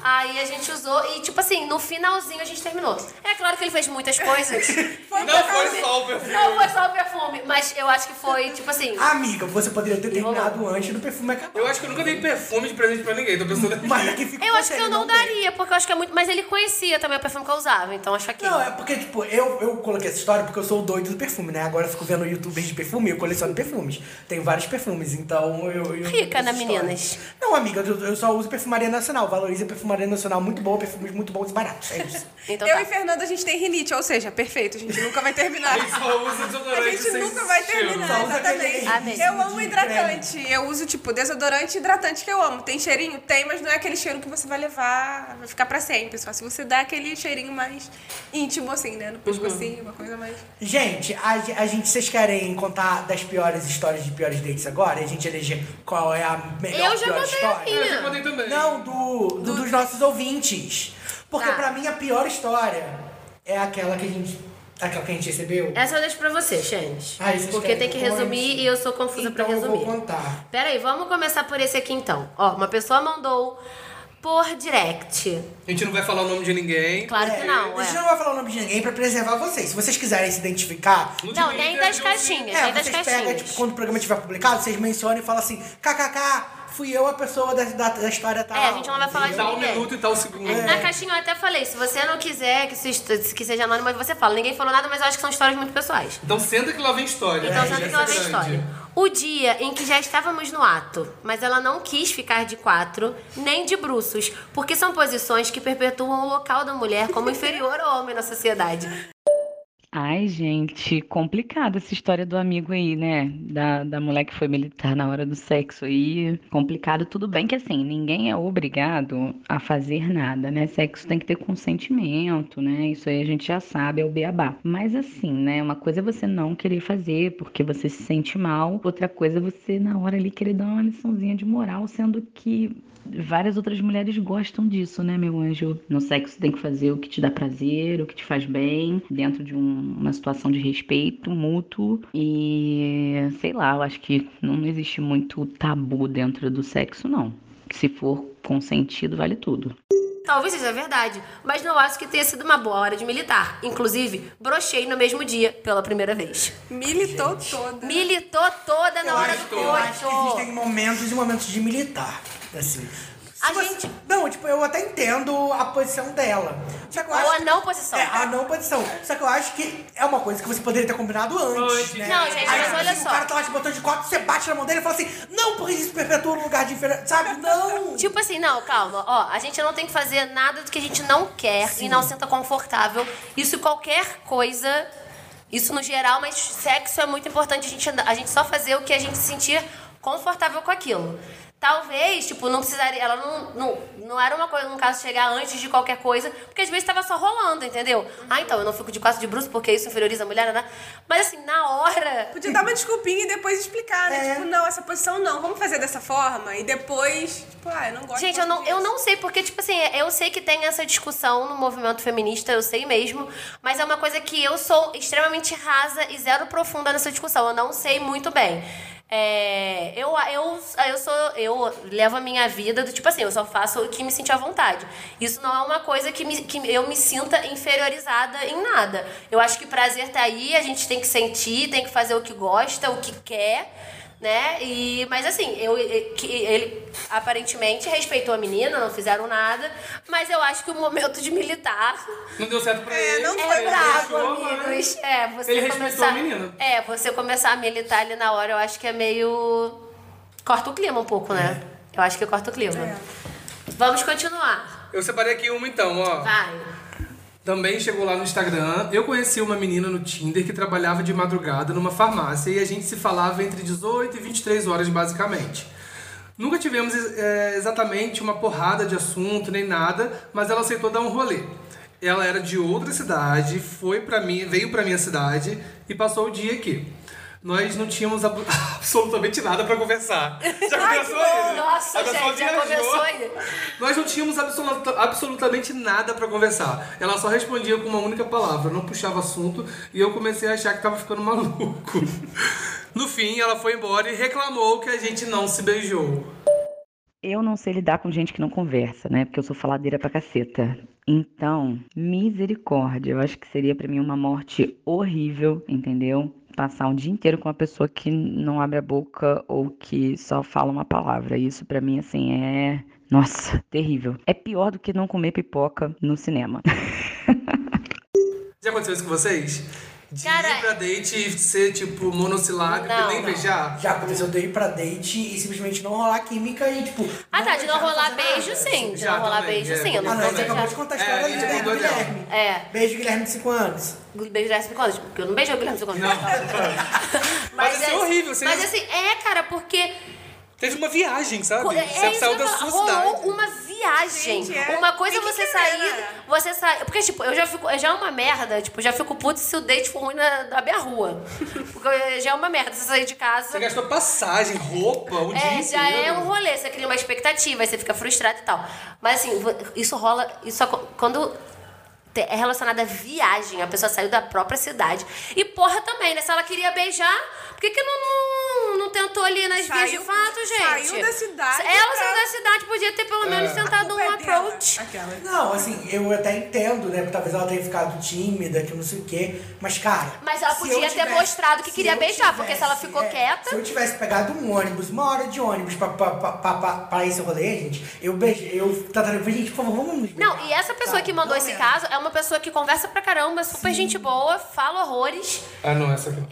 Speaker 4: Aí a gente usou e, tipo assim, no finalzinho a gente terminou. É claro que ele fez
Speaker 7: (laughs)
Speaker 4: muitas coisas.
Speaker 9: Foi
Speaker 7: Não foi só o perfume.
Speaker 4: Não foi só o perfume, mas eu acho que foi, tipo assim...
Speaker 8: Amiga, você poderia ter terminado antes do perfume acabar.
Speaker 7: Eu acho que eu nunca dei perfume de presente pra ninguém, tô pensando aqui.
Speaker 8: Mas é aqui fica
Speaker 4: Eu
Speaker 8: com
Speaker 4: acho que
Speaker 8: você,
Speaker 4: eu não
Speaker 8: tem.
Speaker 4: daria, porque eu acho que é muito... Mas ele conhecia também o perfume que eu usava, então acho que...
Speaker 8: Não, é porque, tipo, eu, eu coloquei essa história porque eu sou o doido do perfume, né? Agora eu fico vendo youtubers de perfume e eu coleciono perfumes. Tenho vários perfumes, então eu. eu
Speaker 4: Rica,
Speaker 8: essa
Speaker 4: né,
Speaker 8: história.
Speaker 4: meninas?
Speaker 8: Não, amiga, eu, eu só uso perfumaria nacional. Valoriza a perfumaria nacional muito boa, perfumes muito bons e baratos. É
Speaker 4: (laughs)
Speaker 8: isso.
Speaker 4: Então
Speaker 9: eu
Speaker 4: tá.
Speaker 9: e Fernando, a gente tem rinite, ou seja, perfeito, a gente nunca vai terminar.
Speaker 7: Ele (laughs) só usa desodorante
Speaker 9: A gente
Speaker 7: sem
Speaker 9: nunca vai
Speaker 7: cheiro.
Speaker 9: terminar,
Speaker 8: Só usa
Speaker 4: um
Speaker 9: exatamente.
Speaker 8: aquele
Speaker 4: Amém.
Speaker 9: Eu amo
Speaker 8: de
Speaker 9: hidratante. Eu uso, tipo, desodorante e hidratante que eu amo. Tem cheirinho? Tem, mas não é aquele cheiro que você vai levar, vai ficar pra sempre. Só se você dá aquele cheirinho mais íntimo, assim, né? No pescocinho, uma coisa mais.
Speaker 8: Gente, a, a gente, vocês querem contar das piores histórias de piores dates agora? E a gente eleger qual é a melhor
Speaker 4: Eu já
Speaker 8: pior
Speaker 4: contei a
Speaker 8: história?
Speaker 4: minha.
Speaker 7: Eu mandei É, também.
Speaker 8: Não, do, do- dos nossos ouvintes. Porque
Speaker 4: Tá.
Speaker 8: pra mim a pior história é aquela que a gente. Aquela que a gente recebeu.
Speaker 4: Essa eu deixo pra você, Xande.
Speaker 8: Ah, isso
Speaker 4: porque tem que resumir e eu sou confusa
Speaker 8: então
Speaker 4: pra resumir.
Speaker 8: Eu vou contar.
Speaker 4: Peraí, vamos começar por esse aqui então. Ó, uma pessoa mandou por direct.
Speaker 7: A gente não vai falar o nome de ninguém.
Speaker 4: Claro que não,
Speaker 8: a
Speaker 4: é.
Speaker 8: gente não vai falar o nome de ninguém pra preservar vocês. Se vocês quiserem se identificar,
Speaker 7: No
Speaker 4: Não,
Speaker 7: Twitter,
Speaker 4: nem das
Speaker 7: eu-
Speaker 4: caixinhas,
Speaker 8: é,
Speaker 4: nem das
Speaker 8: vocês pegam,
Speaker 4: caixinhas.
Speaker 8: tipo, quando o programa estiver publicado, vocês mencionam e falam assim: kkk, fui eu a pessoa da, da, da história tal.
Speaker 4: É, a gente não vai falar de
Speaker 7: Tal
Speaker 4: ninguém.
Speaker 7: um
Speaker 4: É,
Speaker 7: minuto e é. tal segundo.
Speaker 4: Na caixinha eu até falei, se você não quiser que, se est- que seja anônimo, você fala. Ninguém falou nada, mas eu acho que são histórias muito pessoais.
Speaker 7: Então senta que lá vem história.
Speaker 4: Então,
Speaker 7: É,
Speaker 4: só
Speaker 7: essa
Speaker 4: tem que lá vem a
Speaker 7: grande.
Speaker 4: história. O dia em que já estávamos no ato, mas ela não quis ficar de quatro, nem de bruços, porque são posições que perpetuam o local da mulher como inferior ao homem na sociedade.
Speaker 5: Ai, gente, complicada essa história do amigo aí, né? Da, da mulher que foi militar na hora do sexo aí. Complicado, tudo bem que assim, ninguém é obrigado a fazer nada, né? Sexo tem que ter consentimento, né? Isso aí a gente já sabe, é o beabá. Mas assim, né? Uma coisa é você não querer fazer porque você se sente mal, outra coisa é você, na hora ali, querer dar uma liçãozinha de moral, sendo que várias outras mulheres gostam disso, né, meu anjo? No sexo tem que fazer o que te dá prazer, o que te faz bem, dentro de um- uma situação de respeito mútuo. E sei lá, eu acho que não existe muito tabu dentro do sexo, não. Se for consentido, vale tudo.
Speaker 4: Talvez seja verdade, mas não acho que tenha sido uma boa hora de militar. Inclusive, brochei no mesmo dia, pela primeira vez.
Speaker 9: Militou toda.
Speaker 4: Militou toda na hora do
Speaker 8: Eu acho que existem
Speaker 4: coito.
Speaker 8: momentos e momentos de militar. Assim. Se
Speaker 4: A
Speaker 8: você-
Speaker 4: gente-
Speaker 8: Não, tipo, eu até entendo a posição dela. Só que eu
Speaker 4: Ou
Speaker 8: acho
Speaker 4: a
Speaker 8: que-
Speaker 4: não posição.
Speaker 8: É, a não posição. Só que eu acho que é uma coisa que você poderia ter combinado antes,
Speaker 7: Antes.
Speaker 8: né?
Speaker 4: Não, gente,
Speaker 8: Aí,
Speaker 4: mas
Speaker 8: tipo
Speaker 4: olha
Speaker 8: assim,
Speaker 4: só.
Speaker 8: O cara tá lá te botando de quatro, você bate na mão dele e fala assim, não, porque isso perpetua um lugar de inferior.
Speaker 4: (laughs)
Speaker 8: Sabe? Não!
Speaker 4: Tipo assim, não, calma, ó, a gente não tem que fazer nada do que a gente não quer e não sinta confortável. Isso qualquer coisa, isso no geral, mas sexo é muito importante a gente, a gente só fazer o que a gente se sentir confortável com aquilo. Talvez, tipo, não precisaria. Ela não, não, não era uma coisa, no caso, chegar antes de qualquer coisa, porque às vezes tava só rolando, entendeu? Ah, então, eu não fico de quatro de bruxo porque isso inferioriza a mulher, né? Mas assim, na hora.
Speaker 9: Podia dar uma desculpinha e depois explicar, né?
Speaker 4: É.
Speaker 9: Tipo, não, essa posição não, vamos fazer dessa forma. E depois, tipo, ah, eu não gosto
Speaker 4: Gente, eu não,
Speaker 9: disso.
Speaker 4: eu não sei, porque, tipo assim, eu sei que tem essa discussão no movimento feminista, eu sei mesmo, mas é uma coisa que eu sou extremamente rasa e zero profunda nessa discussão, eu não sei muito bem. É, eu, eu, eu sou eu levo a minha vida do tipo assim, eu só faço o que me sentir à vontade. Isso não é uma coisa que, me- que eu me sinta inferiorizada em nada. Eu acho que prazer tá aí, a gente tem que sentir, tem que fazer o que gosta, o que quer né? E, mas assim, eu, eu- que ele aparentemente respeitou a menina, não fizeram nada, mas eu acho que o momento de militar
Speaker 7: Não deu certo pra ele.
Speaker 9: não
Speaker 7: ele
Speaker 9: foi
Speaker 4: é
Speaker 9: Ele
Speaker 4: bravo,
Speaker 7: deixou, mas-
Speaker 4: amigos. É, você
Speaker 7: né? Ele respeitou
Speaker 4: começar,
Speaker 7: a menina.
Speaker 4: É, você começar a militar ali na hora, eu acho que é meio. Corta o clima um pouco, né?
Speaker 7: É.
Speaker 4: Eu acho que corta o clima. Vamos continuar.
Speaker 7: Eu separei aqui uma então, ó.
Speaker 4: Vai.
Speaker 7: Também chegou lá no Instagram. Eu conheci uma menina no Tinder que trabalhava de madrugada numa farmácia e a gente se falava entre 18 e 23 horas, basicamente. Nunca tivemos é, exatamente uma porrada de assunto nem nada, mas ela aceitou dar um rolê. Ela era de outra cidade, foi para mim, veio pra minha cidade e passou o dia aqui. Nós não tínhamos (laughs) ab- absolutamente nada pra conversar. Já começou aí. né?
Speaker 4: Nossa,
Speaker 7: A pessoa
Speaker 4: gente, já
Speaker 7: viajou.
Speaker 4: começou aí.
Speaker 7: Nós não tínhamos absoluta- absolutamente nada pra conversar. Ela só respondia com uma única palavra, não puxava assunto, e eu comecei a achar que tava ficando (laughs) maluco. No fim, ela foi embora e reclamou que a gente não se beijou.
Speaker 5: Eu não sei lidar com gente que não conversa, né? Porque eu sou faladeira pra caceta. Então, misericórdia. Eu acho que seria pra mim uma morte horrível, entendeu? Passar um dia inteiro com uma pessoa que não abre a boca ou que só fala uma palavra. Isso pra mim, assim, é. Nossa, terrível. É pior do que não comer pipoca no cinema. (laughs)
Speaker 7: Já aconteceu isso com vocês? De
Speaker 4: Cara,
Speaker 7: ir pra date e ser, tipo, monossilábico
Speaker 4: Não,
Speaker 7: e nem
Speaker 4: não.
Speaker 7: beijar?
Speaker 8: Já aconteceu de eu ir pra date e simplesmente não rolar química e, tipo.
Speaker 4: Ah, tá, de não
Speaker 8: beijar,
Speaker 4: rolar
Speaker 8: fazer nada.
Speaker 4: beijo, sim. De
Speaker 7: Já
Speaker 4: não rolar
Speaker 7: também,
Speaker 4: beijo,
Speaker 7: é,
Speaker 4: sim. Eu
Speaker 8: Ah,
Speaker 4: não
Speaker 8: não, você
Speaker 4: sei
Speaker 8: acabou
Speaker 4: beijar.
Speaker 8: de contar a
Speaker 7: É,
Speaker 8: história
Speaker 7: isso
Speaker 8: do
Speaker 7: é
Speaker 8: Guilherme.
Speaker 7: muito legal.
Speaker 8: Guilherme.
Speaker 4: É,
Speaker 8: Beijo, Guilherme, de 5 anos.
Speaker 4: beijo de Jéssica College, porque eu não beijei o Guilherme College. (laughs)
Speaker 7: Mas isso é horrível, você-
Speaker 4: Mas assim, é, cara, porque
Speaker 7: Teve uma viagem, sabe?
Speaker 4: Co- É,
Speaker 7: você
Speaker 4: isso
Speaker 7: saiu
Speaker 4: que eu
Speaker 7: da
Speaker 4: ia
Speaker 7: sua
Speaker 4: falar.
Speaker 7: cidade.
Speaker 4: Rolou uma viagem.
Speaker 9: Gente, é.
Speaker 4: Uma coisa é
Speaker 9: Tem que
Speaker 4: você
Speaker 9: querer,
Speaker 4: sair.
Speaker 9: né?
Speaker 4: Você sair. Porque, tipo, eu já fico. Já é uma merda. Tipo, já fico puto se o date for ruim na, na minha rua. Porque já é uma merda. Você sair de casa.
Speaker 7: Você gastou passagem, roupa, um dia
Speaker 4: É, já
Speaker 7: inteiro.
Speaker 4: é um rolê, você cria uma expectativa, aí você fica frustrado e tal. Mas assim, vo- isso rola. Isso aco- quando te- é relacionado à viagem, a pessoa saiu da própria cidade. E porra também, né? Se ela queria beijar, por que, que não, não, não tentou ali nas vias de
Speaker 9: Saiu-
Speaker 4: fato, gente?
Speaker 9: saiu da cidade
Speaker 4: Ela
Speaker 9: pra-
Speaker 4: saiu da cidade, podia ter pelo menos
Speaker 7: É.
Speaker 4: tentado um
Speaker 9: Pé é dela.
Speaker 4: approach.
Speaker 9: Aquela.
Speaker 8: Não, assim, eu até entendo, né? Porque talvez ela tenha ficado tímida, que não sei o quê. Mas, cara.
Speaker 4: Mas ela
Speaker 8: se
Speaker 4: podia
Speaker 8: eu
Speaker 4: ter
Speaker 8: tivesse-
Speaker 4: mostrado que
Speaker 8: se
Speaker 4: queria
Speaker 8: eu é,
Speaker 4: beijar, porque se ela ficou quieta-
Speaker 8: Se eu tivesse pegado um ônibus, uma hora de ônibus pra, pra, pra, pra, pra- pra esse rolê, gente, eu beijei. Eu tataria, gente, por favor, vamos nos beijar.
Speaker 4: Não, e essa
Speaker 9: Tá,
Speaker 4: pessoa
Speaker 8: Sabe?
Speaker 4: que mandou
Speaker 8: Não
Speaker 4: esse
Speaker 8: é.
Speaker 4: caso é uma pessoa que conversa pra caramba, é super gente boa, fala horrores.
Speaker 7: Ah, não, essa aqui. não.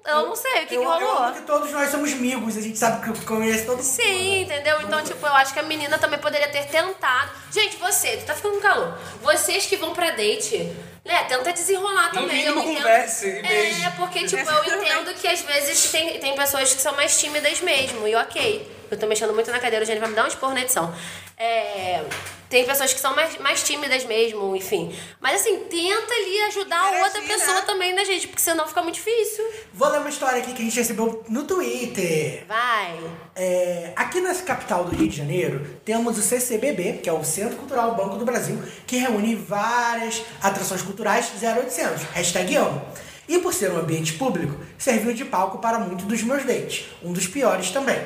Speaker 4: Então, eu não sei o que,
Speaker 8: eu,
Speaker 4: que
Speaker 8: Eu
Speaker 4: rolou.
Speaker 8: amo que todos nós somos amigos, a gente sabe que conhece todo mundo.
Speaker 4: Sim, entendeu? Então, tipo, eu acho que a menina também poderia ter tentado. Gente, você, tu tá ficando com calor. Vocês que vão pra date, né? Tenta desenrolar
Speaker 7: No
Speaker 4: também.
Speaker 7: mínimo,
Speaker 4: eu entendo.
Speaker 7: converse e
Speaker 4: É,
Speaker 7: beije.
Speaker 4: porque, tipo, eu entendo que às vezes tem, tem pessoas que são mais tímidas mesmo. E ok. Eu tô mexendo muito na cadeira, o Jane vai me dar um esporro na edição. É, Tem pessoas que são mais, mais tímidas mesmo, enfim. Mas assim, tenta ali ajudar a outra
Speaker 9: Interagir,
Speaker 4: pessoa
Speaker 9: né?
Speaker 4: também, né, gente? Porque senão fica muito difícil.
Speaker 8: Vou ler uma história aqui que a gente recebeu no Twitter.
Speaker 4: Vai.
Speaker 8: É, aqui na capital do Rio de Janeiro, temos o CCBB, que é o Centro Cultural Banco do Brasil, que reúne várias atrações culturais 0800, hashtag amo. E por ser um ambiente público, serviu de palco para muitos dos meus dates, um dos piores também.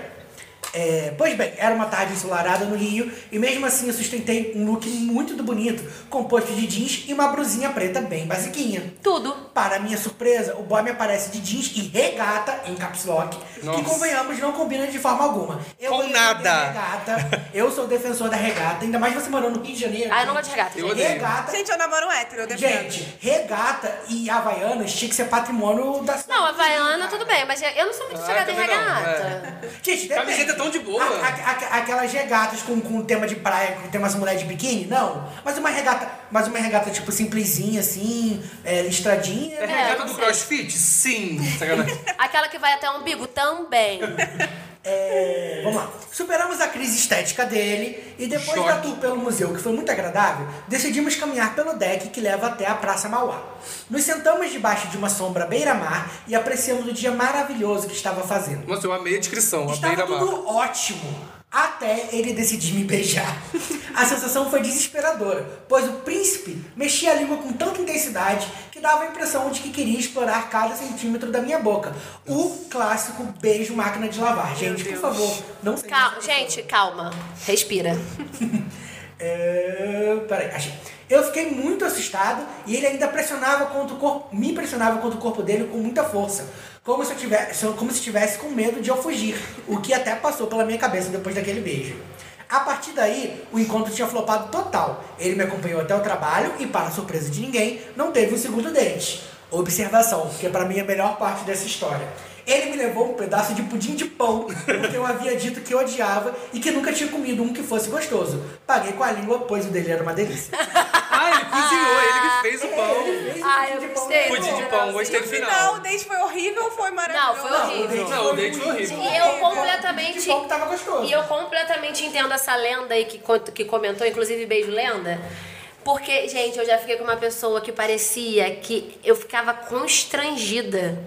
Speaker 8: É, pois bem, era uma tarde ensolarada no Rio e mesmo assim eu sustentei um look muito do bonito, composto de jeans e uma blusinha preta bem basiquinha.
Speaker 4: Tudo.
Speaker 8: Para minha surpresa, o boy me aparece de jeans e regata em caps lock,
Speaker 7: Nossa.
Speaker 8: que convenhamos não combina de forma alguma. Eu
Speaker 7: Com
Speaker 8: odeio
Speaker 7: nada.
Speaker 8: Regata, eu sou defensor da regata, ainda mais você morando no Rio de Janeiro.
Speaker 4: Ah, eu não gosto de regata,
Speaker 7: Eu
Speaker 4: gente.
Speaker 7: odeio.
Speaker 8: Regata.
Speaker 9: Gente, eu namoro um hétero, eu defendo.
Speaker 8: Gente, regata e havaianas tinha que ser patrimônio da cidade.
Speaker 4: Não, Havaiana, tá- tudo bem, mas eu não sou muito
Speaker 7: Ah,
Speaker 4: chegada em
Speaker 7: também não,
Speaker 4: regata.
Speaker 8: Gente, depende.
Speaker 7: Camiseta tão de boa.
Speaker 8: A- a- a- aquelas regatas com, com tema de praia, com tema de mulher de biquíni, não. Mas uma regata, mas uma regata tipo simplesinha assim, é, listradinha.
Speaker 7: É
Speaker 8: né?
Speaker 7: regata
Speaker 4: não
Speaker 7: do
Speaker 4: sei.
Speaker 7: crossfit? Sim. Sacanagem.
Speaker 4: Aquela que vai até o umbigo também.
Speaker 8: É, vamos lá. Superamos a crise estética dele e depois
Speaker 7: Choque.
Speaker 8: da tour pelo museu, que foi muito agradável, decidimos caminhar pelo deck que leva até a Praça Mauá. Nos sentamos debaixo de uma sombra à beira-mar e apreciamos o dia maravilhoso que estava fazendo.
Speaker 7: Nossa, eu amei a descrição, a
Speaker 8: Estava
Speaker 7: beira-mar.
Speaker 8: tudo ótimo. Até ele decidir me beijar. A sensação foi desesperadora, pois o príncipe mexia a língua com tanta intensidade que dava a impressão de que queria explorar cada centímetro da minha boca. O clássico beijo máquina de lavar. Gente, por favor, não seja
Speaker 4: Calma, gente, calma. Respira.
Speaker 8: É, peraí, achei. Eu fiquei muito assustado e ele ainda pressionava contra o corpo, me pressionava contra o corpo dele com muita força, como se eu tivesse, como se tivesse com medo de eu fugir, o que até passou pela minha cabeça depois daquele beijo. A partir daí, o encontro tinha flopado total. Ele me acompanhou até o trabalho e, para surpresa de ninguém, não teve um segundo dente. Observação, que é pra mim a melhor parte dessa história. Ele me levou um pedaço de pudim de pão, porque eu havia dito que odiava e que nunca tinha comido um que fosse gostoso. Paguei com a língua, pois o dele era uma delícia.
Speaker 7: Ah, ele cozinhou, ele que fez o (laughs) pão.
Speaker 8: Fez um
Speaker 4: Ai, Ah, eu
Speaker 8: pudim de pão,
Speaker 4: gostei.
Speaker 8: né?
Speaker 7: Pudim de pão, gostei do
Speaker 9: Não, o
Speaker 7: final.
Speaker 9: date foi horrível ou foi
Speaker 4: Não,
Speaker 9: maravilhoso?
Speaker 4: foi
Speaker 8: dente
Speaker 4: horrível.
Speaker 7: Não, o dente foi horrível.
Speaker 4: E eu
Speaker 8: Pudim de
Speaker 4: completamente.
Speaker 8: pão que tava gostoso.
Speaker 4: E eu completamente entendo essa lenda aí que, cont- que comentou, inclusive beijo lenda. Porque, gente, eu já fiquei com uma pessoa que parecia que eu ficava constrangida.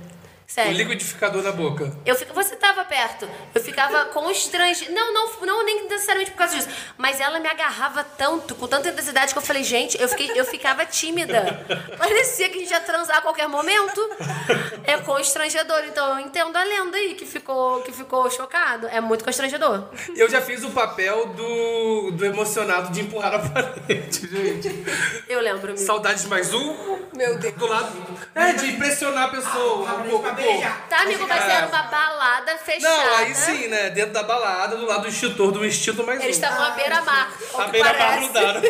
Speaker 7: O
Speaker 4: Sério.
Speaker 7: liquidificador na boca.
Speaker 4: Eu fica- Você tava perto. Eu ficava constrangida. Não, não, não, nem necessariamente por causa disso. Mas ela me agarrava tanto, com tanta intensidade, que eu falei, gente, eu, fiquei, eu ficava tímida. Parecia que a gente ia transar a qualquer momento. É constrangedor. Então eu entendo a lenda aí que ficou, que ficou chocado. É muito constrangedor.
Speaker 7: Eu já fiz o papel do, do emocionado de empurrar a parede, gente.
Speaker 4: Eu lembro. amigo.
Speaker 7: Saudades mais um.
Speaker 9: Meu Deus.
Speaker 7: Do lado. É, de impressionar a pessoa. um pouco, um pouco.
Speaker 4: Tá, amigo, mas era uma balada fechada.
Speaker 7: Não, aí sim, né? Dentro da balada, do lado do extintor, do instinto mais
Speaker 4: Eles
Speaker 7: um.
Speaker 4: estavam à beira-mar. ao
Speaker 7: A
Speaker 4: que
Speaker 7: beira
Speaker 4: parece.
Speaker 7: barrudada.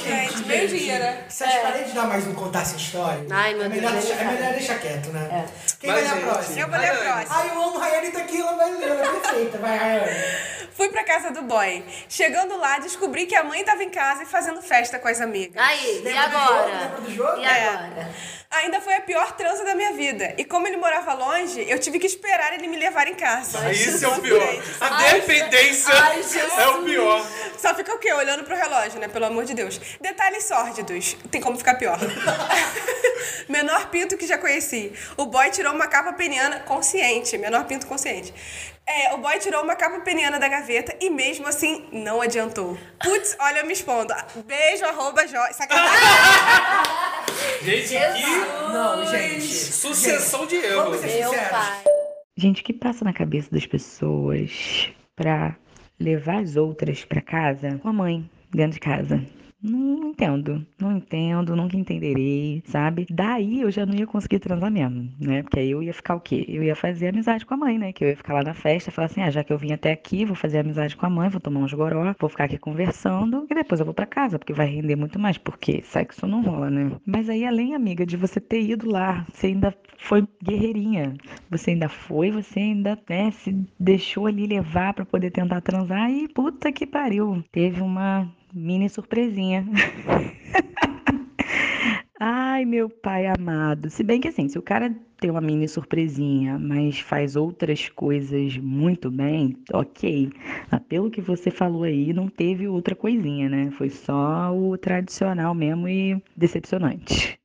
Speaker 9: Gente, meio dia, né?
Speaker 8: Se as paredes dar mais um contar essa história,
Speaker 4: Ai, meu
Speaker 8: é, melhor
Speaker 4: Deus, É.
Speaker 8: deixar, é
Speaker 4: cara.
Speaker 8: melhor deixar quieto, né? Quem
Speaker 7: Mas,
Speaker 8: vai ler
Speaker 7: gente,
Speaker 8: a próxima?
Speaker 9: Eu vou ler a
Speaker 7: Rayane.
Speaker 9: próxima.
Speaker 8: Ai, eu amo Rayane Taquila, vai ler, ela é perfeita, vai, Rayane.
Speaker 9: Fui pra casa do boy. Chegando lá, descobri que a mãe tava em casa e fazendo festa com as amigas. É.
Speaker 4: Aí, e
Speaker 8: Lembra do
Speaker 4: agora?
Speaker 8: jogo? Lembra do jogo?
Speaker 4: E agora?
Speaker 9: Ainda foi a pior transa da minha vida. E como ele morava longe, eu tive que esperar ele me levar em casa.
Speaker 7: Aí Isso é o
Speaker 9: Jesus,
Speaker 7: pior.
Speaker 9: gente.
Speaker 7: A
Speaker 4: Ai,
Speaker 7: dependência
Speaker 4: ai, Jesus.
Speaker 7: é o pior.
Speaker 9: Só fica o quê? Olhando pro relógio, né? Pelo amor de Deus. Detalhes sórdidos. Tem como ficar pior. (laughs) menor pinto que já conheci. O boy tirou uma capa peniana consciente. Menor pinto consciente. É, o boy tirou uma capa peniana da gaveta e mesmo assim não adiantou. Putz, olha eu me expondo. Beijo, arroba, jo... (laughs) Sacanagem.
Speaker 7: Gente, que
Speaker 8: Não, gente.
Speaker 7: sucessão de
Speaker 8: Vamos
Speaker 7: erros.
Speaker 8: ser sinceros.
Speaker 4: pai.
Speaker 5: Gente, o que passa na cabeça das pessoas pra levar as outras pra casa com a mãe dentro de casa? Não entendo, não entendo, nunca entenderei, sabe? Daí eu já não ia conseguir transar mesmo, né? Porque aí eu ia ficar o quê? Eu ia fazer amizade com a mãe, né? Que eu ia ficar lá na festa, falar assim: ah, já que eu vim até aqui, vou fazer amizade com a mãe, vou tomar uns goró, vou ficar aqui conversando e depois eu vou pra casa, porque vai render muito mais, porque sexo não rola, né? Mas aí, além, amiga, de você ter ido lá, você ainda foi guerreirinha, você ainda foi, você ainda né, se deixou ali levar pra poder tentar transar e puta que pariu. Teve uma mini surpresinha. (laughs) Ai, meu pai amado. Se bem que assim, se o cara tem uma mini surpresinha, mas faz outras coisas muito bem, ok. Mas pelo que você falou aí, não teve outra coisinha, né? Foi só o tradicional mesmo e decepcionante.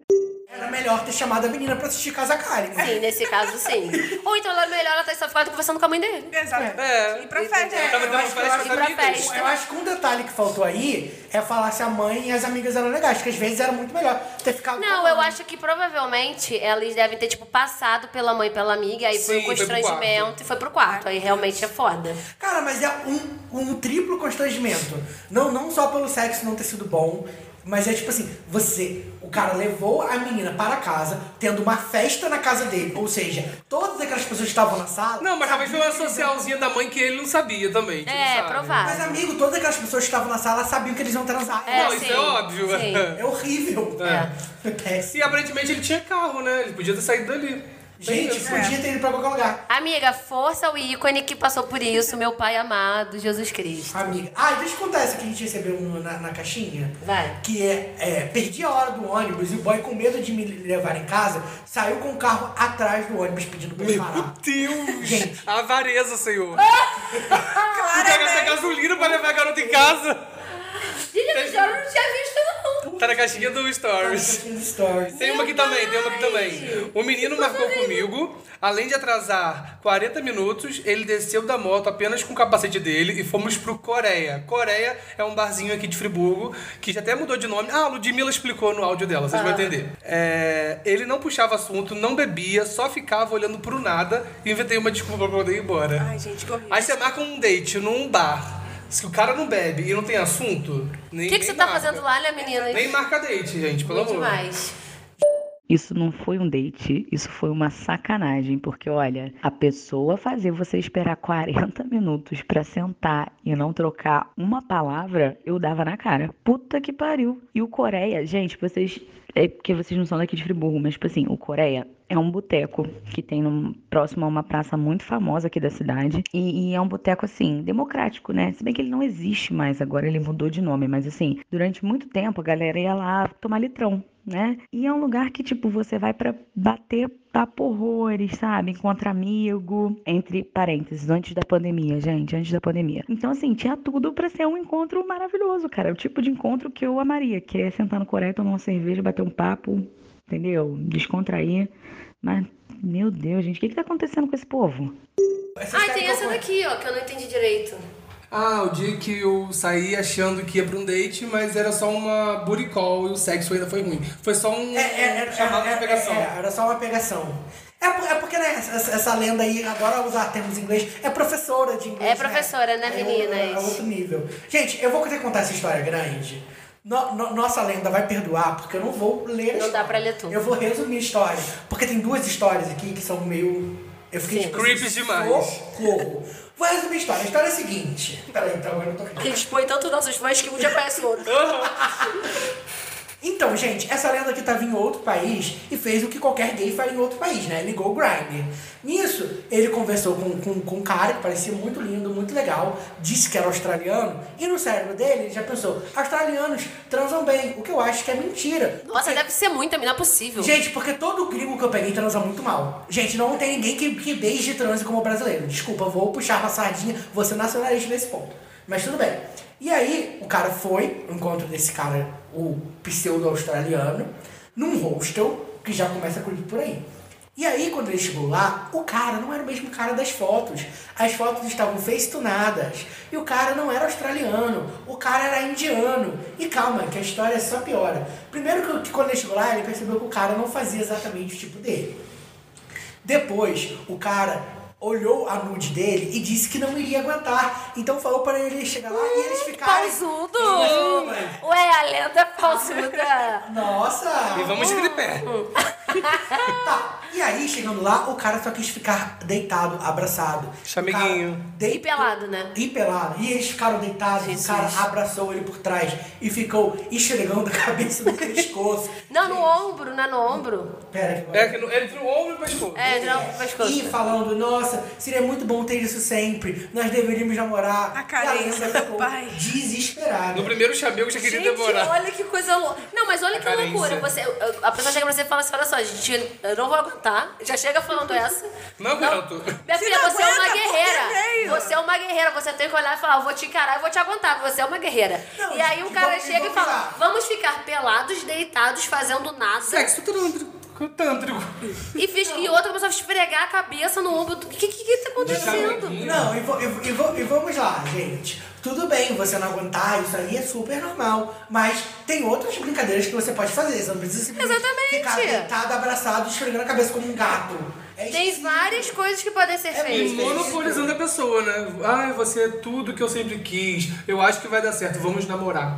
Speaker 8: Era melhor ter chamado a menina pra assistir Casa Karen. né?
Speaker 4: Sim, nesse caso, sim. Ou então ela melhor ela tá só ficando conversando com a mãe dele.
Speaker 9: Exato.
Speaker 7: É.
Speaker 9: E pra festa.
Speaker 8: É,
Speaker 7: Tava
Speaker 8: eu
Speaker 7: dando
Speaker 8: acho que eu
Speaker 7: festa
Speaker 8: acho
Speaker 7: com as
Speaker 4: pra
Speaker 7: amigas.
Speaker 4: festa.
Speaker 8: Eu acho que um detalhe que faltou aí é falar se a mãe e as amigas eram legais, que às vezes era muito melhor ter ficado. com
Speaker 4: Não,
Speaker 8: a
Speaker 4: eu
Speaker 8: mãe.
Speaker 4: acho que provavelmente elas devem ter, tipo, passado pela mãe, pela amiga, aí foi
Speaker 7: Sim,
Speaker 4: um
Speaker 7: foi pro
Speaker 4: constrangimento e foi pro quarto. Aí realmente é foda.
Speaker 8: Cara, mas é um, um triplo constrangimento. Não, não só pelo sexo não ter sido bom, mas é tipo assim, você, o cara levou a menina para casa, tendo uma festa na casa dele. Ou seja, todas aquelas pessoas que estavam na sala.
Speaker 7: Não, mas talvez foi uma
Speaker 8: sabiam que eles iam-
Speaker 7: socialzinha da mãe que ele não sabia também. a gente não
Speaker 4: É,
Speaker 7: sabe.
Speaker 8: Mas,
Speaker 4: provável.
Speaker 8: amigo, todas aquelas pessoas que estavam na sala sabiam que eles iam transar.
Speaker 4: É,
Speaker 7: Não, isso
Speaker 4: sim,
Speaker 7: é óbvio.
Speaker 4: sim.
Speaker 7: (laughs)
Speaker 8: É horrível. (laughs) É. Péssimo.
Speaker 7: E aparentemente ele tinha carro, né? Ele podia ter saído dali.
Speaker 4: é.
Speaker 7: Tem
Speaker 8: Gente,
Speaker 7: isso.
Speaker 8: podia ter ido pra qualquer lugar.
Speaker 4: Amiga, força o ícone que passou por isso, meu pai amado, Jesus Cristo.
Speaker 8: Amiga. Ah, deixa eu contar essa que a gente recebeu um na, na caixinha.
Speaker 4: Vai.
Speaker 8: Que é, é, perdi a hora do ônibus e o boy, com medo de me levar em casa, saiu com o carro atrás do ônibus pedindo pra eu parar.
Speaker 7: Deus!
Speaker 8: Gente.
Speaker 7: A avareza, senhor.
Speaker 4: Ah!
Speaker 7: (laughs) Não quer gastar
Speaker 9: Claramente.
Speaker 7: gasolina pra levar a garota em casa.
Speaker 4: Gente, eu não tinha visto, não.
Speaker 7: Tá na caixinha do Stories.
Speaker 8: Aqui no Stories.
Speaker 7: Tem uma aqui também, tem uma aqui também. O menino
Speaker 4: tá
Speaker 7: marcou comigo, além de atrasar 40 minutos, ele desceu da moto apenas com o capacete dele e fomos pro Coreia. Coreia é um barzinho aqui de Friburgo, que já até mudou de nome. Ah, a Ludmilla explicou no áudio dela, vocês
Speaker 4: Ah.
Speaker 7: vão entender. É, ele não puxava assunto, não bebia, só ficava olhando pro nada e inventei uma desculpa pra poder ir embora.
Speaker 9: Ai, gente, que horrível.
Speaker 7: Aí você marca um date num bar. Se o cara não bebe e não tem assunto, nem
Speaker 4: O que, que você tá fazendo lá, né, menina?
Speaker 7: Nem marca date, gente, pelo
Speaker 4: Muito
Speaker 7: amor.
Speaker 4: demais.
Speaker 5: Isso não foi um date, isso foi uma sacanagem, porque olha, a pessoa fazer você esperar 40 (laughs) minutos pra sentar e não trocar uma palavra, eu dava na cara. Puta que pariu. E o Coreia, gente, vocês é porque vocês não são daqui de Friburgo, mas tipo assim, o Coreia é um boteco que tem num- próximo a uma praça muito famosa aqui da cidade. E, e é um boteco, assim, democrático, né? Se bem que ele não existe mais agora, ele mudou de nome. Mas assim, durante muito tempo a galera ia lá tomar litrão, né? E é um lugar que, tipo, você vai pra bater papo horrores, sabe? Encontra amigo, entre parênteses, antes da pandemia, gente, antes da pandemia. Então, assim, tinha tudo pra ser um encontro maravilhoso, cara. O tipo de encontro que eu amaria, que é sentar no Coreia, tomar uma cerveja, bater um papo, entendeu? Descontrair. Mas Meu Deus, gente, o que, que tá acontecendo com esse povo?
Speaker 4: Ai,
Speaker 8: história
Speaker 4: tem
Speaker 8: que eu
Speaker 4: essa
Speaker 8: conto-
Speaker 4: daqui, ó, que eu não entendi direito.
Speaker 7: Ah, o dia que eu saí achando que ia pra um date, mas era só uma booty call e o sexo ainda foi ruim. Foi só um
Speaker 8: É, é, é,
Speaker 7: chamado
Speaker 8: é,
Speaker 7: de pegação.
Speaker 8: é, é, era só uma pegação. É, por- é porque né, essa, essa lenda aí, agora usar termos em inglês, é professora de inglês.
Speaker 4: É professora, né,
Speaker 8: É o- É,
Speaker 4: meninas?
Speaker 8: outro nível. Gente, eu vou ter que contar essa história grande. No- no- nossa lenda vai perdoar, porque eu não vou ler. a
Speaker 4: Não dá
Speaker 8: história.
Speaker 4: pra ler tudo.
Speaker 8: Eu vou resumir a história. Porque tem duas histórias aqui que são meio. Eu fiquei tipo,
Speaker 7: Creeps demais.
Speaker 8: Socorro. Vou resumir a história. A história é a seguinte. Peraí, então eu não tô
Speaker 4: Ele expõe tanto nossos fãs que um já conhece o outro.
Speaker 8: Então, gente, essa lenda que tava em outro país e fez o que qualquer gay faria em outro país, né? Ligou o Grindr. Nisso, ele conversou com, com, com um cara que parecia muito lindo, muito legal, disse que era australiano, e no cérebro dele ele já pensou: australianos transam bem, o que eu acho que é mentira.
Speaker 4: Nossa, deve ser muito, não é possível.
Speaker 8: Gente, porque todo gringo que eu peguei transa muito mal. Gente, não tem ninguém que, que beije transe como brasileiro. Desculpa, vou puxar uma sardinha, vou ser nacionalista nesse ponto. Mas tudo bem. E aí, o cara foi, o encontro desse cara, o pseudo-australiano, num hostel, que já começa a curtir por aí. E aí, quando ele chegou lá, o cara não era o mesmo cara das fotos. As fotos estavam festunadas. E o cara não era australiano. O cara era indiano. E calma, que a história só piora. Primeiro que, que quando ele chegou lá, ele percebeu que o cara não fazia exatamente o tipo dele. Depois, o cara olhou a nude dele e disse que não iria aguentar. Então falou para ele chegar lá e eles ficarem...
Speaker 4: Pausudo! Ué, a lenda é pausuda.
Speaker 8: né? Nossa!
Speaker 7: E vamos de pé.
Speaker 8: Tá. E aí, chegando lá, o cara só quis ficar deitado, abraçado.
Speaker 7: Chameguinho.
Speaker 8: O cara deitou-
Speaker 4: E pelado, né?
Speaker 8: E pelado. E eles ficaram deitados,
Speaker 4: Jesus.
Speaker 8: o cara abraçou ele por trás e ficou esfregando a cabeça no pescoço.
Speaker 4: Não, no ombro, não é no ombro.
Speaker 8: Pera que
Speaker 7: É que no- entre o ombro e o pescoço.
Speaker 4: É, não, pescoço.
Speaker 8: E falando, nossa, seria muito bom ter isso sempre. Nós deveríamos namorar.
Speaker 9: A carência
Speaker 8: E a Lenda
Speaker 9: do
Speaker 8: ficou
Speaker 9: pai.
Speaker 8: Desesperada.
Speaker 7: No primeiro chamego eu já queria
Speaker 4: Gente,
Speaker 7: demorar.
Speaker 4: olha que coisa louca. Não, mas olha que
Speaker 7: Carência.
Speaker 4: loucura. Você, a pessoa chega pra você e fala assim: olha só, gente, eu não vou aguentar. Já chega falando essa.
Speaker 7: Não aguento.
Speaker 4: Minha
Speaker 9: Se
Speaker 4: filha,
Speaker 9: não
Speaker 4: você é uma
Speaker 9: aguenta, por que veio?
Speaker 4: guerreira. Você é uma guerreira. Você tem que olhar e falar: eu vou te encarar, eu vou te aguentar. Você é uma guerreira.
Speaker 8: Não,
Speaker 4: e aí o
Speaker 8: e
Speaker 4: cara
Speaker 8: vamos- e
Speaker 4: chega e
Speaker 8: vamos
Speaker 4: fala:
Speaker 8: lá.
Speaker 4: vamos ficar pelados, deitados, fazendo nada.
Speaker 7: Sexo tântrico. Tântrico.
Speaker 4: E, fiz, e outra começou a esfregar a cabeça no ombro. O que, que, que tá acontecendo?
Speaker 7: Chameguinho.
Speaker 8: Não, e, vo- e vo- e vo- e vamos lá, gente. Tudo bem você não aguentar, isso aí é super normal. Mas tem outras brincadeiras que você pode fazer. Você não precisa simplesmente
Speaker 4: Exatamente.
Speaker 8: ficar deitado, abraçado, esfregando a cabeça como um gato. É
Speaker 4: Tem
Speaker 8: esquisito.
Speaker 4: várias coisas que podem ser
Speaker 8: É
Speaker 7: E
Speaker 4: feitas.
Speaker 7: monopolizando a pessoa, né? Ai, você é tudo que eu sempre quis. Eu acho que vai dar certo, vamos namorar.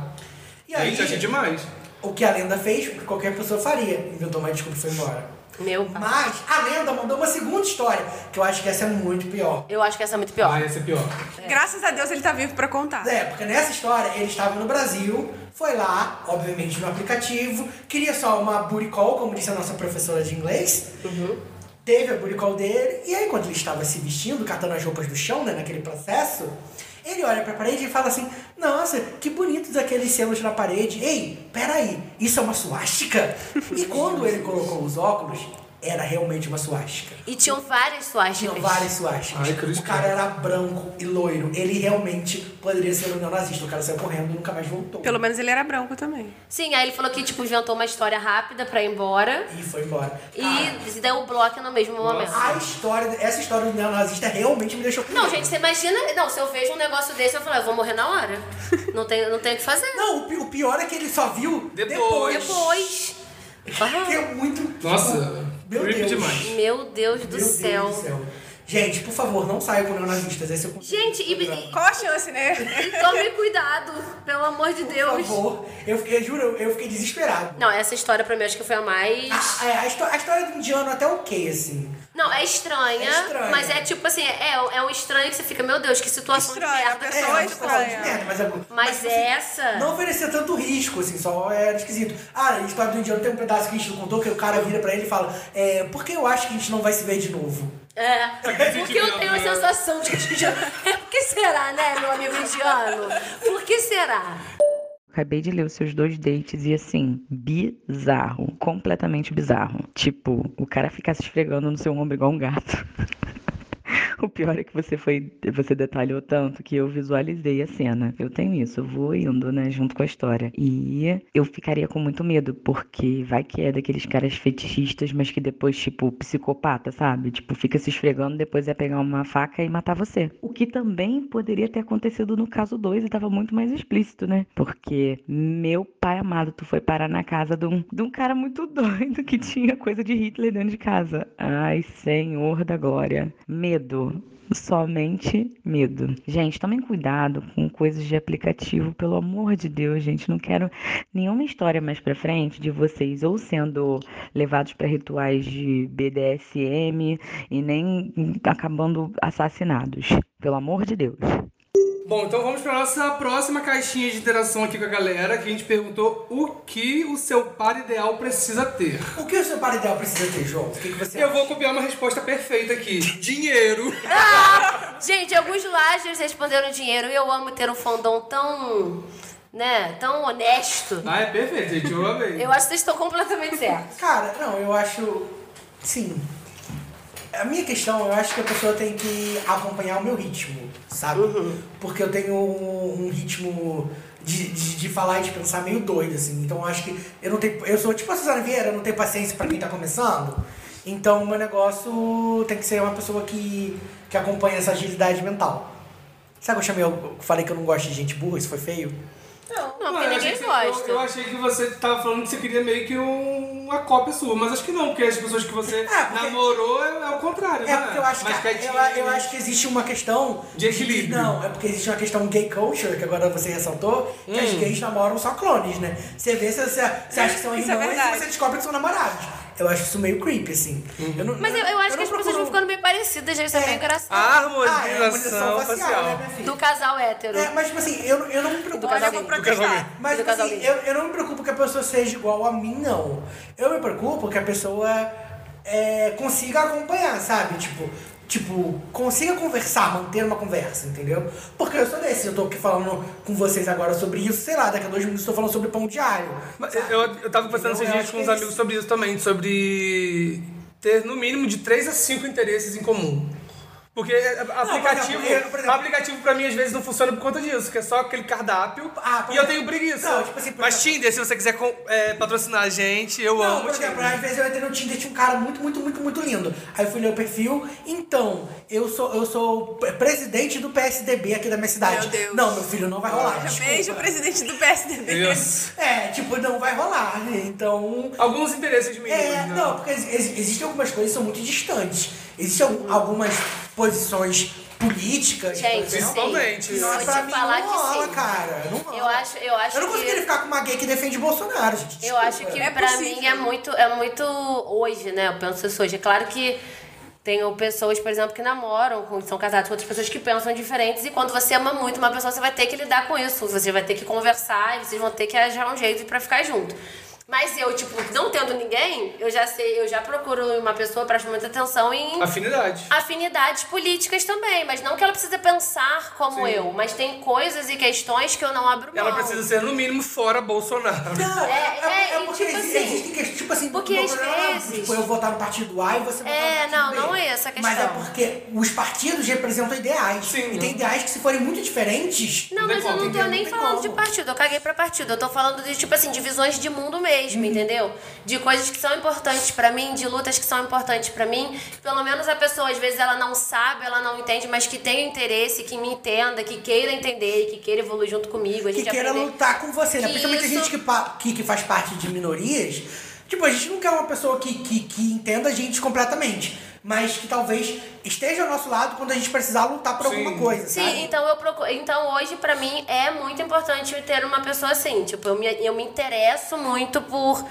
Speaker 8: E aí,
Speaker 7: Gente, achei demais.
Speaker 8: o que a lenda fez, o que qualquer pessoa faria. Inventou uma desculpa e foi embora.
Speaker 4: Meu pai.
Speaker 8: Mas a lenda mandou uma segunda história, que eu acho que essa é muito pior.
Speaker 4: Eu acho que essa é muito
Speaker 7: Ah,
Speaker 4: pior.
Speaker 7: ia ser pior.
Speaker 9: Graças a Deus ele tá vivo pra contar.
Speaker 8: É, porque nessa história ele estava no Brasil, foi lá, obviamente no aplicativo, queria só uma booty call, como disse a nossa professora de inglês. Teve a booty call dele, e aí quando ele estava se vestindo, catando as roupas do chão, né, naquele processo, ele olha pra parede e fala assim: Nossa, que bonitos aqueles selos na parede. Ei, peraí, isso é uma suástica? e quando ele colocou os óculos, era realmente uma suástica.
Speaker 4: E tinham várias suásticas.
Speaker 8: Tinha várias suásticas.
Speaker 7: Ai, Cristo.
Speaker 8: o cara era branco e loiro. Ele realmente poderia ser um neonazista. O cara saiu correndo e nunca mais voltou.
Speaker 9: Pelo menos ele era branco também.
Speaker 4: Sim, aí ele falou que, tipo, inventou uma história rápida pra ir embora.
Speaker 8: E foi embora. Cara,
Speaker 4: E deu o bloco no mesmo momento.
Speaker 8: a história, essa história do neonazista realmente me deixou com
Speaker 4: Não,
Speaker 8: medo.
Speaker 4: gente, você imagina... Não, se eu vejo um negócio desse, eu falo, eu vou morrer na hora. não tem não tem o que fazer.
Speaker 8: Não, o pi- o pior é que ele só viu
Speaker 7: Depois.
Speaker 8: depois.
Speaker 4: Depois...
Speaker 8: Que é muito.
Speaker 7: Nossa,
Speaker 8: meu
Speaker 7: creepy
Speaker 8: Deus.
Speaker 7: demais.
Speaker 4: Meu Deus do
Speaker 8: Meu Deus
Speaker 4: céu.
Speaker 8: do céu. Gente, por favor, não saia com neonazistas. Esse é o conselho
Speaker 4: Gente,
Speaker 8: do
Speaker 4: e,
Speaker 8: programa.
Speaker 4: e,
Speaker 9: Qual a chance, né?
Speaker 4: e tome cuidado, pelo amor de
Speaker 8: Por
Speaker 4: Deus.
Speaker 8: favor, eu, fiquei- eu juro, eu- eu fiquei desesperado.
Speaker 4: Não, essa história pra mim acho que foi a mais...
Speaker 8: A, a- a histó- a história do indiano é até ok, assim.
Speaker 4: Não, é estranha,
Speaker 8: É estranha.
Speaker 4: mas é tipo assim, é, é um estranho que você fica, meu Deus, que situação
Speaker 9: Estranha,
Speaker 4: de merda.
Speaker 9: a
Speaker 4: que
Speaker 8: É,
Speaker 9: pessoa
Speaker 4: eu
Speaker 8: uma
Speaker 9: é
Speaker 4: tô
Speaker 8: situação de
Speaker 9: estranha.
Speaker 8: merda, mas é bom.
Speaker 4: Mas
Speaker 8: assim,
Speaker 4: essa-
Speaker 8: Não oferecer tanto risco, assim, só era esquisito. Ah, a história do indiano tem um pedaço que a gente contou que o cara vira pra ele e fala: É, por que eu acho que a gente não vai se ver de novo?
Speaker 4: É, porque eu
Speaker 7: sentimento,
Speaker 4: tenho a
Speaker 7: né?
Speaker 4: sensação de que já... É porque será, né, meu amigo indiano? Por que será?
Speaker 5: Acabei de ler os seus dois dates e assim, bizarro, completamente bizarro. Tipo, o cara ficar se esfregando no seu ombro igual um gato. (laughs) O pior é que você foi, você detalhou tanto que eu visualizei a cena. Eu tenho isso, eu vou indo, né, junto com a história. E eu ficaria com muito medo, porque vai que é daqueles caras fetichistas, mas que depois, tipo, psicopata, sabe? Tipo, fica se esfregando, depois ia pegar uma faca e matar você. O que também poderia ter acontecido no caso 2 e tava muito mais explícito, né? Porque, meu pai amado, tu foi parar na casa de um, de um cara muito doido que tinha coisa de Hitler dentro de casa. Ai, senhor da glória. Medo. Somente medo. Gente, tomem cuidado com coisas de aplicativo, pelo amor de Deus, gente. Não quero nenhuma história mais pra frente de vocês ou sendo levados pra rituais de BDSM e nem acabando assassinados. Pelo amor de Deus.
Speaker 7: Bom, então vamos para nossa próxima caixinha de interação aqui com a galera, que a gente perguntou o que o seu par ideal precisa ter.
Speaker 8: O que o seu par ideal precisa ter, João? O que, que você
Speaker 7: Eu vou copiar uma resposta perfeita aqui. Dinheiro.
Speaker 4: Gente, alguns lajes responderam dinheiro. e Eu amo ter um fandom tão. né? Tão honesto.
Speaker 7: Ah, é perfeito, gente. Eu amei.
Speaker 4: Eu acho que vocês estão completamente certos.
Speaker 8: Cara, não, eu acho. Sim. A minha questão, eu acho que a pessoa tem que acompanhar o meu ritmo, sabe? Porque eu tenho um, um ritmo de, de, de falar e de pensar meio doido, assim. Então eu acho que. Eu não tenho. Eu sou tipo a Suzana Vieira, eu não tenho paciência pra quem tá começando. Então o meu negócio tem que ser uma pessoa que, que acompanha essa agilidade mental. Sabe que eu chamei, eu falei que eu não gosto de gente burra, isso foi feio?
Speaker 4: Não,
Speaker 7: Mano,
Speaker 4: porque
Speaker 7: eu achei
Speaker 4: ninguém
Speaker 7: que você-
Speaker 4: gosta.
Speaker 7: Eu, eu achei que você tava falando que você queria meio que um- uma cópia sua, mas acho que não, porque as pessoas que você
Speaker 8: Ah, porque-
Speaker 7: namorou é, é o contrário,
Speaker 8: É
Speaker 7: né?
Speaker 8: porque eu acho,
Speaker 7: mas
Speaker 8: que, eu, eu acho que existe uma questão.
Speaker 7: De equilíbrio.
Speaker 8: Não, é porque existe uma questão gay culture, que agora você ressaltou, que as
Speaker 4: Hum.
Speaker 8: gays namoram só clones, né? Você vê, você, você você acha que são
Speaker 9: Isso é
Speaker 8: irmãos e
Speaker 9: verdade.
Speaker 8: você descobre que são namorados. Eu acho isso meio creepy, assim. Eu não-
Speaker 4: Mas eu, eu acho que
Speaker 8: não
Speaker 4: as pessoas
Speaker 8: procuro-
Speaker 4: vão ficando meio parecidas, gente. Isso é
Speaker 8: É.
Speaker 4: meio engraçado.
Speaker 7: A
Speaker 8: Ah, é,
Speaker 7: harmonização facial.
Speaker 8: né, minha filha?
Speaker 4: Do casal hétero.
Speaker 8: É, mas tipo assim, eu, não- eu não me preocupo.
Speaker 9: Olha, eu vou protestar.
Speaker 8: Mas
Speaker 4: Do
Speaker 8: tipo assim,
Speaker 4: casal
Speaker 8: eu, eu não me preocupo que a pessoa seja igual a mim, não. Eu me preocupo que a pessoa é, consiga acompanhar, sabe? Tipo, tipo, consiga conversar, manter uma conversa, entendeu? Porque eu sou desse, eu tô aqui falando com vocês agora sobre isso, sei lá, daqui a dois minutos eu tô falando sobre pão diário.
Speaker 7: Mas
Speaker 8: sabe?
Speaker 7: Eu, eu tava conversando esses
Speaker 8: Eu
Speaker 7: dias
Speaker 8: acho
Speaker 7: com uns
Speaker 8: que é
Speaker 7: amigos
Speaker 8: isso.
Speaker 7: sobre isso também, sobre ter no mínimo de 3 a 5 interesses em comum. Porque é, aplicativo,
Speaker 8: por exemplo, por exemplo-
Speaker 7: aplicativo pra mim às vezes não funciona por conta disso, que é só aquele cardápio
Speaker 8: Ah, por
Speaker 7: e eu
Speaker 8: exemplo-
Speaker 7: tenho preguiça.
Speaker 8: Não, tipo assim, por
Speaker 7: Mas
Speaker 8: exemplo-
Speaker 7: Tinder, se você quiser com- é, patrocinar a gente, eu
Speaker 8: Não,
Speaker 7: amo
Speaker 8: por
Speaker 7: o Tinder.
Speaker 8: exemplo, às vezes eu entrei no Tinder tinha um cara muito, muito, muito, muito lindo. Aí eu fui ler o perfil. Então, eu sou, eu sou p- presidente do PSDB aqui da minha cidade.
Speaker 9: Meu Deus.
Speaker 8: Não, meu filho, não vai rolar. desculpa.
Speaker 9: Beijo, presidente do PSDB.
Speaker 7: Deus.
Speaker 8: É, tipo, não vai rolar. Então.
Speaker 7: Alguns interesses mínimos,
Speaker 8: É,
Speaker 7: né?
Speaker 8: não, porque ex- ex- existem algumas coisas que são muito distantes. Existem al- algumas posições políticas. por
Speaker 4: Gente,
Speaker 8: exemplo,
Speaker 7: Principalmente.
Speaker 4: sim.
Speaker 8: que não-
Speaker 4: Vou
Speaker 8: pra
Speaker 4: te
Speaker 8: mim
Speaker 4: falar
Speaker 8: não
Speaker 4: que
Speaker 8: rola,
Speaker 4: sim.
Speaker 8: cara. Não rola.
Speaker 4: Eu acho, eu acho
Speaker 8: Eu não conseguiria
Speaker 4: que...
Speaker 8: ficar com uma gay que defende Bolsonaro, gente.
Speaker 4: Eu acho que
Speaker 9: É
Speaker 4: pra
Speaker 9: possível.
Speaker 4: mim é muito, é muito hoje, né? Eu penso isso hoje. É claro que tenho pessoas, por exemplo, que namoram, com- são casadas com outras pessoas que pensam diferentes. E quando você ama muito uma pessoa, você vai ter que lidar com isso. Você vai ter que conversar e vocês vão ter que achar um jeito pra ficar junto. Mas eu, tipo, não tendo ninguém, eu já sei, eu já procuro uma pessoa, presto muita atenção em
Speaker 7: Afinidade.
Speaker 4: afinidades políticas também. Mas não que ela precisa pensar como eu, mas tem coisas e questões que eu não abro mão.
Speaker 7: Ela precisa ser no mínimo fora Bolsonaro.
Speaker 8: Não, é,
Speaker 4: É,
Speaker 8: é,
Speaker 4: é,
Speaker 8: é
Speaker 4: e
Speaker 8: porque
Speaker 4: tipo
Speaker 8: existe-
Speaker 4: assim,
Speaker 8: existem questões, tipo assim,
Speaker 4: porque
Speaker 8: meu
Speaker 4: às
Speaker 8: problema não é,
Speaker 4: vezes-
Speaker 8: tipo, eu votar no partido A e você votar
Speaker 4: É,
Speaker 8: no partido
Speaker 4: não,
Speaker 8: B.
Speaker 4: não é essa a
Speaker 8: Mas é
Speaker 4: questão.
Speaker 8: porque os partidos representam ideais.
Speaker 7: Sim.
Speaker 8: E tem ideais que se forem muito diferentes...
Speaker 4: Não,
Speaker 7: tem
Speaker 4: mas
Speaker 7: como,
Speaker 4: eu não tô
Speaker 8: entendeu?
Speaker 4: nem
Speaker 8: Não tem
Speaker 4: falando de
Speaker 8: como.
Speaker 4: partido, eu caguei pra partido. Eu tô falando de, tipo assim, divisões de mundo mesmo, entendeu? De coisas que são importantes pra mim, de lutas que são importantes pra mim. Pelo menos a pessoa, às vezes, ela não sabe, ela não entende, mas que tenha interesse, que me entenda, que queira entender, que queira evoluir junto comigo, a
Speaker 8: que
Speaker 4: gente
Speaker 8: queira
Speaker 4: aprender.
Speaker 8: lutar com você, né?
Speaker 4: Que
Speaker 8: Principalmente a
Speaker 4: isso-
Speaker 8: gente que, pa- que, que faz parte de minorias. Tipo, a gente não quer uma pessoa que, que, que entenda a gente completamente, mas que talvez esteja ao nosso lado quando a gente precisar lutar por
Speaker 7: Sim.
Speaker 8: alguma coisa,
Speaker 4: Sim,
Speaker 8: sabe?
Speaker 4: então eu procuro. Então hoje, pra mim, é muito importante eu ter uma pessoa assim. Tipo, eu me, eu me interesso muito por,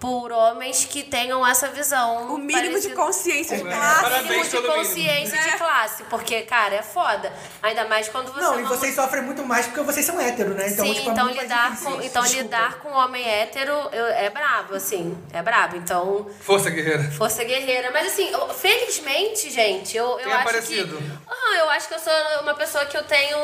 Speaker 4: por homens que tenham essa visão.
Speaker 9: O mínimo de
Speaker 4: parecida.
Speaker 9: consciência de
Speaker 7: Parabéns,
Speaker 9: classe.
Speaker 4: mínimo de
Speaker 7: pelo mínimo.
Speaker 4: consciência
Speaker 9: É.
Speaker 4: de classe, porque, cara, é foda. Ainda mais quando você
Speaker 8: Não, e vocês sofrem muito mais porque vocês são héteros, né? Então,
Speaker 4: Sim,
Speaker 8: tipo, é
Speaker 4: então,
Speaker 8: muito mais
Speaker 4: lidar,
Speaker 8: difícil
Speaker 4: com,
Speaker 8: isso.
Speaker 4: então
Speaker 8: Desculpa.
Speaker 4: lidar com homem hétero eu- é brabo, assim. É brabo. Então,
Speaker 7: Força, guerreira.
Speaker 4: força guerreira. Mas, assim, eu- felizmente, gente, eu, eu
Speaker 7: Tem
Speaker 4: acho
Speaker 7: aparecido?
Speaker 4: que... Ah, eu acho que eu sou uma pessoa que eu tenho...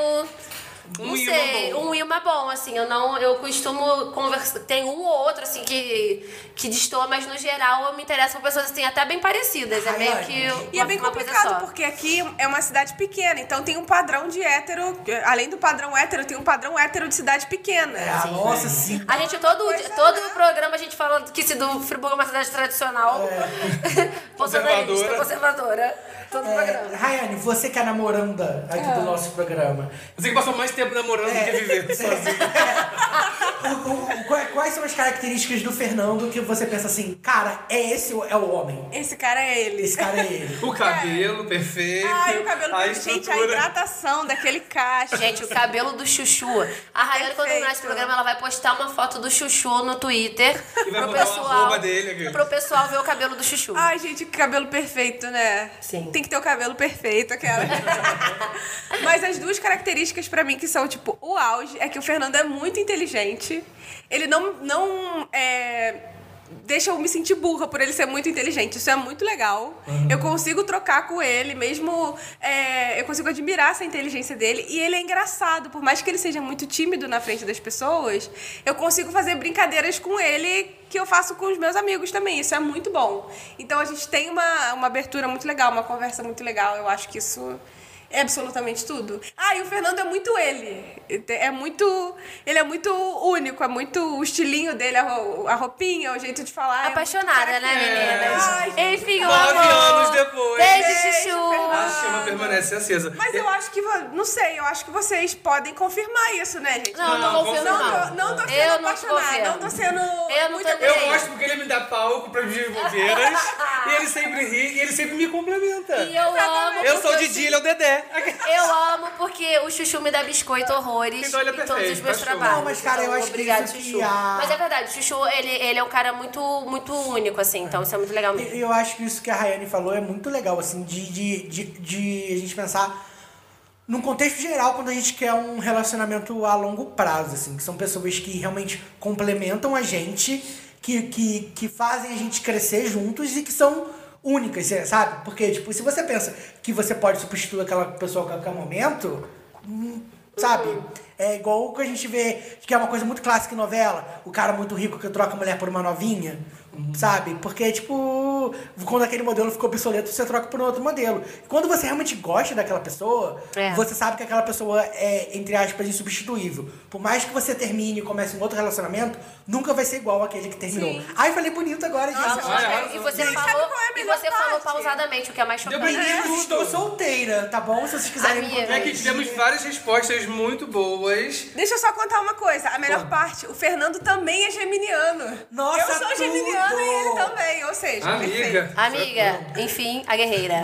Speaker 7: Um
Speaker 4: não
Speaker 7: imã
Speaker 4: sei,
Speaker 7: bom.
Speaker 4: um imã bom, assim, eu não, eu costumo conversar, tem um ou outro, assim, que, que destoa, mas no geral eu me interesso por pessoas, assim, até bem parecidas, é
Speaker 8: Ai,
Speaker 4: meio
Speaker 8: ai.
Speaker 4: que uma,
Speaker 9: E é bem
Speaker 4: uma coisa só.
Speaker 9: complicado, porque aqui é uma cidade pequena, então tem um padrão de hétero. Além do padrão hétero, tem um padrão hétero de cidade pequena.
Speaker 7: É.
Speaker 8: Ah, nossa, sim.
Speaker 4: A gente, todo, dia-
Speaker 9: Pois é,
Speaker 4: todo
Speaker 9: né?
Speaker 4: programa a gente fala que se do Friburgo é uma cidade tradicional,
Speaker 9: É.
Speaker 4: (laughs) bolsonarista,
Speaker 7: Conservadora.
Speaker 4: conservadora, todo
Speaker 8: É,
Speaker 4: programa.
Speaker 8: Rayane, você que é a namoranda aqui do nosso programa,
Speaker 7: Você que passou mais tempo namorando
Speaker 8: É.
Speaker 7: do que
Speaker 8: (laughs)
Speaker 7: vivendo sozinho.
Speaker 8: o- o- o- quais, quais são as características do Fernando que você pensa assim, cara, é esse o- é o homem?
Speaker 9: Esse cara é ele.
Speaker 8: Esse cara é ele.
Speaker 7: O cabelo perfeito.
Speaker 9: Ai, o cabelo
Speaker 7: a
Speaker 9: dele, gente, a
Speaker 7: estrutura.
Speaker 9: hidratação daquele caixa.
Speaker 4: Gente, o cabelo do Chuchu. A Rayane, quando terminar esse
Speaker 9: Perfeito.
Speaker 4: programa, ela vai postar uma foto do Chuchu no Twitter.
Speaker 7: E vai botar uma arroba dele aqui.
Speaker 4: pro pessoal ver o cabelo do Chuchu.
Speaker 9: Ai, gente, que cabelo perfeito, né?
Speaker 4: Sim.
Speaker 9: Tem que ter o cabelo perfeito, aquela. Mas as duas características pra mim que são, tipo, o auge é que o Fernando é muito inteligente. Ele não. não é, Deixa eu me sentir burra por ele ser muito inteligente. Isso é muito legal. Eu consigo trocar com ele, mesmo. é, eu consigo admirar essa inteligência dele. E ele é engraçado. Por mais que ele seja muito tímido na frente das pessoas, eu consigo fazer brincadeiras com ele que eu faço com os meus amigos também. Isso é muito bom. Então a gente tem uma, uma abertura muito legal, uma conversa muito legal. Eu acho que isso é absolutamente tudo. Ah, e o Fernando é muito ele. É muito. Ele é muito único, é muito o estilinho dele, a ro- a roupinha, o jeito de falar. é
Speaker 4: Apaixonada, né, meninas?
Speaker 9: Ai,
Speaker 4: Enfim, o
Speaker 7: Nove
Speaker 4: amor.
Speaker 7: anos depois.
Speaker 4: Beijo,
Speaker 9: Beijo,
Speaker 7: A
Speaker 4: Chuchu.
Speaker 9: Fernando.
Speaker 7: chama permanece acesa.
Speaker 9: Mas eu acho que. vo- Não sei, eu acho que vocês podem confirmar isso, né, gente?
Speaker 4: Não,
Speaker 7: Não,
Speaker 4: não, confio
Speaker 9: não,
Speaker 4: não.
Speaker 9: tô, não tô sendo
Speaker 4: Eu não
Speaker 9: apaixonada,
Speaker 4: confio.
Speaker 9: não tô sendo.
Speaker 4: Eu não
Speaker 9: muito
Speaker 4: tô nem
Speaker 7: Eu
Speaker 4: aí.
Speaker 7: gosto porque ele me dá palco pra minhas bobeiras. e ele sempre ri e ele sempre me complementa.
Speaker 4: E eu amo.
Speaker 7: Eu sou o
Speaker 4: porque
Speaker 7: Didi, ele é o Dedé.
Speaker 4: Eu amo porque o Chuchu me dá biscoito horrores
Speaker 7: Então ele é
Speaker 4: em todos os
Speaker 7: perfeito,
Speaker 4: meus
Speaker 7: tá show.
Speaker 4: trabalhos.
Speaker 8: Não, mas, cara, eu
Speaker 4: Então,
Speaker 8: acho que
Speaker 4: obrigado,
Speaker 8: isso que
Speaker 4: Chuchu.
Speaker 8: a-
Speaker 4: Mas é verdade, o Chuchu, ele, ele é um cara muito, muito único, assim, então isso é muito legal mesmo.
Speaker 8: E Eu acho que isso que a Rayane falou é muito legal, assim, de, de, de, de a gente pensar num contexto geral quando a gente quer um relacionamento a longo prazo, assim, que são pessoas que realmente complementam a gente, que, que, que fazem a gente crescer juntos e que são únicas, é, sabe? Porque, tipo, se você pensa que você pode substituir aquela pessoa a qualquer momento, hum, sabe? É igual o que a gente vê, que é uma coisa muito clássica em novela, o cara muito rico que troca a mulher por uma novinha, sabe? Porque, tipo, quando aquele modelo ficou obsoleto, você troca por um outro modelo. E Quando você realmente gosta daquela pessoa,
Speaker 4: É.
Speaker 8: você sabe que aquela pessoa é, entre aspas, insubstituível. Por mais que você termine e comece um outro relacionamento, nunca vai ser igual aquele que terminou. Ai, falei bonito agora, gente.
Speaker 4: Nossa, eu
Speaker 7: Olha,
Speaker 4: achei- e você
Speaker 9: Gente, sabe
Speaker 4: falou,
Speaker 9: qual é a
Speaker 4: e
Speaker 9: melhor
Speaker 4: você falou
Speaker 9: parte?
Speaker 4: pausadamente, o que é mais
Speaker 7: Deu
Speaker 4: chocante.
Speaker 7: pra entender
Speaker 8: Eu estou
Speaker 7: tudo.
Speaker 8: solteira, tá bom? Se vocês quiserem me
Speaker 4: Amiga.
Speaker 8: encontrar
Speaker 7: É que tivemos várias respostas muito boas.
Speaker 9: Deixa eu só contar uma coisa, a melhor parte, o Fernando também é geminiano.
Speaker 8: Nossa,
Speaker 9: Eu sou
Speaker 8: tudo!
Speaker 9: geminiano e ele também, ou seja,
Speaker 7: Amiga.
Speaker 4: Amiga, enfim,
Speaker 8: (laughs)
Speaker 4: a guerreira.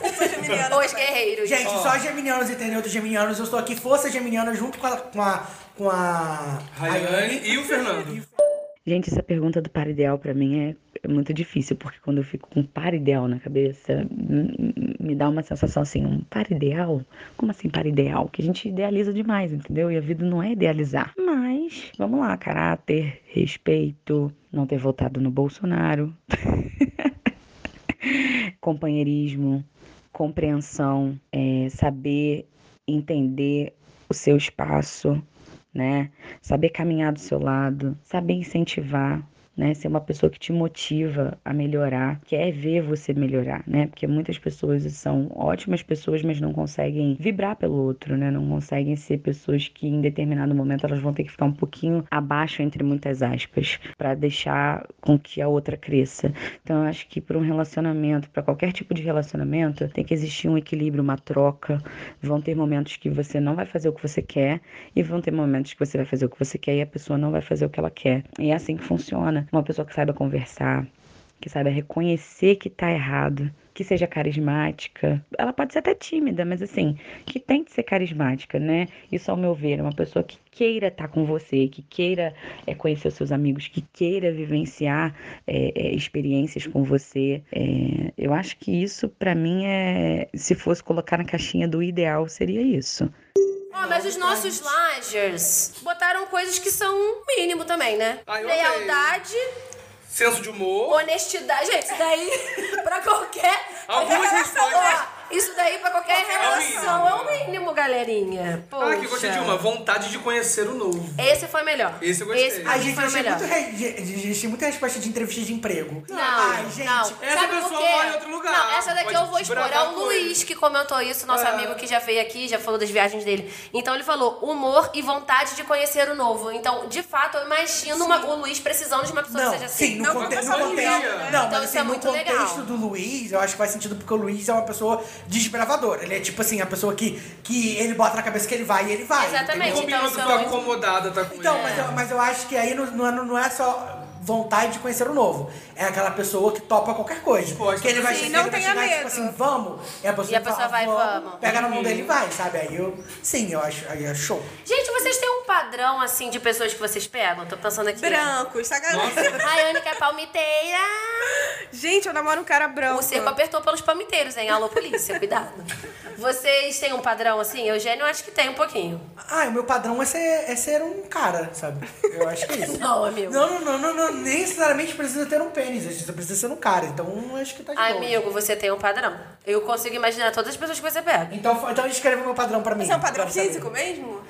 Speaker 9: perfeito. Eu sou geminiana.
Speaker 4: Os
Speaker 9: também.
Speaker 4: guerreiros.
Speaker 8: Gente, só geminianos entendem outros geminianos. Eu estou aqui, força geminiana, junto com a... Com a, com a
Speaker 7: Rayane e
Speaker 8: (laughs)
Speaker 7: o Fernando.
Speaker 5: Gente, essa pergunta do par ideal pra mim é é muito difícil, porque quando eu fico com um par ideal na cabeça, m- m- me dá uma sensação assim, um par ideal? Como assim par ideal? Que a gente idealiza demais, entendeu? E a vida não é idealizar. Mas, vamos lá, caráter, respeito, não ter votado no Bolsonaro, (laughs) companheirismo, compreensão, é, saber entender o seu espaço, né? Saber caminhar do seu lado, saber incentivar, né? Ser uma pessoa que te motiva a melhorar, quer ver você melhorar, né? Porque muitas pessoas são ótimas pessoas, mas não conseguem vibrar pelo outro, né? Não conseguem ser pessoas que em determinado momento elas vão ter que ficar um pouquinho abaixo entre muitas aspas, para deixar com que a outra cresça. Então, eu acho que para um relacionamento, para qualquer tipo de relacionamento, tem que existir um equilíbrio, uma troca. Vão ter momentos que você não vai fazer o que você quer e vão ter momentos que você vai fazer o que você quer e a pessoa não vai fazer o que ela quer. E é assim que funciona. Uma pessoa que saiba conversar, que saiba reconhecer que tá errado, que seja carismática. Ela pode ser até tímida, mas assim, que tem que ser carismática, né? Isso, ao meu ver, é uma pessoa que queira estar com você, que queira é, conhecer os seus amigos, que queira vivenciar é, é, experiências com você. É, eu acho que isso, pra mim, é. Se fosse colocar na caixinha do ideal, seria isso.
Speaker 4: Ó, mas os nossos lagers botaram coisas que são um mínimo também, né?
Speaker 7: Ah, eu amei.
Speaker 4: Lealdade,
Speaker 7: Senso de humor.
Speaker 4: honestidade. Gente, isso daí (laughs) pra qualquer.
Speaker 7: Algumas né? respostas.
Speaker 4: Ó, Isso daí pra
Speaker 7: É
Speaker 4: qualquer
Speaker 7: o mínimo.
Speaker 4: relação é o mínimo, galerinha. Poxa.
Speaker 7: Ah, que gostei de uma. Vontade de conhecer o novo.
Speaker 4: Esse foi melhor.
Speaker 7: Esse eu gostei.
Speaker 4: pra
Speaker 8: A
Speaker 4: mim
Speaker 8: gente,
Speaker 4: foi
Speaker 8: achei
Speaker 4: melhor.
Speaker 8: muito re- ge- gente tem muita resposta de entrevista de emprego.
Speaker 4: Não,
Speaker 8: Ai, gente.
Speaker 4: não.
Speaker 7: essa
Speaker 4: Sabe
Speaker 7: pessoa
Speaker 4: por quê?
Speaker 7: mora em outro lugar.
Speaker 4: Não, essa daqui
Speaker 7: Pode
Speaker 4: eu vou expor. É
Speaker 7: desbravar
Speaker 4: o
Speaker 7: coisas.
Speaker 4: Luiz que comentou isso,
Speaker 7: É.
Speaker 4: nosso amigo que já veio aqui, já falou das viagens dele. Então ele falou humor e vontade de conhecer o novo. Então, de fato, eu imagino uma- o Luiz precisando de uma pessoa
Speaker 8: Não,
Speaker 4: que seja assim.
Speaker 8: sim, no,
Speaker 9: Não,
Speaker 8: conte
Speaker 9: mas
Speaker 8: no
Speaker 9: essa
Speaker 8: contexto.
Speaker 7: família, né?
Speaker 8: Não,
Speaker 4: Então
Speaker 8: mas
Speaker 4: isso
Speaker 8: assim,
Speaker 4: é
Speaker 8: no
Speaker 4: muito
Speaker 8: contexto
Speaker 4: legal.
Speaker 8: do Luiz, eu acho que faz sentido porque o Luiz é uma pessoa desbravadora. Ele é tipo assim, a pessoa que, que ele bota na cabeça que ele vai e ele vai.
Speaker 4: Exatamente.
Speaker 8: entendeu?
Speaker 7: Combinando,
Speaker 4: então,
Speaker 7: tá
Speaker 4: são-
Speaker 7: acomodada, tá com
Speaker 4: É.
Speaker 8: Então,
Speaker 7: ele.
Speaker 8: mas eu, mas eu acho que aí não, não, é, não é só vontade de conhecer o novo. É aquela pessoa que topa qualquer coisa.
Speaker 7: Gosta.
Speaker 8: que ele vai,
Speaker 9: Sim,
Speaker 8: ele
Speaker 9: não
Speaker 8: vai
Speaker 9: tenha
Speaker 8: chegar, tipo
Speaker 9: medo.
Speaker 8: assim, vamos. E a pessoa,
Speaker 4: E a pessoa
Speaker 8: fala,
Speaker 4: vai, vamos. Uhum.
Speaker 8: Pega na mão dele e vai, sabe? Aí eu, sim, eu acho, aí é show.
Speaker 4: Gente, vocês têm um padrão assim de pessoas que vocês pegam? Tô pensando aqui.
Speaker 9: Brancos, tá sacanagem.
Speaker 4: A Anica é palmiteira.
Speaker 9: Gente, eu namoro um cara branco.
Speaker 4: O cerco apertou pelos palmiteiros, hein? Alô, polícia, cuidado. Vocês têm um padrão assim? Eugênio, eu acho que tem um pouquinho.
Speaker 8: Ah, o meu padrão é ser, é ser um cara, sabe? Eu acho que é
Speaker 4: (laughs)
Speaker 8: isso.
Speaker 4: Não, amigo.
Speaker 8: Não, não, não, não, não, nem necessariamente precisa ter um pênis, você precisa ser um cara, então eu acho que tá de boa.
Speaker 4: Amigo, você tem um padrão. Eu consigo imaginar todas as pessoas que você pega.
Speaker 8: Então, fa- então escreve o meu padrão pra mim.
Speaker 9: Você é um padrão
Speaker 8: Quero saber.
Speaker 9: físico mesmo?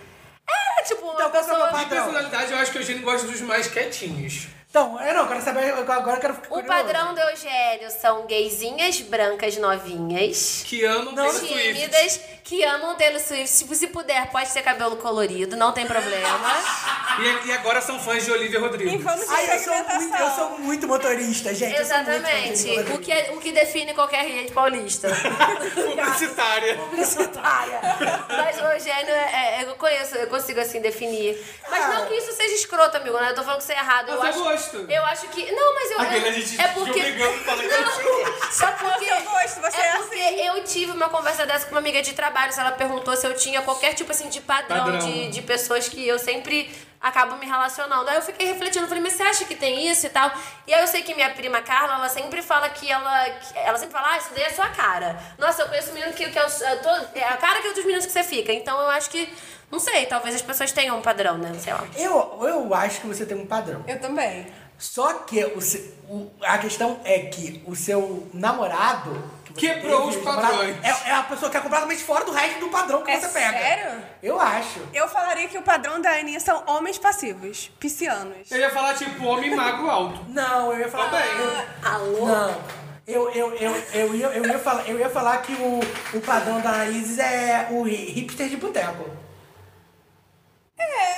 Speaker 4: É tipo uma
Speaker 8: Então, qual que é o
Speaker 4: pessoa.
Speaker 8: meu
Speaker 7: De personalidade, eu acho que o Eugênio gosta dos mais quietinhos.
Speaker 8: Então, é não, eu quero saber, eu- agora eu quero ficar
Speaker 4: O
Speaker 8: curioso.
Speaker 4: padrão do Eugênio são gaysinhas brancas novinhas.
Speaker 7: Que amam
Speaker 8: Não,
Speaker 7: Taylor Swift.
Speaker 4: Tímidas, que amam Taylor Swift. Se, se puder, pode ter cabelo colorido, não tem problema.
Speaker 8: (laughs)
Speaker 7: E, e agora são fãs de Olivia Rodrigo.
Speaker 9: Em vamos de
Speaker 8: Ai, eu sou, muito, eu
Speaker 9: segmentação.
Speaker 8: sou muito motorista, gente. eu sou muito
Speaker 4: Exatamente.
Speaker 8: motorista.
Speaker 4: O que, é- o que define qualquer rede paulista.
Speaker 7: Publicitária.
Speaker 4: Publicitária. Mas o Eugênio, é, é- eu conheço, eu consigo assim definir. Mas não que isso seja escroto, amigo, né? Eu tô falando que você é errado. Eu
Speaker 7: Mas é
Speaker 4: acho,
Speaker 7: gosto.
Speaker 4: Eu acho que. Não, mas eu.
Speaker 7: Aquele
Speaker 4: eu-
Speaker 7: a gente
Speaker 4: é porque.
Speaker 7: te obrigando a falar que é
Speaker 4: não, só porque.
Speaker 9: Seu gosto, você é
Speaker 7: assim.
Speaker 4: porque eu tive uma conversa dessa com uma amiga de trabalho. se Ela perguntou se eu tinha qualquer tipo assim de padrão,
Speaker 7: Padrão.
Speaker 4: De, de pessoas que eu sempre acabo me relacionando. Aí eu fiquei refletindo, falei, mas você acha que tem isso e tal? E aí eu sei que minha prima Carla, ela sempre fala que ela. que- ela sempre fala, ah, isso daí é sua cara. Nossa, eu conheço um menino que, que é, o- é todo- é a cara que é dos meninos que você fica. Então eu acho que. Não sei, talvez as pessoas tenham um padrão, né? Sei lá.
Speaker 8: Eu, eu acho que você tem um padrão.
Speaker 9: Eu também.
Speaker 8: Só que o, se- o- a questão é que o seu namorado... que você
Speaker 7: Quebrou
Speaker 8: teve, seu
Speaker 7: os
Speaker 8: namorado,
Speaker 7: padrões.
Speaker 8: É, é a pessoa que é completamente fora do resto do padrão que
Speaker 9: É
Speaker 8: você pega.
Speaker 9: sério?
Speaker 8: Eu acho.
Speaker 9: Eu falaria que o padrão da Aninha são homens passivos, piscianos.
Speaker 7: Eu ia falar, tipo, homem magro alto.
Speaker 8: Não, eu ia falar...
Speaker 7: Também.
Speaker 4: Alô?
Speaker 8: Não. Eu, eu, eu, eu, ia, eu, ia falar, eu ia falar que o, o padrão da Anaíses é o hi- hipster de boteco.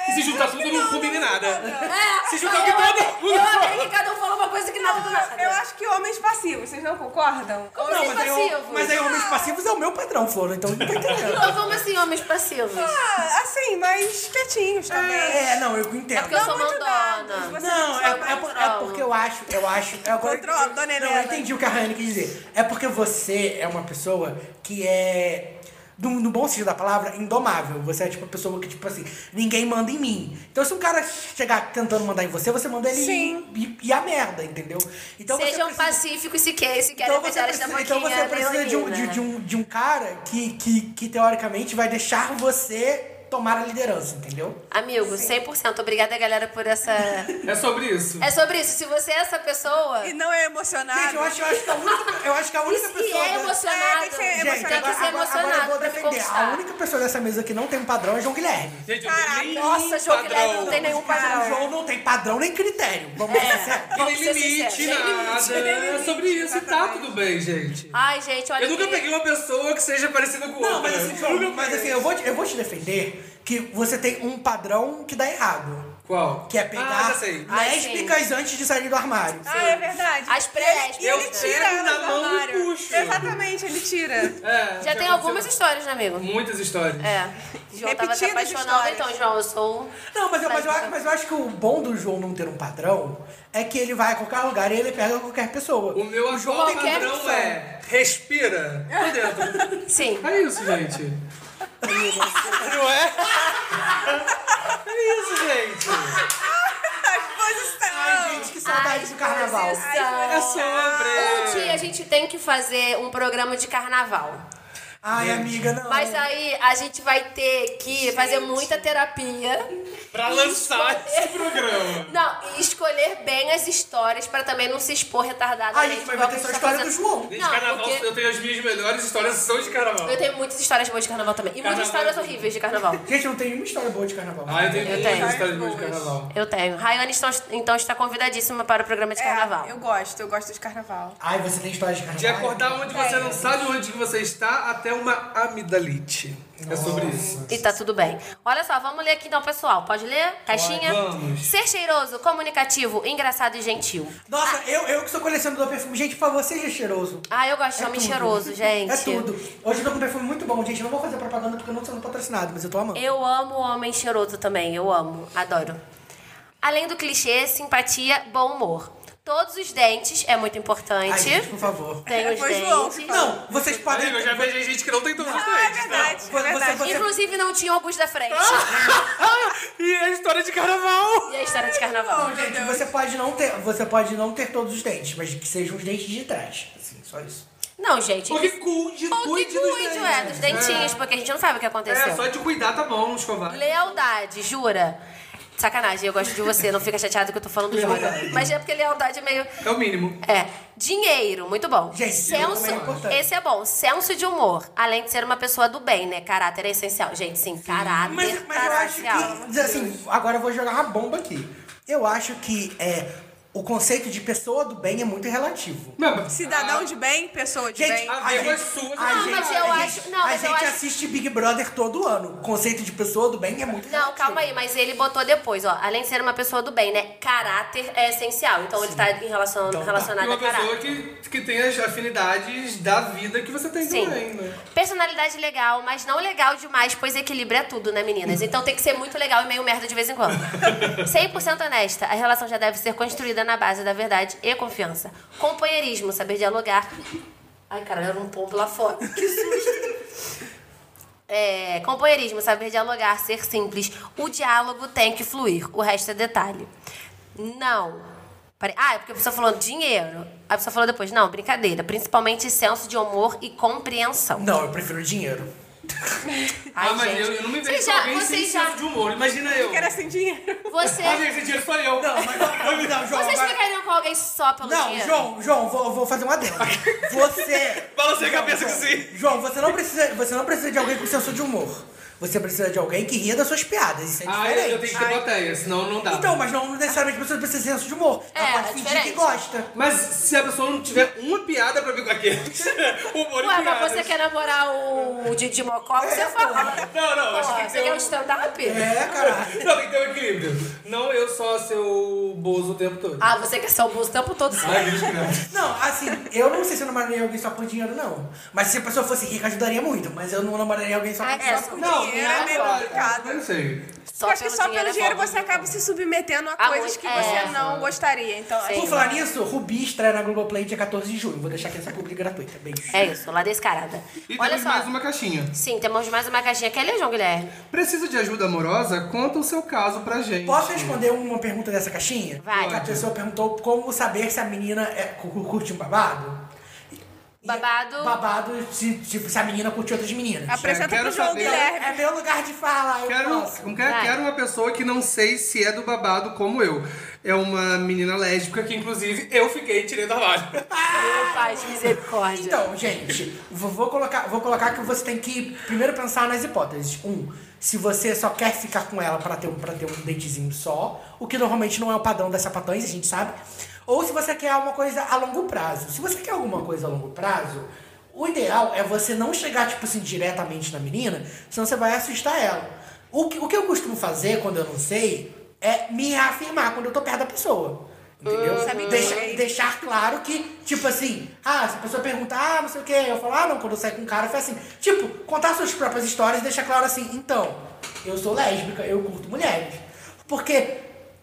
Speaker 7: E se juntar tudo, não combina nada.
Speaker 4: É,
Speaker 7: Se juntar com todo mundo.
Speaker 4: Eu amei que cada um falou uma coisa que nada do nada.
Speaker 9: Ah,
Speaker 8: é.
Speaker 9: Eu acho que homens passivos, vocês não concordam?
Speaker 4: Como
Speaker 8: Não,
Speaker 4: assim
Speaker 8: mas aí,
Speaker 4: passivos?
Speaker 8: eu- mas aí homens passivos é o meu padrão, Flora, então não tô entendendo.
Speaker 4: Então vamos assim, homens passivos.
Speaker 9: Ah, assim, mas quietinhos também.
Speaker 8: É, não, eu
Speaker 4: É
Speaker 8: entendo.
Speaker 4: porque eu sou
Speaker 9: muito dados,
Speaker 4: mandona.
Speaker 9: você
Speaker 8: Não, é,
Speaker 4: sou
Speaker 8: é por-
Speaker 4: patrão.
Speaker 8: é porque eu acho, eu acho. eu Agora,
Speaker 9: Controla, dona
Speaker 8: não,
Speaker 9: Helena.
Speaker 8: eu entendi o que a Rani quis dizer. É porque você é uma pessoa que é. No, no bom sentido da palavra, indomável. Você é tipo a pessoa que, tipo assim, ninguém manda em mim. Então, se um cara chegar tentando mandar em você, você manda ele
Speaker 9: Sim.
Speaker 8: ir- ir- ir a merda, entendeu? Então, você
Speaker 4: Sejam
Speaker 8: precisa-
Speaker 4: pacíficos se, que, se querem
Speaker 8: Então
Speaker 4: beijar
Speaker 8: você,
Speaker 4: esta
Speaker 8: precisa,
Speaker 4: boquinha né?
Speaker 8: então você precisa de um, de,
Speaker 4: leonina.
Speaker 8: de um, de um cara que, que, que, teoricamente, vai deixar você tomar a liderança, entendeu?
Speaker 4: Amigo, 100%. Obrigada, galera,
Speaker 8: (laughs)
Speaker 4: por essa...
Speaker 7: É sobre isso.
Speaker 4: é sobre isso. Se você é essa pessoa...
Speaker 9: E não é emocionado.
Speaker 8: Gente, eu acho, eu acho que a única, eu acho que a única
Speaker 4: E se
Speaker 8: pessoa. né?
Speaker 4: é
Speaker 8: da-
Speaker 4: emocionado,
Speaker 9: É, tem que ser
Speaker 8: Gente,
Speaker 9: emocionado.
Speaker 8: agora,
Speaker 4: tem que ser
Speaker 8: agora- agora
Speaker 4: é emocionado
Speaker 8: eu vou
Speaker 4: pra me
Speaker 8: defender.
Speaker 4: conquistar.
Speaker 8: A única pessoa dessa mesa que não tem padrão é João Guilherme.
Speaker 7: Gente, eu
Speaker 9: Caraca,
Speaker 7: tenho
Speaker 4: Nossa, João Guilherme não tem nenhum
Speaker 8: O
Speaker 4: padrão.
Speaker 8: um João não tem padrão nem critério.
Speaker 4: É.
Speaker 8: Vamos ser sérios.
Speaker 4: Vamos
Speaker 7: Tem
Speaker 4: ser
Speaker 7: limite,
Speaker 4: sinceros.
Speaker 7: nada. É sobre isso e tá tudo bem, gente.
Speaker 4: Ai, gente, olha...
Speaker 7: Eu nunca
Speaker 4: que-
Speaker 7: peguei uma pessoa que seja parecida com
Speaker 8: Não,
Speaker 7: outra.
Speaker 8: mas assim, João, mas assim, eu vou, te, eu vou te defender que você tem um padrão que dá errado.
Speaker 7: Qual?
Speaker 8: Que é pegar
Speaker 7: Ah, já sei.
Speaker 4: Ai,
Speaker 8: lésbicas antes de sair do armário.
Speaker 9: Ah, é verdade.
Speaker 4: As
Speaker 9: E ele- E
Speaker 4: pré-lésbicas.
Speaker 7: um
Speaker 9: ele,
Speaker 7: Eu né?
Speaker 9: tira
Speaker 7: pego na
Speaker 9: ela do
Speaker 7: mão e
Speaker 9: armário.
Speaker 7: puxo.
Speaker 9: Exatamente, ele tira.
Speaker 7: É,
Speaker 4: Já tem
Speaker 7: aconteceu
Speaker 4: algumas histórias, né, amigo?
Speaker 7: Muitas histórias.
Speaker 4: É. João tava se
Speaker 9: Repetidas
Speaker 4: apaixonando,
Speaker 9: histórias.
Speaker 4: então, João, eu sou...
Speaker 8: Não, mas eu, mas, eu,
Speaker 4: Lésbica.
Speaker 8: mas eu acho que o bom do João não ter um padrão é que ele vai a qualquer lugar e ele pega qualquer pessoa.
Speaker 7: O meu atual
Speaker 4: João tem que
Speaker 7: padrão
Speaker 4: opção.
Speaker 7: é respira por dentro.
Speaker 4: Sim.
Speaker 7: É isso, gente. Não é? É isso, gente.
Speaker 8: Ai, gente, que saudade do carnaval.
Speaker 7: É sobre.
Speaker 4: Um dia a gente tem que fazer um programa de carnaval.
Speaker 8: Ai, amiga, não.
Speaker 4: Mas aí a gente vai ter que fazer muita terapia
Speaker 10: Pra lançar esse programa.
Speaker 4: Não, e escolher bem as histórias pra também não se expor retardado.
Speaker 8: Ah, gente, mas vai ter só a história do João.
Speaker 7: De
Speaker 4: Não,
Speaker 7: carnaval,
Speaker 4: porque-
Speaker 7: eu tenho as minhas melhores histórias são de carnaval.
Speaker 4: Eu tenho muitas histórias boas de carnaval também. E muitas
Speaker 7: Carnaval
Speaker 4: histórias
Speaker 7: é tudo.
Speaker 4: horríveis de carnaval.
Speaker 8: Gente, eu não tem nenhuma história boa de carnaval. né?
Speaker 7: Ah, eu tenho
Speaker 4: Eu
Speaker 7: muitas
Speaker 4: tenho.
Speaker 7: histórias boas de carnaval.
Speaker 4: Eu tenho. Rayane então, então está convidadíssima para o programa de carnaval.
Speaker 9: É, eu gosto, eu gosto de carnaval.
Speaker 8: Ai, você tem história de carnaval?
Speaker 7: De acordar um- onde você não sabe onde que você está até uma amidalite. É sobre isso.
Speaker 4: E tá tudo bem. Olha só, vamos ler aqui então, pessoal. Pode ler? Caixinha?
Speaker 7: vamos.
Speaker 4: Ser cheiroso, comunicativo, engraçado e gentil.
Speaker 8: Nossa, eu, eu que sou colecionador de perfume. Gente, por favor, seja cheiroso.
Speaker 4: Ah, eu gosto de
Speaker 8: É
Speaker 4: homem
Speaker 8: tudo.
Speaker 4: cheiroso, gente.
Speaker 8: É tudo. Hoje eu tô com um perfume muito bom, gente. Eu não vou fazer propaganda porque eu não tô sendo patrocinado, mas eu tô amando.
Speaker 4: Eu amo homem cheiroso também, eu amo, adoro. Além do clichê, simpatia, bom humor. Todos os dentes é muito importante.
Speaker 8: Ai, gente, por favor.
Speaker 4: Tem os
Speaker 9: Foi João que
Speaker 4: dentes.
Speaker 8: Não, vocês podem...
Speaker 7: Amigo, eu já vejo gente que não tem todos os
Speaker 9: Ah,
Speaker 7: dentes,
Speaker 9: é
Speaker 7: né?
Speaker 9: verdade, é verdade.
Speaker 8: Você-
Speaker 4: Inclusive, não tinha alguns da frente.
Speaker 7: E é história de carnaval.
Speaker 4: E a história de carnaval.
Speaker 8: Não, gente, você pode não ter, você pode não ter todos os dentes, mas que sejam os dentes de trás. Assim, só isso.
Speaker 4: Não, gente.
Speaker 7: Porque cuide,
Speaker 4: Ou que
Speaker 7: cuide dos
Speaker 4: cuide,
Speaker 7: dentes.
Speaker 4: é, dos dentinhos, porque a gente não sabe o que aconteceu.
Speaker 7: É, só de cuidar tá bom, escovar.
Speaker 4: Lealdade, jura? Sacanagem, eu gosto de você, não fica chateado que eu tô falando jura. Mas é porque lealdade é meio.
Speaker 7: É o mínimo.
Speaker 4: É. Dinheiro, muito bom.
Speaker 8: Gente, dinheiro
Speaker 4: Senso,
Speaker 8: também é importante.
Speaker 4: esse é bom. Senso de humor. Além de ser uma pessoa do bem, né? Caráter é essencial. Gente, sim, caráter.
Speaker 8: Mas, mas eu acho
Speaker 4: essencial.
Speaker 8: que. Assim, agora eu vou jogar uma bomba aqui. Eu acho que é, o conceito de pessoa do bem é muito relativo.
Speaker 7: Não,
Speaker 9: Cidadão de bem, pessoa de
Speaker 8: Gente,
Speaker 9: bem.
Speaker 7: a verba é sua,
Speaker 8: a
Speaker 4: Não,
Speaker 8: gente-
Speaker 4: mas eu
Speaker 8: a
Speaker 4: acho-
Speaker 8: gente-
Speaker 4: não,
Speaker 8: a
Speaker 4: mas eu
Speaker 8: gente
Speaker 4: acho-
Speaker 8: assiste Big Brother todo ano. O conceito de pessoa do bem é muito
Speaker 4: Não, calma aí, mas ele botou depois, ó. Além de ser uma pessoa do bem, né? Caráter é essencial. Então ele tá em relação,
Speaker 7: E
Speaker 4: relacionado
Speaker 7: uma
Speaker 4: a caráter.
Speaker 7: pessoa que, que tem as afinidades da vida que você tem
Speaker 4: Sim.
Speaker 7: também, né?
Speaker 4: Personalidade legal, mas não legal demais, pois equilíbrio é tudo, né, meninas? Então tem que ser muito legal e meio merda de vez
Speaker 7: (laughs)
Speaker 4: em quando. 100% honesta, a relação já deve ser construída na base da verdade e confiança. Companheirismo, saber dialogar. Ai, caralho, era um pombo lá fora. (laughs) Que susto! É, companheirismo, saber dialogar, ser simples. O diálogo tem que fluir, o resto é detalhe. Não. Pare- Ah, é porque a pessoa falou dinheiro. A pessoa falou depois, não, brincadeira. Principalmente senso de humor e compreensão.
Speaker 8: Não, eu prefiro dinheiro.
Speaker 4: Ai,
Speaker 7: ah, mas
Speaker 4: gente.
Speaker 7: eu, eu não me vejo
Speaker 4: Vocês
Speaker 7: com
Speaker 4: já-
Speaker 7: alguém sem
Speaker 4: vocês já-
Speaker 7: senso de humor. Imagina eu.
Speaker 9: Quero sem dinheiro.
Speaker 4: Você,
Speaker 7: Olha, esse dinheiro sou eu.
Speaker 8: Não, mas não, João.
Speaker 4: vocês
Speaker 8: agora-
Speaker 4: ficariam com alguém só pelo
Speaker 8: Não,
Speaker 4: dinheiro?
Speaker 8: João, João, vou, vou fazer uma adendo. Você.
Speaker 7: Balancei a
Speaker 8: João,
Speaker 7: cabeça
Speaker 8: João,
Speaker 7: com isso aí.
Speaker 8: João, você não precisa, você não precisa de alguém com senso de humor. Você precisa de alguém que ria das suas piadas. Isso é
Speaker 7: Ah,
Speaker 8: diferente.
Speaker 7: eu, eu tenho que ter plateia, senão não dá.
Speaker 8: Então, mas não necessariamente a pessoa precisa ter senso de humor.
Speaker 4: É,
Speaker 8: Ela pode
Speaker 4: é
Speaker 8: fingir
Speaker 4: diferente.
Speaker 8: que gosta.
Speaker 7: Mas se a pessoa não tiver uma piada pra vir com aquele, (laughs) humor e
Speaker 4: Ué, mas
Speaker 7: piadas.
Speaker 4: você quer namorar o Didi Mocó,
Speaker 7: É,
Speaker 4: você fala.
Speaker 7: Não, não, acho que
Speaker 4: Porra,
Speaker 7: tem
Speaker 4: você
Speaker 7: que ter
Speaker 4: quer um
Speaker 7: um-
Speaker 4: stand-up?
Speaker 8: É, caralho.
Speaker 7: Não, tem que ter um equilíbrio. Não eu só ser o Bozo o tempo todo.
Speaker 4: Ah, você quer ser o bolso o tempo todo. sim.
Speaker 7: Ai, Deus que não.
Speaker 8: Não, assim, eu não sei se eu namoraria alguém só por dinheiro, não. Mas se a pessoa fosse rica, ajudaria muito. Mas eu não namoraria alguém só por
Speaker 4: Ah, é,
Speaker 8: dinheiro.
Speaker 4: só-
Speaker 9: Não, dinheiro é
Speaker 7: não,
Speaker 9: meio
Speaker 7: claro,
Speaker 9: complicado.
Speaker 7: Eu não sei.
Speaker 4: Só
Speaker 9: eu acho que só pelo dinheiro
Speaker 4: é bom.
Speaker 9: você acaba se submetendo a,
Speaker 4: Ah,
Speaker 9: coisas
Speaker 4: muito-
Speaker 9: que
Speaker 4: é.
Speaker 9: você não gostaria. Então,
Speaker 4: Sim.
Speaker 8: Por falar nisso, Rubi estreia na Globoplay dia 14 de junho. Vou deixar aqui essa publi gratuita. Beijo.
Speaker 4: É isso, lá descarada.
Speaker 7: E
Speaker 4: Olha
Speaker 7: temos
Speaker 4: só.
Speaker 7: mais uma caixinha.
Speaker 4: Sim, temos mais uma caixinha. Quer ler, João Guilherme?
Speaker 7: Precisa de ajuda amorosa? Conta o seu caso pra gente.
Speaker 8: Posso responder uma pergunta dessa caixinha?
Speaker 4: Vai.
Speaker 8: Que a pessoa perguntou como saber se a menina é, cu- cu- curte um babado. E-
Speaker 4: Babado.
Speaker 8: Babado, se, tipo, se a menina curte outras meninas. Então,
Speaker 9: apresenta
Speaker 7: quero
Speaker 9: pro João
Speaker 7: saber.
Speaker 9: Guilherme.
Speaker 8: É meu lugar de fala, eu
Speaker 7: Quero,
Speaker 8: posso.
Speaker 7: como que é?
Speaker 4: Vai.
Speaker 7: Quero uma pessoa que não sei se é do babado como eu. É uma menina lésbica que, inclusive, eu fiquei tirando a vara.
Speaker 4: Meu pai, de misericórdia.
Speaker 8: Então, gente, vou, vou colocar, vou colocar que você tem que primeiro pensar nas hipóteses. Um, se você só quer ficar com ela pra ter, um, pra ter um dentezinho só, o que normalmente não é o padrão das sapatões, a gente sabe. Ou se você quer uma coisa a longo prazo. Se você quer alguma coisa a longo prazo, o ideal é você não chegar, tipo assim, diretamente na menina, senão você vai assustar ela. O que, o que eu costumo fazer quando eu não sei é me reafirmar quando eu tô perto da pessoa. Entendeu?
Speaker 9: Sabe
Speaker 8: Deixa-
Speaker 9: que-
Speaker 8: deixar claro que, tipo assim, ah, se a pessoa perguntar, ah, não sei o que, eu falo, ah, não, quando eu saio com um cara, foi assim. Tipo, contar suas próprias histórias e deixar claro assim, então, eu sou lésbica, eu curto mulheres. Porque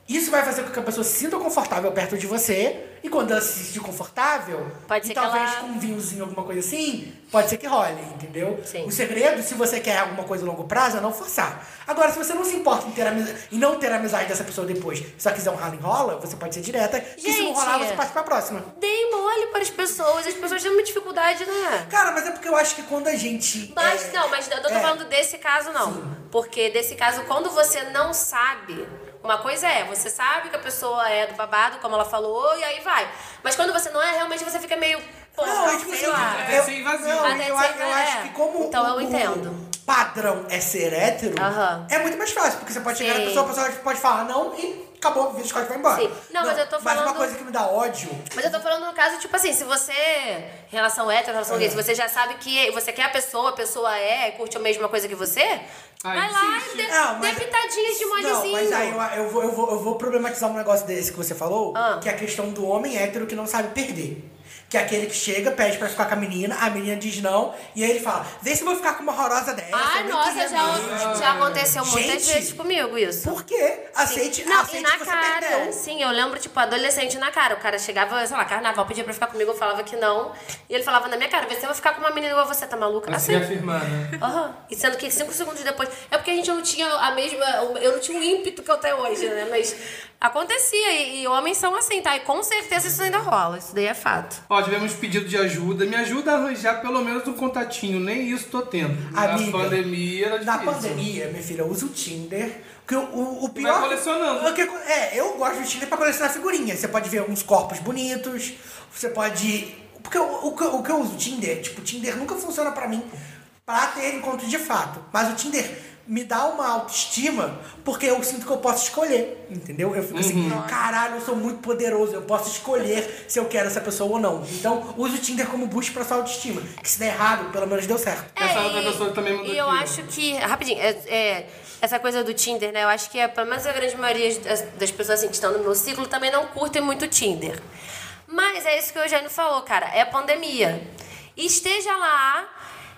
Speaker 8: isso vai fazer com que a pessoa se sinta confortável perto de você E quando ela se sentir confortável,
Speaker 4: Pode
Speaker 8: e
Speaker 4: ser que
Speaker 8: talvez
Speaker 4: ela-
Speaker 8: com um vinhozinho, alguma coisa assim, pode ser que role, entendeu?
Speaker 4: Sim.
Speaker 8: O segredo, se você quer alguma coisa a longo prazo, é não forçar. Agora, se você não se importa em, ter amizade, em não ter amizade dessa pessoa depois, se só quiser um ralo enrola, você pode ser direta. e se não
Speaker 4: Gente.
Speaker 8: rolar, você parte pra próxima.
Speaker 4: Dei mole para as pessoas, as pessoas têm uma dificuldade, né?
Speaker 8: Cara, mas é porque eu acho que quando a gente.
Speaker 4: Mas
Speaker 8: é,
Speaker 4: não, mas eu não tô
Speaker 8: é.
Speaker 4: falando desse caso, não. Porque desse caso, quando você não sabe. Uma coisa é, você sabe que a pessoa é do babado, como ela falou, e aí vai. Mas quando você não é, realmente você fica meio. Pô,
Speaker 8: Não, é tipo
Speaker 4: sei
Speaker 8: assim,
Speaker 4: lá.
Speaker 7: é ser invasivo.
Speaker 8: não,
Speaker 4: Até
Speaker 8: eu,
Speaker 4: ser-
Speaker 8: eu acho
Speaker 4: é.
Speaker 8: que como
Speaker 4: Então eu
Speaker 8: o- o
Speaker 4: entendo.
Speaker 8: padrão é ser hétero,
Speaker 4: Aham.
Speaker 8: é muito mais fácil, porque você pode chegar na
Speaker 4: Sim.
Speaker 8: pessoa, a pessoa pode falar não e acabou, o vídeo corte vai embora.
Speaker 4: Sim. Não, mas eu tô
Speaker 8: Mas uma
Speaker 4: falando-
Speaker 8: coisa que me dá ódio.
Speaker 4: Mas eu tô falando no caso, tipo assim, se você, em relação hétero, em relação gay, se você já sabe que você quer a pessoa, a pessoa é, curte a mesma coisa que você, vai lá e dê,
Speaker 8: Não,
Speaker 4: dê
Speaker 8: mas-
Speaker 4: pitadinhas tá de
Speaker 8: Não, mas aí
Speaker 4: molezinho.
Speaker 8: eu, eu vou, eu, vou, eu vou problematizar um negócio desse que você falou,
Speaker 4: Ah.
Speaker 8: que é a questão do homem hétero que não sabe perder. Que é aquele que chega, pede pra ficar com a menina, a menina diz não, e aí ele fala: vê se eu vou ficar com uma horrorosa dessa.
Speaker 4: Ai,
Speaker 8: eu nem
Speaker 4: Ah, nossa,
Speaker 8: queria
Speaker 4: já,
Speaker 8: mesmo."
Speaker 4: já aconteceu muitas
Speaker 8: é Gente,
Speaker 4: vezes comigo isso.
Speaker 8: Por quê? Aceite,
Speaker 4: Não,
Speaker 8: aceite
Speaker 4: e na
Speaker 8: que você
Speaker 4: cara.
Speaker 8: perdeu.
Speaker 4: Sim, eu lembro, tipo, adolescente na cara. O cara chegava, sei lá, carnaval, pedia pra ficar comigo, eu falava que não. E ele falava na minha cara, vê se eu vou ficar com uma menina igual você, tá maluca?
Speaker 7: Pra se
Speaker 4: Assim.
Speaker 7: afirmar, né?
Speaker 4: Aham. E sendo que cinco segundos depois. É porque a gente não tinha a mesma. Eu não tinha o ímpeto que eu tenho hoje, né? Mas acontecia. E, e homens são assim, tá? E com certeza isso ainda rola. Isso daí é fato.
Speaker 7: Ó, tivemos pedido de ajuda. Me ajuda a arranjar pelo menos um contatinho. Nem isso tô tendo.
Speaker 8: Amiga,
Speaker 7: na pandemia era
Speaker 8: Na
Speaker 7: difícil.
Speaker 8: pandemia, minha filha, eu uso o Tinder. Que o, o, o pior.
Speaker 7: vai colecionando.
Speaker 8: O que- é, eu gosto do Tinder pra colecionar figurinhas. Você pode ver uns corpos bonitos, você pode. Porque o, o que eu- o que eu uso o Tinder, tipo, o Tinder nunca funciona pra mim pra ter encontro de fato. Mas o Tinder me dá uma autoestima porque eu sinto que eu posso escolher, entendeu? Eu fico assim,
Speaker 7: Uhum.
Speaker 8: caralho, eu sou muito poderoso, eu posso escolher se eu quero essa pessoa ou não. Então, uso o Tinder como boost pra sua autoestima. Que se der errado, pelo menos deu certo.
Speaker 7: Essa
Speaker 4: É,
Speaker 7: outra
Speaker 4: e-
Speaker 7: pessoa também mandou
Speaker 4: E eu
Speaker 7: aqui, ó.
Speaker 4: acho que, rapidinho, é- é, essa coisa do Tinder, né? Eu acho que é, pelo menos a grande maioria das, das pessoas assim, que estão no meu ciclo também não curtem muito o Tinder. Mas é isso que o Eugênio falou, cara. É pandemia. Esteja lá,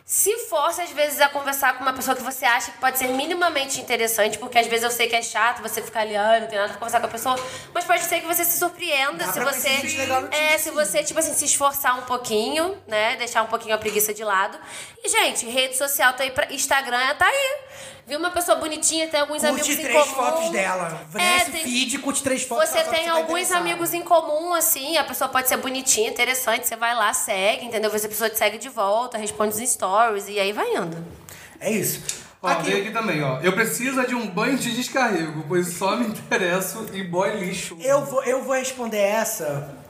Speaker 4: se force às vezes a conversar com uma pessoa que você acha que pode ser minimamente interessante, porque às vezes eu sei que é chato você ficar ali, ah, não tem nada pra conversar com a pessoa, mas pode ser que você se surpreenda
Speaker 8: Dá
Speaker 4: se
Speaker 8: pra
Speaker 4: você.
Speaker 8: conhecer gente legal no Tinder,
Speaker 4: É, se
Speaker 8: sim.
Speaker 4: você você, tipo assim, se esforçar um pouquinho, né? Deixar um pouquinho a preguiça de lado. E, gente, rede social tá aí pra... Instagram tá aí. Viu uma pessoa bonitinha, tem alguns
Speaker 8: Curte
Speaker 4: amigos em
Speaker 8: três
Speaker 4: comum. É,
Speaker 8: fotos dela. Nesse feed, curte três fotos
Speaker 4: Você
Speaker 8: dela, só que
Speaker 4: tem
Speaker 8: você tá
Speaker 4: alguns
Speaker 8: interessado.
Speaker 4: amigos em comum, assim, a pessoa pode ser bonitinha, interessante, você vai lá, segue, entendeu? Você a pessoa te segue de volta, responde os stories e aí vai indo.
Speaker 8: É isso.
Speaker 7: Ó,
Speaker 8: Aqui,
Speaker 7: veio aqui também, ó. Eu preciso de um banho de descarrego, pois só me (laughs) interesso e boy lixo.
Speaker 8: eu vou, eu vou responder essa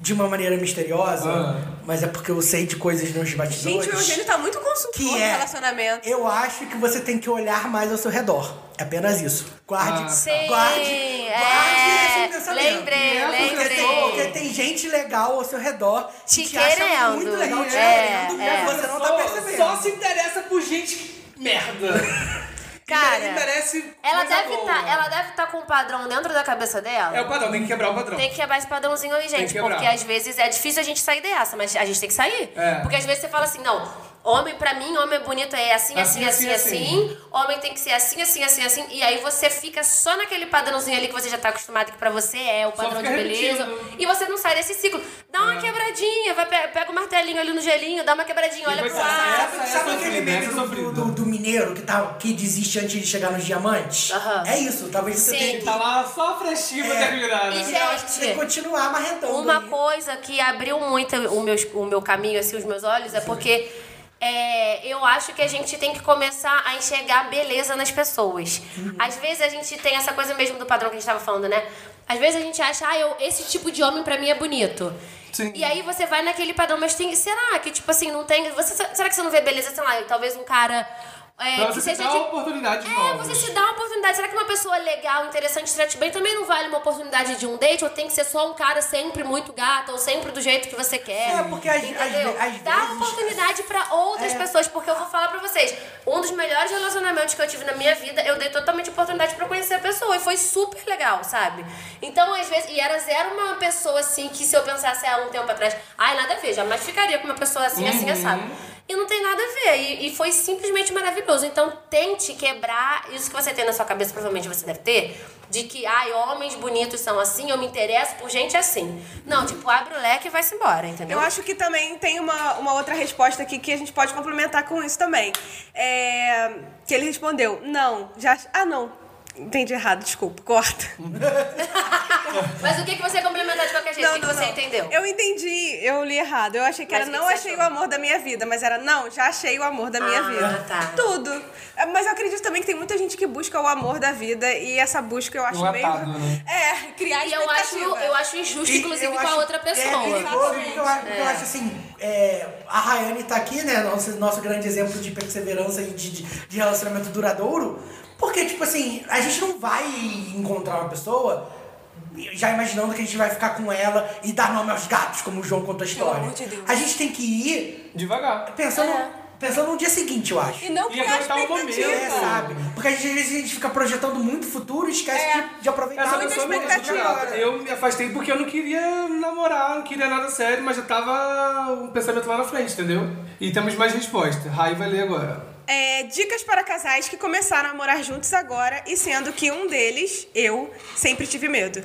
Speaker 8: de uma maneira misteriosa,
Speaker 7: Ah.
Speaker 8: mas é porque eu sei de coisas nos bastidores.
Speaker 9: Gente, o
Speaker 4: é um
Speaker 9: Eugênio tá muito consultor
Speaker 8: que
Speaker 9: no
Speaker 8: é,
Speaker 9: relacionamento.
Speaker 8: eu acho que você tem que olhar mais ao seu redor. É apenas isso.
Speaker 7: Ah, tá.
Speaker 8: Guarde,
Speaker 4: Sim,
Speaker 8: guarde,
Speaker 4: é,
Speaker 8: guarde esse pensamento.
Speaker 4: lembrei,
Speaker 7: é
Speaker 8: Porque
Speaker 4: lembrei.
Speaker 8: tem- Porque tem gente legal ao seu redor
Speaker 4: Te
Speaker 8: que acha
Speaker 4: querendo.
Speaker 8: muito legal, te
Speaker 4: É,
Speaker 8: querendo,
Speaker 4: é.
Speaker 8: você não tá
Speaker 7: Só-
Speaker 8: percebendo.
Speaker 7: Só se interessa por gente que- merda.
Speaker 4: Cara,
Speaker 7: interessa
Speaker 4: Ela
Speaker 7: coisa
Speaker 4: deve
Speaker 7: boa.
Speaker 4: tá, ela deve estar com um padrão dentro da cabeça dela.
Speaker 7: É o padrão, tem que quebrar o padrão.
Speaker 4: Tem que quebrar esse padrãozinho aí,
Speaker 7: que
Speaker 4: gente.
Speaker 7: quebrar.
Speaker 4: Porque às vezes é difícil a gente sair dessa, mas a gente tem que sair.
Speaker 7: É.
Speaker 4: Porque às vezes você fala assim, não. Homem, pra mim, homem bonito é assim, assim, assim, assim, Homem tem que ser assim, assim, assim, assim. E aí você fica só naquele padrãozinho ali que você já tá acostumado, que pra você é o padrão de
Speaker 7: fica
Speaker 4: beleza.
Speaker 7: repetindo. É.
Speaker 4: E você não sai desse ciclo. Dá uma quebradinha, vai, pe- pega o martelinho ali no gelinho, dá uma quebradinha, olha
Speaker 7: vai
Speaker 4: pro
Speaker 7: ser
Speaker 4: ar.
Speaker 7: Essa é
Speaker 8: Sabe
Speaker 7: sofrida,
Speaker 8: aquele meme
Speaker 7: essa é
Speaker 8: do,
Speaker 7: sofrida.
Speaker 8: do- do mineiro que, tá, que desiste antes de chegar nos diamantes?
Speaker 4: Aham.
Speaker 8: É isso, talvez você
Speaker 4: Sim.
Speaker 8: tenha
Speaker 7: Ele
Speaker 8: que
Speaker 7: tá lá só frestinho pra
Speaker 8: É.
Speaker 7: terminar, né?
Speaker 4: E
Speaker 8: Eu acho que você tem que
Speaker 4: Gente,
Speaker 8: continuar
Speaker 7: Então,
Speaker 8: marretando.
Speaker 4: Uma
Speaker 8: aí.
Speaker 4: coisa que abriu muito o meu, o meu caminho, assim, os meus olhos, é porque é, eu acho que a gente tem que começar a enxergar a beleza nas pessoas.
Speaker 7: Uhum.
Speaker 4: Às vezes a gente tem essa coisa mesmo do padrão que a gente tava falando, né? Às vezes a gente acha, ah, eu, esse tipo de homem pra mim é bonito.
Speaker 7: Sim.
Speaker 4: E aí você vai naquele padrão, mas tem, será que, tipo assim, não tem. Você, será que você não vê beleza, sei lá, talvez um cara. é,
Speaker 7: Pra
Speaker 4: que
Speaker 7: você
Speaker 4: seja
Speaker 7: dar
Speaker 4: de-
Speaker 7: uma oportunidade
Speaker 4: é, você se dá uma oportunidade. Será que uma pessoa legal, interessante, te trate bem também não vale uma oportunidade de um date? Ou tem que ser só um cara sempre muito gato, ou sempre do jeito que você quer?
Speaker 8: É, porque às- às
Speaker 4: entendeu?
Speaker 8: ve- às
Speaker 4: Dá
Speaker 8: vezes-
Speaker 4: oportunidade pra outras pessoas, porque eu vou falar pra vocês, um dos melhores relacionamentos que eu tive na minha vida, eu dei totalmente oportunidade pra conhecer a pessoa, e foi super legal, sabe? Então, às vezes, e era zero uma pessoa assim, que se eu pensasse há um tempo atrás, ai, nada a ver, jamais ficaria com uma pessoa assim, assim, assado. E não tem nada a ver. E, e foi simplesmente maravilhoso. Então tente quebrar isso que você tem na sua cabeça, provavelmente você deve ter, de que, ai, homens bonitos são assim, eu me interesso por gente assim. Não, tipo, abre o leque e vai-se embora, entendeu?
Speaker 9: Eu acho que também tem uma, uma outra resposta aqui que a gente pode complementar com isso também. É, que ele respondeu, não, já. Ah, não. Entendi errado, desculpa, corta.
Speaker 4: Mas o que, que você complementar de qualquer jeito? o que, que você entendeu?
Speaker 9: Eu entendi, eu li errado. Eu achei que
Speaker 4: Mas
Speaker 9: era
Speaker 4: o que
Speaker 9: não
Speaker 4: que você
Speaker 9: achei o
Speaker 4: achou?
Speaker 9: amor da minha vida, mas era não, já achei o amor da minha
Speaker 4: Ah,
Speaker 9: vida.
Speaker 4: tá.
Speaker 9: Tudo. É, Mas eu acredito também que tem muita gente que busca o amor da vida e essa busca eu acho
Speaker 7: Não é
Speaker 9: meio.
Speaker 7: atado, né?
Speaker 9: É, criar
Speaker 4: E eu acho,
Speaker 9: expectativa.
Speaker 4: eu acho injusto,
Speaker 8: E
Speaker 4: inclusive,
Speaker 8: eu
Speaker 4: com a
Speaker 8: acho-
Speaker 4: outra
Speaker 8: É,
Speaker 4: pessoa.
Speaker 8: perigoso, porque eu, acho- porque eu acho assim, é, a Rayane tá aqui, né? Nosso, nosso grande exemplo de perseverança e de, de, de relacionamento duradouro. Porque, tipo assim, a gente não vai encontrar uma pessoa já imaginando que a gente vai ficar com ela e dar nome aos gatos, como o João contou a história.
Speaker 9: amor de Deus.
Speaker 8: A gente tem que ir
Speaker 7: Devagar.
Speaker 8: pensando, pensando no dia seguinte, eu acho.
Speaker 9: E não
Speaker 7: E
Speaker 9: criar
Speaker 7: aproveitar o momento.
Speaker 9: expectativa.
Speaker 8: É, sabe? Porque às vezes a gente fica projetando muito futuro e esquece
Speaker 9: É.
Speaker 8: de, de aproveitar
Speaker 7: Essa
Speaker 8: o
Speaker 7: pessoa me
Speaker 8: momento.
Speaker 7: cara, Eu me afastei porque eu não queria namorar, não queria nada sério, mas já tava um pensamento lá na frente, entendeu? E temos mais resposta. Rai vai ler agora.
Speaker 9: É, dicas para casais que começaram a morar juntos agora e sendo que um deles, eu, sempre tive medo.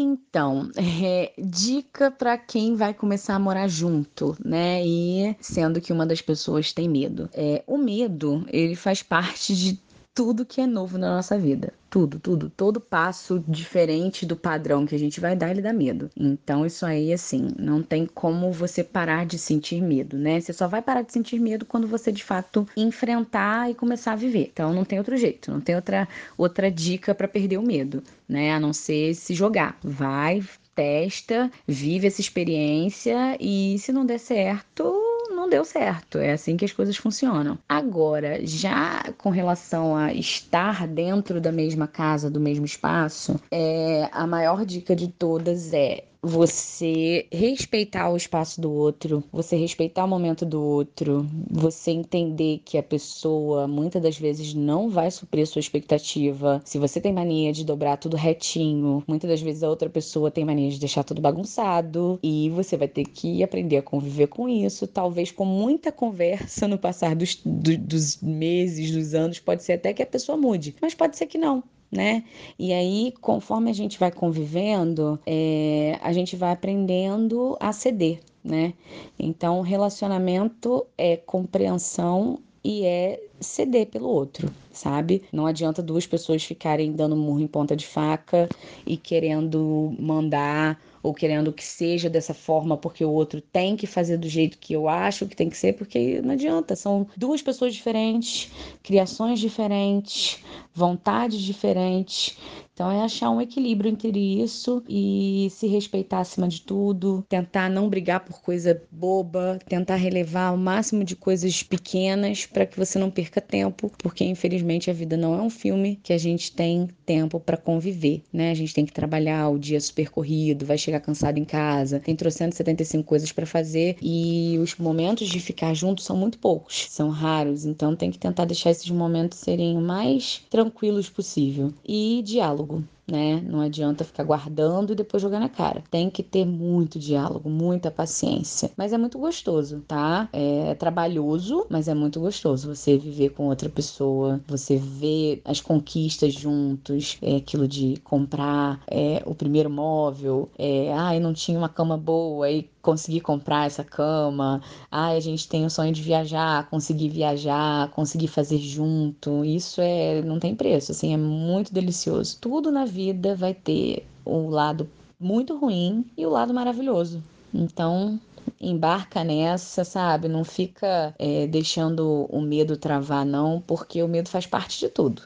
Speaker 5: Então, é, dica pra quem vai começar a morar junto, né? E sendo que uma das pessoas tem medo. É, o medo, ele faz parte de tudo que é novo na nossa vida. Tudo, tudo. Todo passo diferente do padrão que a gente vai dar, ele dá medo. Então, isso aí, assim, não tem como você parar de sentir medo, né? Você só vai parar de sentir medo quando você, de fato, enfrentar e começar a viver. Então, não tem outro jeito, não tem outra, outra dica pra perder o medo né? A não ser se jogar. Vai, testa, vive essa experiência e se não der certo, não deu certo. É assim que as coisas funcionam. Agora, já com relação a estar dentro da mesma casa, do mesmo espaço, é a maior dica de todas é você respeitar o espaço do outro, você respeitar o momento do outro, você entender que a pessoa muitas das vezes não vai suprir a sua expectativa. Se você tem mania de dobrar tudo retinho, muitas das vezes a outra pessoa tem mania de deixar tudo bagunçado e você vai ter que aprender a conviver com isso. Talvez com muita conversa no passar dos, do- dos meses, dos anos, pode ser até que a pessoa mude, mas pode ser que não. Né? E aí, conforme a gente vai convivendo, é, a gente vai aprendendo a ceder, né? Então, relacionamento é compreensão e é ceder pelo outro, sabe? Não adianta duas pessoas ficarem dando murro em ponta de faca e querendo mandar ou querendo que seja dessa forma porque o outro tem que fazer do jeito que eu acho que tem que ser, porque não adianta, são duas pessoas diferentes, criações diferentes, vontades diferentes. Então é achar um equilíbrio entre isso e se respeitar acima de tudo, tentar não brigar por coisa boba, tentar relevar o máximo de coisas pequenas para que você não perca tempo, porque infelizmente a vida não é um filme que a gente tem tempo para conviver, né? A gente tem que trabalhar o dia é super corrido, vai chegar cansado em casa, tem 375 coisas para fazer e os momentos de ficar junto são muito poucos, são raros, então tem que tentar deixar esses momentos serem o mais tranquilos possível. E diálogo, né? Não adianta ficar guardando e depois jogar na cara. Tem que ter muito diálogo, muita paciência. Mas é muito gostoso, tá? É trabalhoso, mas é muito gostoso você viver com outra pessoa, você ver as conquistas juntos, é aquilo de comprar é, o primeiro móvel, é, ah, eu não tinha uma cama boa e consegui comprar essa cama, ah, a gente tem o sonho de viajar, conseguir viajar, conseguir fazer junto, isso é, não tem preço, assim, é muito delicioso. Tudo na vida vai ter o lado muito ruim e o lado maravilhoso. Então, embarca nessa, sabe? Não fica é, deixando o medo travar, não, porque o medo faz parte de tudo.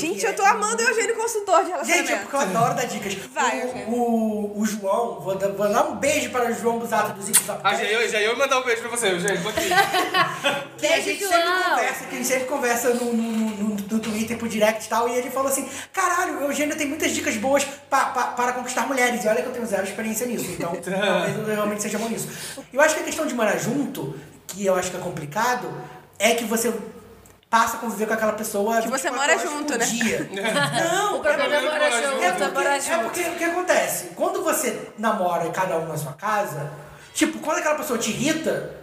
Speaker 9: Gente, eu tô amando o Eugênio Consultor de relacionamento.
Speaker 8: Gente, é porque eu adoro dar dicas.
Speaker 9: Vai,
Speaker 8: o,
Speaker 9: Eugênio.
Speaker 8: o, o João, vou dar, vou dar um beijo para o João Busato dos Icos
Speaker 7: Ah, já eu, já eu mandar um beijo pra você, gente. Tô (laughs) aqui.
Speaker 8: Que a gente
Speaker 4: Beijo,
Speaker 8: sempre
Speaker 4: João.
Speaker 8: conversa, que a gente sempre conversa no, no, no, no- no Twitter, por direct e tal. E ele falou assim: caralho, o Eugênio tem muitas dicas boas pa- pa- para conquistar mulheres. E olha que eu tenho zero experiência nisso. Então, talvez eu realmente seja bom nisso. Eu acho que a questão de morar junto, que eu acho que é complicado, é que você. Passa a conviver com aquela pessoa.
Speaker 9: Que você
Speaker 8: 24
Speaker 9: mora
Speaker 8: horas
Speaker 9: junto,
Speaker 8: por
Speaker 9: né? (laughs)
Speaker 8: Dia. Não,
Speaker 4: O problema é morar junto,
Speaker 8: é porque,
Speaker 4: morar
Speaker 8: é
Speaker 4: junto.
Speaker 8: porque o que acontece? Quando você namora e cada um na sua casa, tipo, quando aquela pessoa te irrita,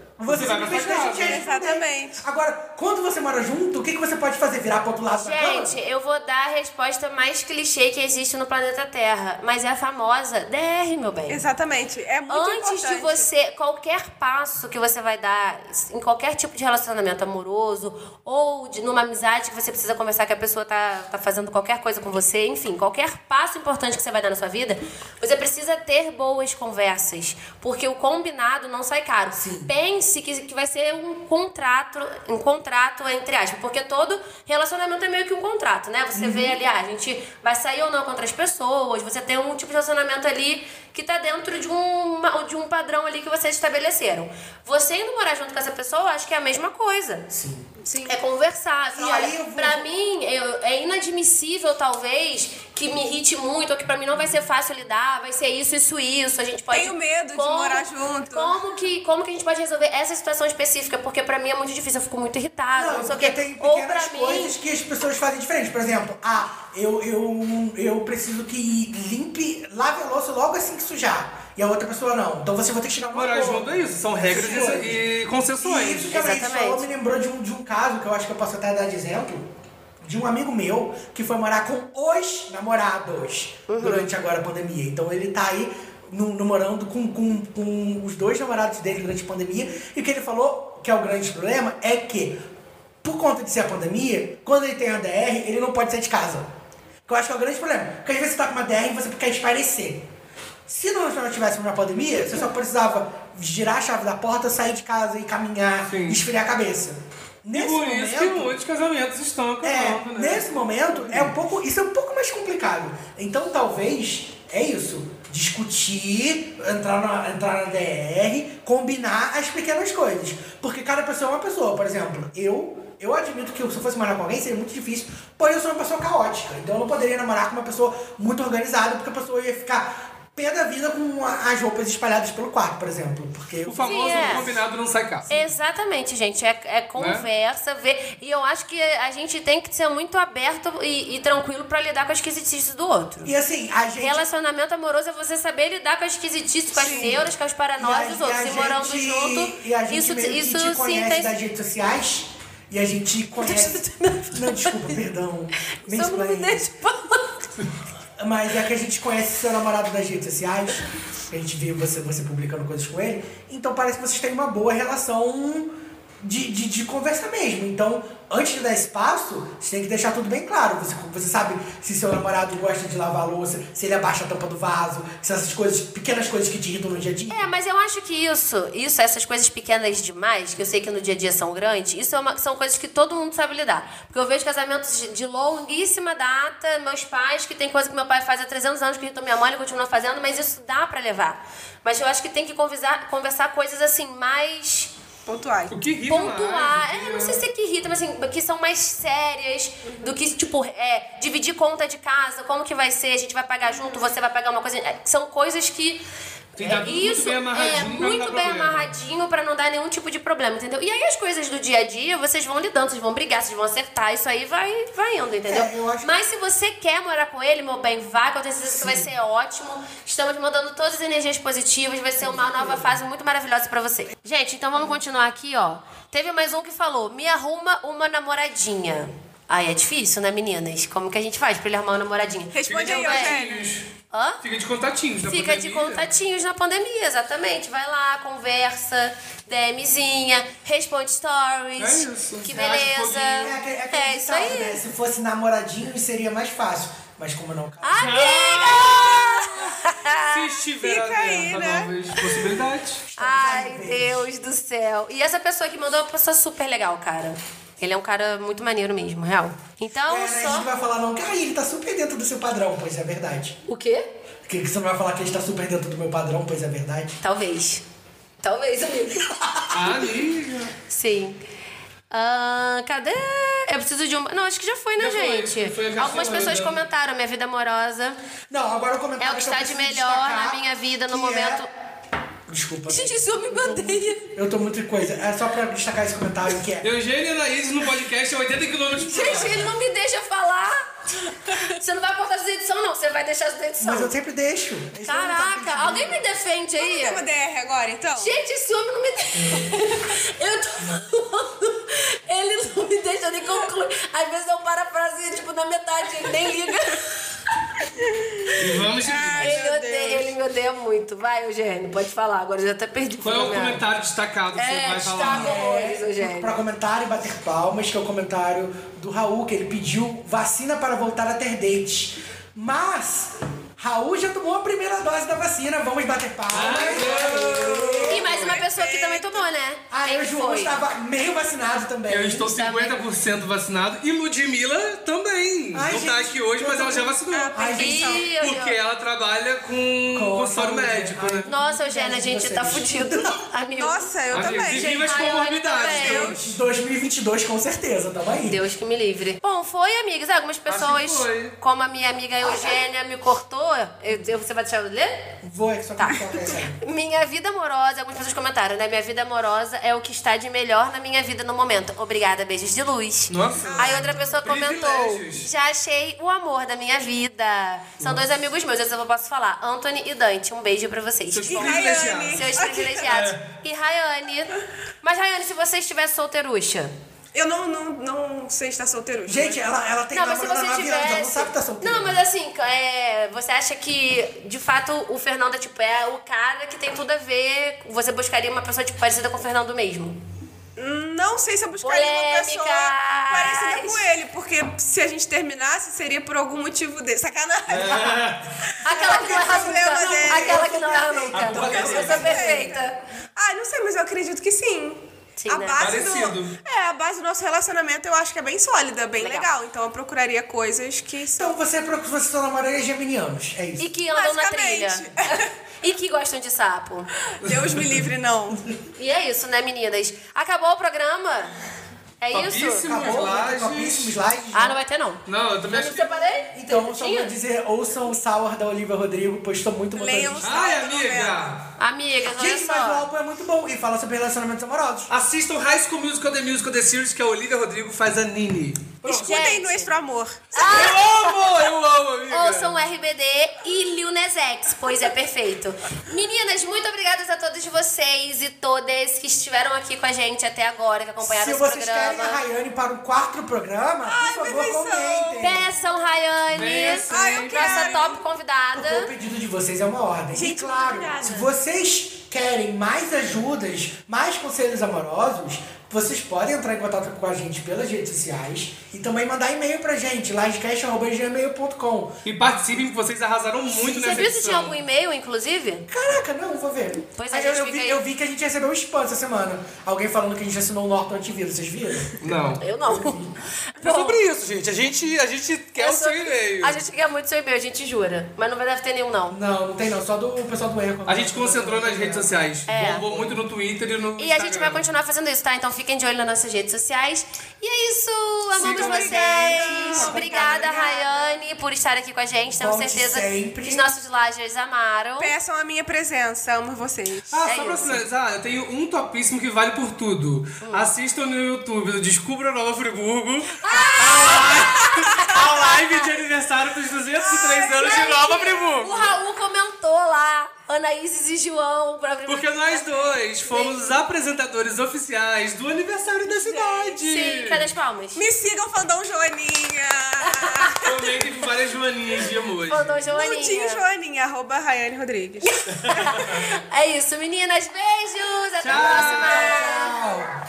Speaker 10: Você
Speaker 8: Você,
Speaker 10: vai
Speaker 8: vai
Speaker 10: pra
Speaker 8: deixa
Speaker 10: sua
Speaker 8: a
Speaker 10: casa.
Speaker 8: gente responder.
Speaker 9: Exatamente.
Speaker 8: Agora, quando você mora junto, o que, que você pode fazer? Virar pro outro lado da cama?
Speaker 4: Gente, eu vou dar a resposta mais clichê que existe no planeta Terra, mas é a famosa DR, meu bem.
Speaker 9: Exatamente. É muito
Speaker 4: Antes
Speaker 9: importante.
Speaker 4: de você, qualquer passo que você vai dar em qualquer tipo de relacionamento amoroso ou de, numa amizade que você precisa conversar que a pessoa tá, tá fazendo qualquer coisa com você, enfim, qualquer passo importante que você vai dar na sua vida, você precisa ter boas conversas, porque o combinado não sai caro. Pense que, que vai ser um contrato, um contrato entre aspas, porque todo relacionamento é meio que um contrato, né? Você
Speaker 9: Uhum.
Speaker 4: vê ali, ah, a gente vai sair ou não com outras pessoas, você tem um tipo de relacionamento ali que tá dentro de um, de um padrão ali que vocês estabeleceram. Você indo morar junto com essa pessoa, eu acho que é a mesma coisa. Sim. Sim. É conversar. Assim,
Speaker 8: E
Speaker 4: olha,
Speaker 8: aí eu vou-
Speaker 4: pra mim, eu- é inadmissível, talvez, que me irrite muito, ou que pra mim não vai ser fácil lidar, vai ser isso, isso, isso. A gente pode.
Speaker 9: Tenho medo de morar junto.
Speaker 4: Como que, como que a gente pode resolver essa situação específica? Porque pra mim é muito difícil, eu fico muito irritada, ah, não, sei o
Speaker 8: porque
Speaker 4: quê.
Speaker 8: tem
Speaker 4: ou pra
Speaker 8: pequenas coisas
Speaker 4: mim.
Speaker 8: que as pessoas fazem diferente. Por exemplo, ah, eu, eu, eu preciso que limpe, lave a louça logo assim que sujar. E a outra pessoa não. Então você vai ter que tirar uma
Speaker 7: Morar
Speaker 8: boa.
Speaker 7: junto é isso, são regras
Speaker 8: Sim.
Speaker 7: e, e
Speaker 8: E
Speaker 7: concessões.
Speaker 8: isso que ela
Speaker 4: Exatamente.
Speaker 8: falou me lembrou de um, de um caso que eu acho que eu posso até dar de exemplo. De um amigo meu que foi morar com os namorados durante agora a pandemia. Então ele tá aí no- no- morando com, com- com os dois namorados dele durante a pandemia. E o que ele falou que é o grande problema é que, por conta de ser a pandemia, quando ele tem a DR, ele não pode sair de casa. Que eu acho que é o grande problema. Porque às vezes você tá com uma DR e você quer espairecer. Se nós não tivéssemos na pandemia, você só precisava girar a chave da porta, sair de casa e caminhar,
Speaker 7: Sim.
Speaker 8: esfriar a cabeça. Nesse
Speaker 7: Por
Speaker 8: momento,
Speaker 7: isso que muitos casamentos estão
Speaker 8: é,
Speaker 7: acabando, né?
Speaker 8: nesse momento é um pouco, isso é um pouco mais complicado. Então talvez é isso, discutir, entrar na, entrar na DR, combinar as pequenas coisas, porque cada pessoa é uma pessoa. Por exemplo, eu eu admito que se eu fosse morar com alguém seria muito difícil, porém eu sou uma pessoa caótica, então eu não poderia namorar com uma pessoa muito organizada, porque a pessoa ia ficar pé da vida com a- as roupas espalhadas pelo quarto, por exemplo, porque
Speaker 7: O
Speaker 8: eu
Speaker 7: famoso
Speaker 4: Sim, é.
Speaker 7: combinado não sai caro.
Speaker 4: Exatamente, gente. É,
Speaker 8: Né?
Speaker 4: é conversa, ver. E eu acho que a gente tem que ser muito aberto e, e tranquilo pra lidar com a esquisitice do outro.
Speaker 8: e assim, a gente
Speaker 4: Relacionamento amoroso é você saber lidar com as esquisitices, com as
Speaker 8: Sim.
Speaker 4: neuras, com as
Speaker 8: E
Speaker 4: paranoias
Speaker 8: a-
Speaker 4: dos
Speaker 8: e a
Speaker 4: outros. E, morando
Speaker 8: gente-
Speaker 4: junto,
Speaker 8: E a gente
Speaker 4: isso,
Speaker 8: meio que
Speaker 4: isso
Speaker 8: te
Speaker 4: se
Speaker 8: conhece
Speaker 4: intensi-
Speaker 8: das redes sociais. E a
Speaker 4: (laughs)
Speaker 8: gente conhece. não, desculpa, perdão. Me
Speaker 4: Só não me
Speaker 8: explain.
Speaker 4: deixa falar.
Speaker 8: Mas é que a gente conhece seu namorado das redes sociais. A gente vê você, você publicando coisas com ele. Então parece que vocês têm uma boa relação de, de, de conversa mesmo. Então, antes de dar espaço, você tem que deixar tudo bem claro. Você, você sabe se seu namorado gosta de lavar a louça, se ele abaixa a tampa do vaso, se essas coisas, pequenas coisas que te irritam no dia a dia.
Speaker 4: É, mas eu acho que isso, isso, essas coisas pequenas demais, que eu sei que no dia a dia são grandes, isso é uma- são coisas que todo mundo sabe lidar. Porque eu vejo casamentos de, de longuíssima data, meus pais, que tem coisa que meu pai faz há 300 anos, que irritou minha mãe, ele continua fazendo, mas isso dá pra levar. Mas eu acho que tem que convisar- conversar coisas assim, mais
Speaker 9: Pontuais.
Speaker 7: O que irrita
Speaker 4: pontuar.
Speaker 7: mais,
Speaker 4: É, não sei se é que irrita, mas assim, que são mais sérias do que, tipo, é, dividir conta de casa, como que vai ser, a gente vai pagar junto, você vai pagar uma coisa. é, são coisas que.
Speaker 7: Tem que dar
Speaker 4: é,
Speaker 7: tudo muito bem amarradinho pra não dar problema.
Speaker 4: é muito bem amarradinho pra não dar nenhum tipo de problema, entendeu? E aí as coisas do dia a dia, vocês vão lidando, vocês vão brigar, vocês vão acertar, isso aí vai, vai indo, entendeu?
Speaker 8: É, eu acho que-
Speaker 4: Mas se você quer morar com ele, meu bem, vá, que eu tenho certeza que vai ser ótimo. Estamos mandando todas as energias positivas, vai ser uma nova fase muito maravilhosa pra você. Gente, então vamos continuar aqui, ó. Teve mais um que falou: me arruma uma namoradinha. Aí é difícil, né, meninas? Como que a gente faz pra ele arrumar uma namoradinha?
Speaker 9: Responde aí,
Speaker 4: Meu bem.
Speaker 9: Eugênio.
Speaker 4: Hã?
Speaker 7: Fica de contatinhos. da
Speaker 4: Fica de
Speaker 7: pandemia.
Speaker 4: contatinhos na pandemia, exatamente. Vai lá, conversa, DMzinha, responde stories.
Speaker 7: É isso.
Speaker 4: Que
Speaker 7: Reage um
Speaker 4: beleza.
Speaker 7: pouquinho.
Speaker 8: É, aquele- aquele
Speaker 4: É isso
Speaker 8: ditado,
Speaker 4: aí.
Speaker 8: né? Se fosse namoradinho, seria mais fácil. Mas como não,
Speaker 4: Ah,
Speaker 8: cara.
Speaker 4: Amiga!
Speaker 7: Se estiver
Speaker 9: Fica
Speaker 7: aberta
Speaker 9: aí,
Speaker 7: a
Speaker 9: né?
Speaker 7: novas possibilidades.
Speaker 4: Ai, Deus do céu. E essa pessoa que mandou é uma pessoa super legal, cara. Ele é um cara muito maneiro mesmo, real. Então,
Speaker 8: É, né, a gente não
Speaker 4: só.
Speaker 8: vai falar não, cara, ele tá super dentro do seu padrão, pois é verdade.
Speaker 4: O quê?
Speaker 8: Que que você não vai falar que ele tá super dentro do meu padrão, pois é verdade.
Speaker 4: Talvez. Talvez, amigo.
Speaker 7: Ah, Amiga.
Speaker 4: Sim. Ah, cadê? Eu preciso de um. Não, acho que já foi, né,
Speaker 7: Já né? foi,
Speaker 4: gente?
Speaker 7: foi a Garcia
Speaker 4: Algumas pessoas
Speaker 7: Moreira.
Speaker 4: comentaram minha vida amorosa.
Speaker 8: Não, agora o comentário
Speaker 4: É o que
Speaker 8: eu
Speaker 4: está de
Speaker 8: preciso
Speaker 4: melhor na
Speaker 8: destacar,
Speaker 4: minha vida no
Speaker 8: que
Speaker 4: momento.
Speaker 8: É Desculpa.
Speaker 4: Gente, esse homem me odeia.
Speaker 8: Eu tô muito coisa. É só pra destacar esse comentário que é.
Speaker 7: Eugênio e Anaís no podcast é 80 km por
Speaker 4: Gente,
Speaker 7: hora.
Speaker 4: ele não me deixa falar. Você não vai cortar as edição, não. Você vai deixar as edição.
Speaker 8: Mas eu sempre deixo. Esse homem tá
Speaker 4: Caraca,
Speaker 8: pedindo.
Speaker 4: alguém me defende aí?
Speaker 9: Tem uma DR agora, então?
Speaker 4: Gente, esse homem não me deixa. (laughs) Eu tô falando. Ele não me deixa nem concluir. Às vezes eu paro a frase, tipo, na metade, ele nem liga.
Speaker 7: E vamos seguir.
Speaker 4: Ele,
Speaker 9: meu
Speaker 4: odeia,
Speaker 9: Deus.
Speaker 4: ele me odeia muito. Vai, Eugênio, pode falar. Agora eu já até perdi.
Speaker 7: Qual é o
Speaker 4: fio da meada.
Speaker 7: comentário destacado que você
Speaker 4: É,
Speaker 7: vai
Speaker 4: destaca
Speaker 7: falar?
Speaker 4: horrores, Eugênio.
Speaker 8: Pra comentário e bater palmas, que é o comentário do Raul, que ele pediu vacina para voltar a ter dates. Mas Raul já tomou a primeira dose da vacina, vamos bater palmas.
Speaker 4: E mais uma pessoa que também tomou, né?
Speaker 8: Ah,
Speaker 4: Ah, Quem
Speaker 8: eu e o João
Speaker 4: foi?
Speaker 8: estava meio vacinado também.
Speaker 7: Eu estou 50% vacinado e Ludmilla também.
Speaker 8: Ai,
Speaker 7: não tá
Speaker 8: gente,
Speaker 7: aqui hoje,
Speaker 8: eu
Speaker 7: mas ela
Speaker 8: tô-
Speaker 7: já vacinou.
Speaker 4: Ah,
Speaker 8: Ai, gente, tá.
Speaker 4: Ih, eu-
Speaker 7: Porque ela trabalha com
Speaker 8: Com
Speaker 7: consultório
Speaker 8: saúde,
Speaker 7: médico,
Speaker 8: ai.
Speaker 7: né?
Speaker 4: Nossa, Eugênio, a gente tá fudido. (laughs) Amigo.
Speaker 9: Nossa, eu
Speaker 7: Amigo,
Speaker 9: também,
Speaker 7: vivi
Speaker 9: gente.
Speaker 7: mais
Speaker 4: Ai, eu
Speaker 7: comorbidades.
Speaker 4: também.
Speaker 7: né?
Speaker 4: Deus.
Speaker 8: 2022 com certeza, tamo aí.
Speaker 4: Deus que me livre. Bom, foi, amigas. Algumas pessoas,
Speaker 7: Acho que foi.
Speaker 4: como a minha amiga Eugênia me cortou, eu- eu- você vai deixar eu ler?
Speaker 8: Vou, é que só
Speaker 4: Tá.
Speaker 8: que eu quero saber.
Speaker 4: Minha vida amorosa, algumas pessoas comentaram, né? Minha vida amorosa é o que está de melhor na minha vida no momento. Obrigada, beijos de luz.
Speaker 7: Nossa.
Speaker 4: Aí outra pessoa comentou,
Speaker 7: Privilégios.
Speaker 4: já achei o amor da minha vida. São dois amigos meus, esses eu posso falar. Anthony e Dante, um beijo pra vocês.
Speaker 7: Seus
Speaker 9: E
Speaker 7: privilegiados. É.
Speaker 9: Rayane.
Speaker 4: Seus
Speaker 7: (laughs)
Speaker 4: privilegiados. E Rayane. Mas, Rayane, se você estiver solteirucha,
Speaker 9: Eu não, não, não sei estar solteiro.
Speaker 8: Gente, ela, ela tem
Speaker 4: Não, mas se
Speaker 8: namorada há
Speaker 4: você
Speaker 8: nove anos, ela não
Speaker 4: tivesse.
Speaker 8: sabe que tá solteira.
Speaker 4: Não, mas assim, é, você acha que de fato o Fernando é, tipo, é o cara que tem tudo a ver. Você buscaria uma pessoa tipo, parecida com o Fernando mesmo?
Speaker 9: Não sei se eu buscaria uma pessoa
Speaker 4: Polêmicas.
Speaker 9: parecida com ele, porque se a gente terminasse, seria por algum motivo dele.
Speaker 8: É.
Speaker 9: Sacanagem.
Speaker 4: Aquela que não erra
Speaker 9: Não, problema
Speaker 4: nunca.
Speaker 9: dele.
Speaker 4: Aquela que não erra nunca.
Speaker 7: Adoro
Speaker 4: Eu sou perfeita.
Speaker 9: Ah, não sei, mas eu acredito que sim.
Speaker 4: Sim,
Speaker 9: a
Speaker 4: né?
Speaker 9: base do,
Speaker 7: Parecido.
Speaker 9: é, a base do nosso relacionamento eu acho que é bem sólida, bem
Speaker 4: Legal.
Speaker 9: legal. Então eu procuraria coisas que são.
Speaker 4: (laughs)
Speaker 8: Então você, pro- você só namoraria geminianos, é isso.
Speaker 4: E que andam na trilha.
Speaker 9: Basicamente.
Speaker 4: E que gostam de sapo.
Speaker 9: Deus me livre, não.
Speaker 4: E é isso, né, meninas? Acabou o programa? É isso?
Speaker 7: Topíssimo.
Speaker 8: Acabou, né?
Speaker 7: Slides.
Speaker 8: topíssimos slides.
Speaker 4: Ah, não vai ter, não.
Speaker 7: Não, eu também
Speaker 4: Eu
Speaker 7: acho
Speaker 4: me
Speaker 7: que.
Speaker 4: separei?
Speaker 8: Então, só vou
Speaker 4: Certinho?
Speaker 8: dizer, ouçam o Sour da Olivia Rodrigo, postou muito
Speaker 9: Leiam o
Speaker 8: motorista.
Speaker 7: Ai,
Speaker 9: saldo, novela.
Speaker 7: amiga!
Speaker 4: Amigas, olha
Speaker 8: Gente, mas o
Speaker 4: só.
Speaker 8: álbum é muito bom e fala sobre relacionamentos amorosos.
Speaker 7: Assistam High School Musical The Musical The Series, que a Olivia Rodrigo faz a Nini.
Speaker 9: Escutem
Speaker 4: Gente.
Speaker 9: Nuestro Amor.
Speaker 7: Eu amo! Eu amo, amiga!
Speaker 4: Ouçam o RBD e Lil Nas X, pois é perfeito. Meninas, muito obrigada a todos vocês e todas que estiveram aqui com a gente até agora, que acompanharam
Speaker 8: Se
Speaker 4: esse
Speaker 8: vocês
Speaker 4: programa.
Speaker 8: querem a Rayane para o quarto programa, por favor,
Speaker 9: perfeição.
Speaker 8: comentem.
Speaker 4: Peçam, Rayane,
Speaker 7: Peçam. Ai, eu
Speaker 4: nossa
Speaker 9: quero.
Speaker 4: assim, top
Speaker 8: Porque o
Speaker 4: convidada.
Speaker 8: pedido de vocês é uma ordem.
Speaker 9: Gente,
Speaker 8: e claro,
Speaker 9: obrigada.
Speaker 8: se vocês querem mais ajudas, mais conselhos amorosos, vocês podem entrar em contato com a gente pelas redes sociais e também mandar e-mail pra gente, livecast.gmail.com.
Speaker 7: E participem, que vocês arrasaram muito
Speaker 4: Você
Speaker 7: nessa
Speaker 4: viu se tinha
Speaker 7: edição.
Speaker 4: algum e-mail, inclusive?
Speaker 8: Caraca, não, vou ver.
Speaker 4: Pois é,
Speaker 8: Aí
Speaker 4: gente,
Speaker 8: eu, eu
Speaker 4: fica
Speaker 8: vi,
Speaker 4: aí.
Speaker 8: eu vi que a gente recebeu um spam essa semana. Alguém falando que a gente assinou o Norton Antivírus, vocês viram?
Speaker 7: Não.
Speaker 4: Eu (laughs) não.
Speaker 7: É
Speaker 4: Bom,
Speaker 7: sobre isso, gente. A gente, a gente quer
Speaker 4: eu
Speaker 7: o
Speaker 4: sou-
Speaker 7: seu e-mail.
Speaker 4: A gente quer muito seu e-mail, a gente jura. Mas não vai deve ter nenhum, não.
Speaker 8: Não, não tem não, só do pessoal do Eco.
Speaker 7: A gente concentrou nas redes sociais.
Speaker 4: É.
Speaker 7: Bombou muito no Twitter e no
Speaker 4: E a gente vai
Speaker 7: Instagram.
Speaker 4: continuar fazendo isso, tá? Então fiquem de olho nas nossas redes sociais. E é isso! Amamos
Speaker 7: Sigam
Speaker 4: vocês! Obrigada, Rayane, por estar aqui com a gente. Temos
Speaker 8: Volte
Speaker 4: certeza
Speaker 8: sempre.
Speaker 4: que os nossos lajes amaram.
Speaker 9: Peçam a minha presença, amo vocês.
Speaker 7: Ah,
Speaker 4: É
Speaker 7: só pra
Speaker 4: isso. Hum.
Speaker 7: finalizar, eu tenho um topíssimo que vale por tudo. Assistam no YouTube do Descubra Nova Friburgo
Speaker 4: Ah!
Speaker 7: a, live, a live de aniversário dos 203 anos de Nova
Speaker 4: O
Speaker 7: Friburgo.
Speaker 4: Raul comentou lá, Anaíses e João, pra abrir
Speaker 7: Porque nós dois fomos os apresentadores oficiais do aniversário da cidade.
Speaker 4: Sim, cadê as palmas?
Speaker 9: Me sigam, Fandom
Speaker 4: (laughs)
Speaker 9: Joaninha.
Speaker 7: Também teve várias maninhas de emoji.
Speaker 4: Mandou
Speaker 9: Mundinho
Speaker 4: (laughs) Joaninha.
Speaker 9: Joaninha, arroba Rayane Rodrigues.
Speaker 4: É isso, meninas. Beijos! Até a
Speaker 7: Tchau.
Speaker 4: próxima!
Speaker 8: Tchau.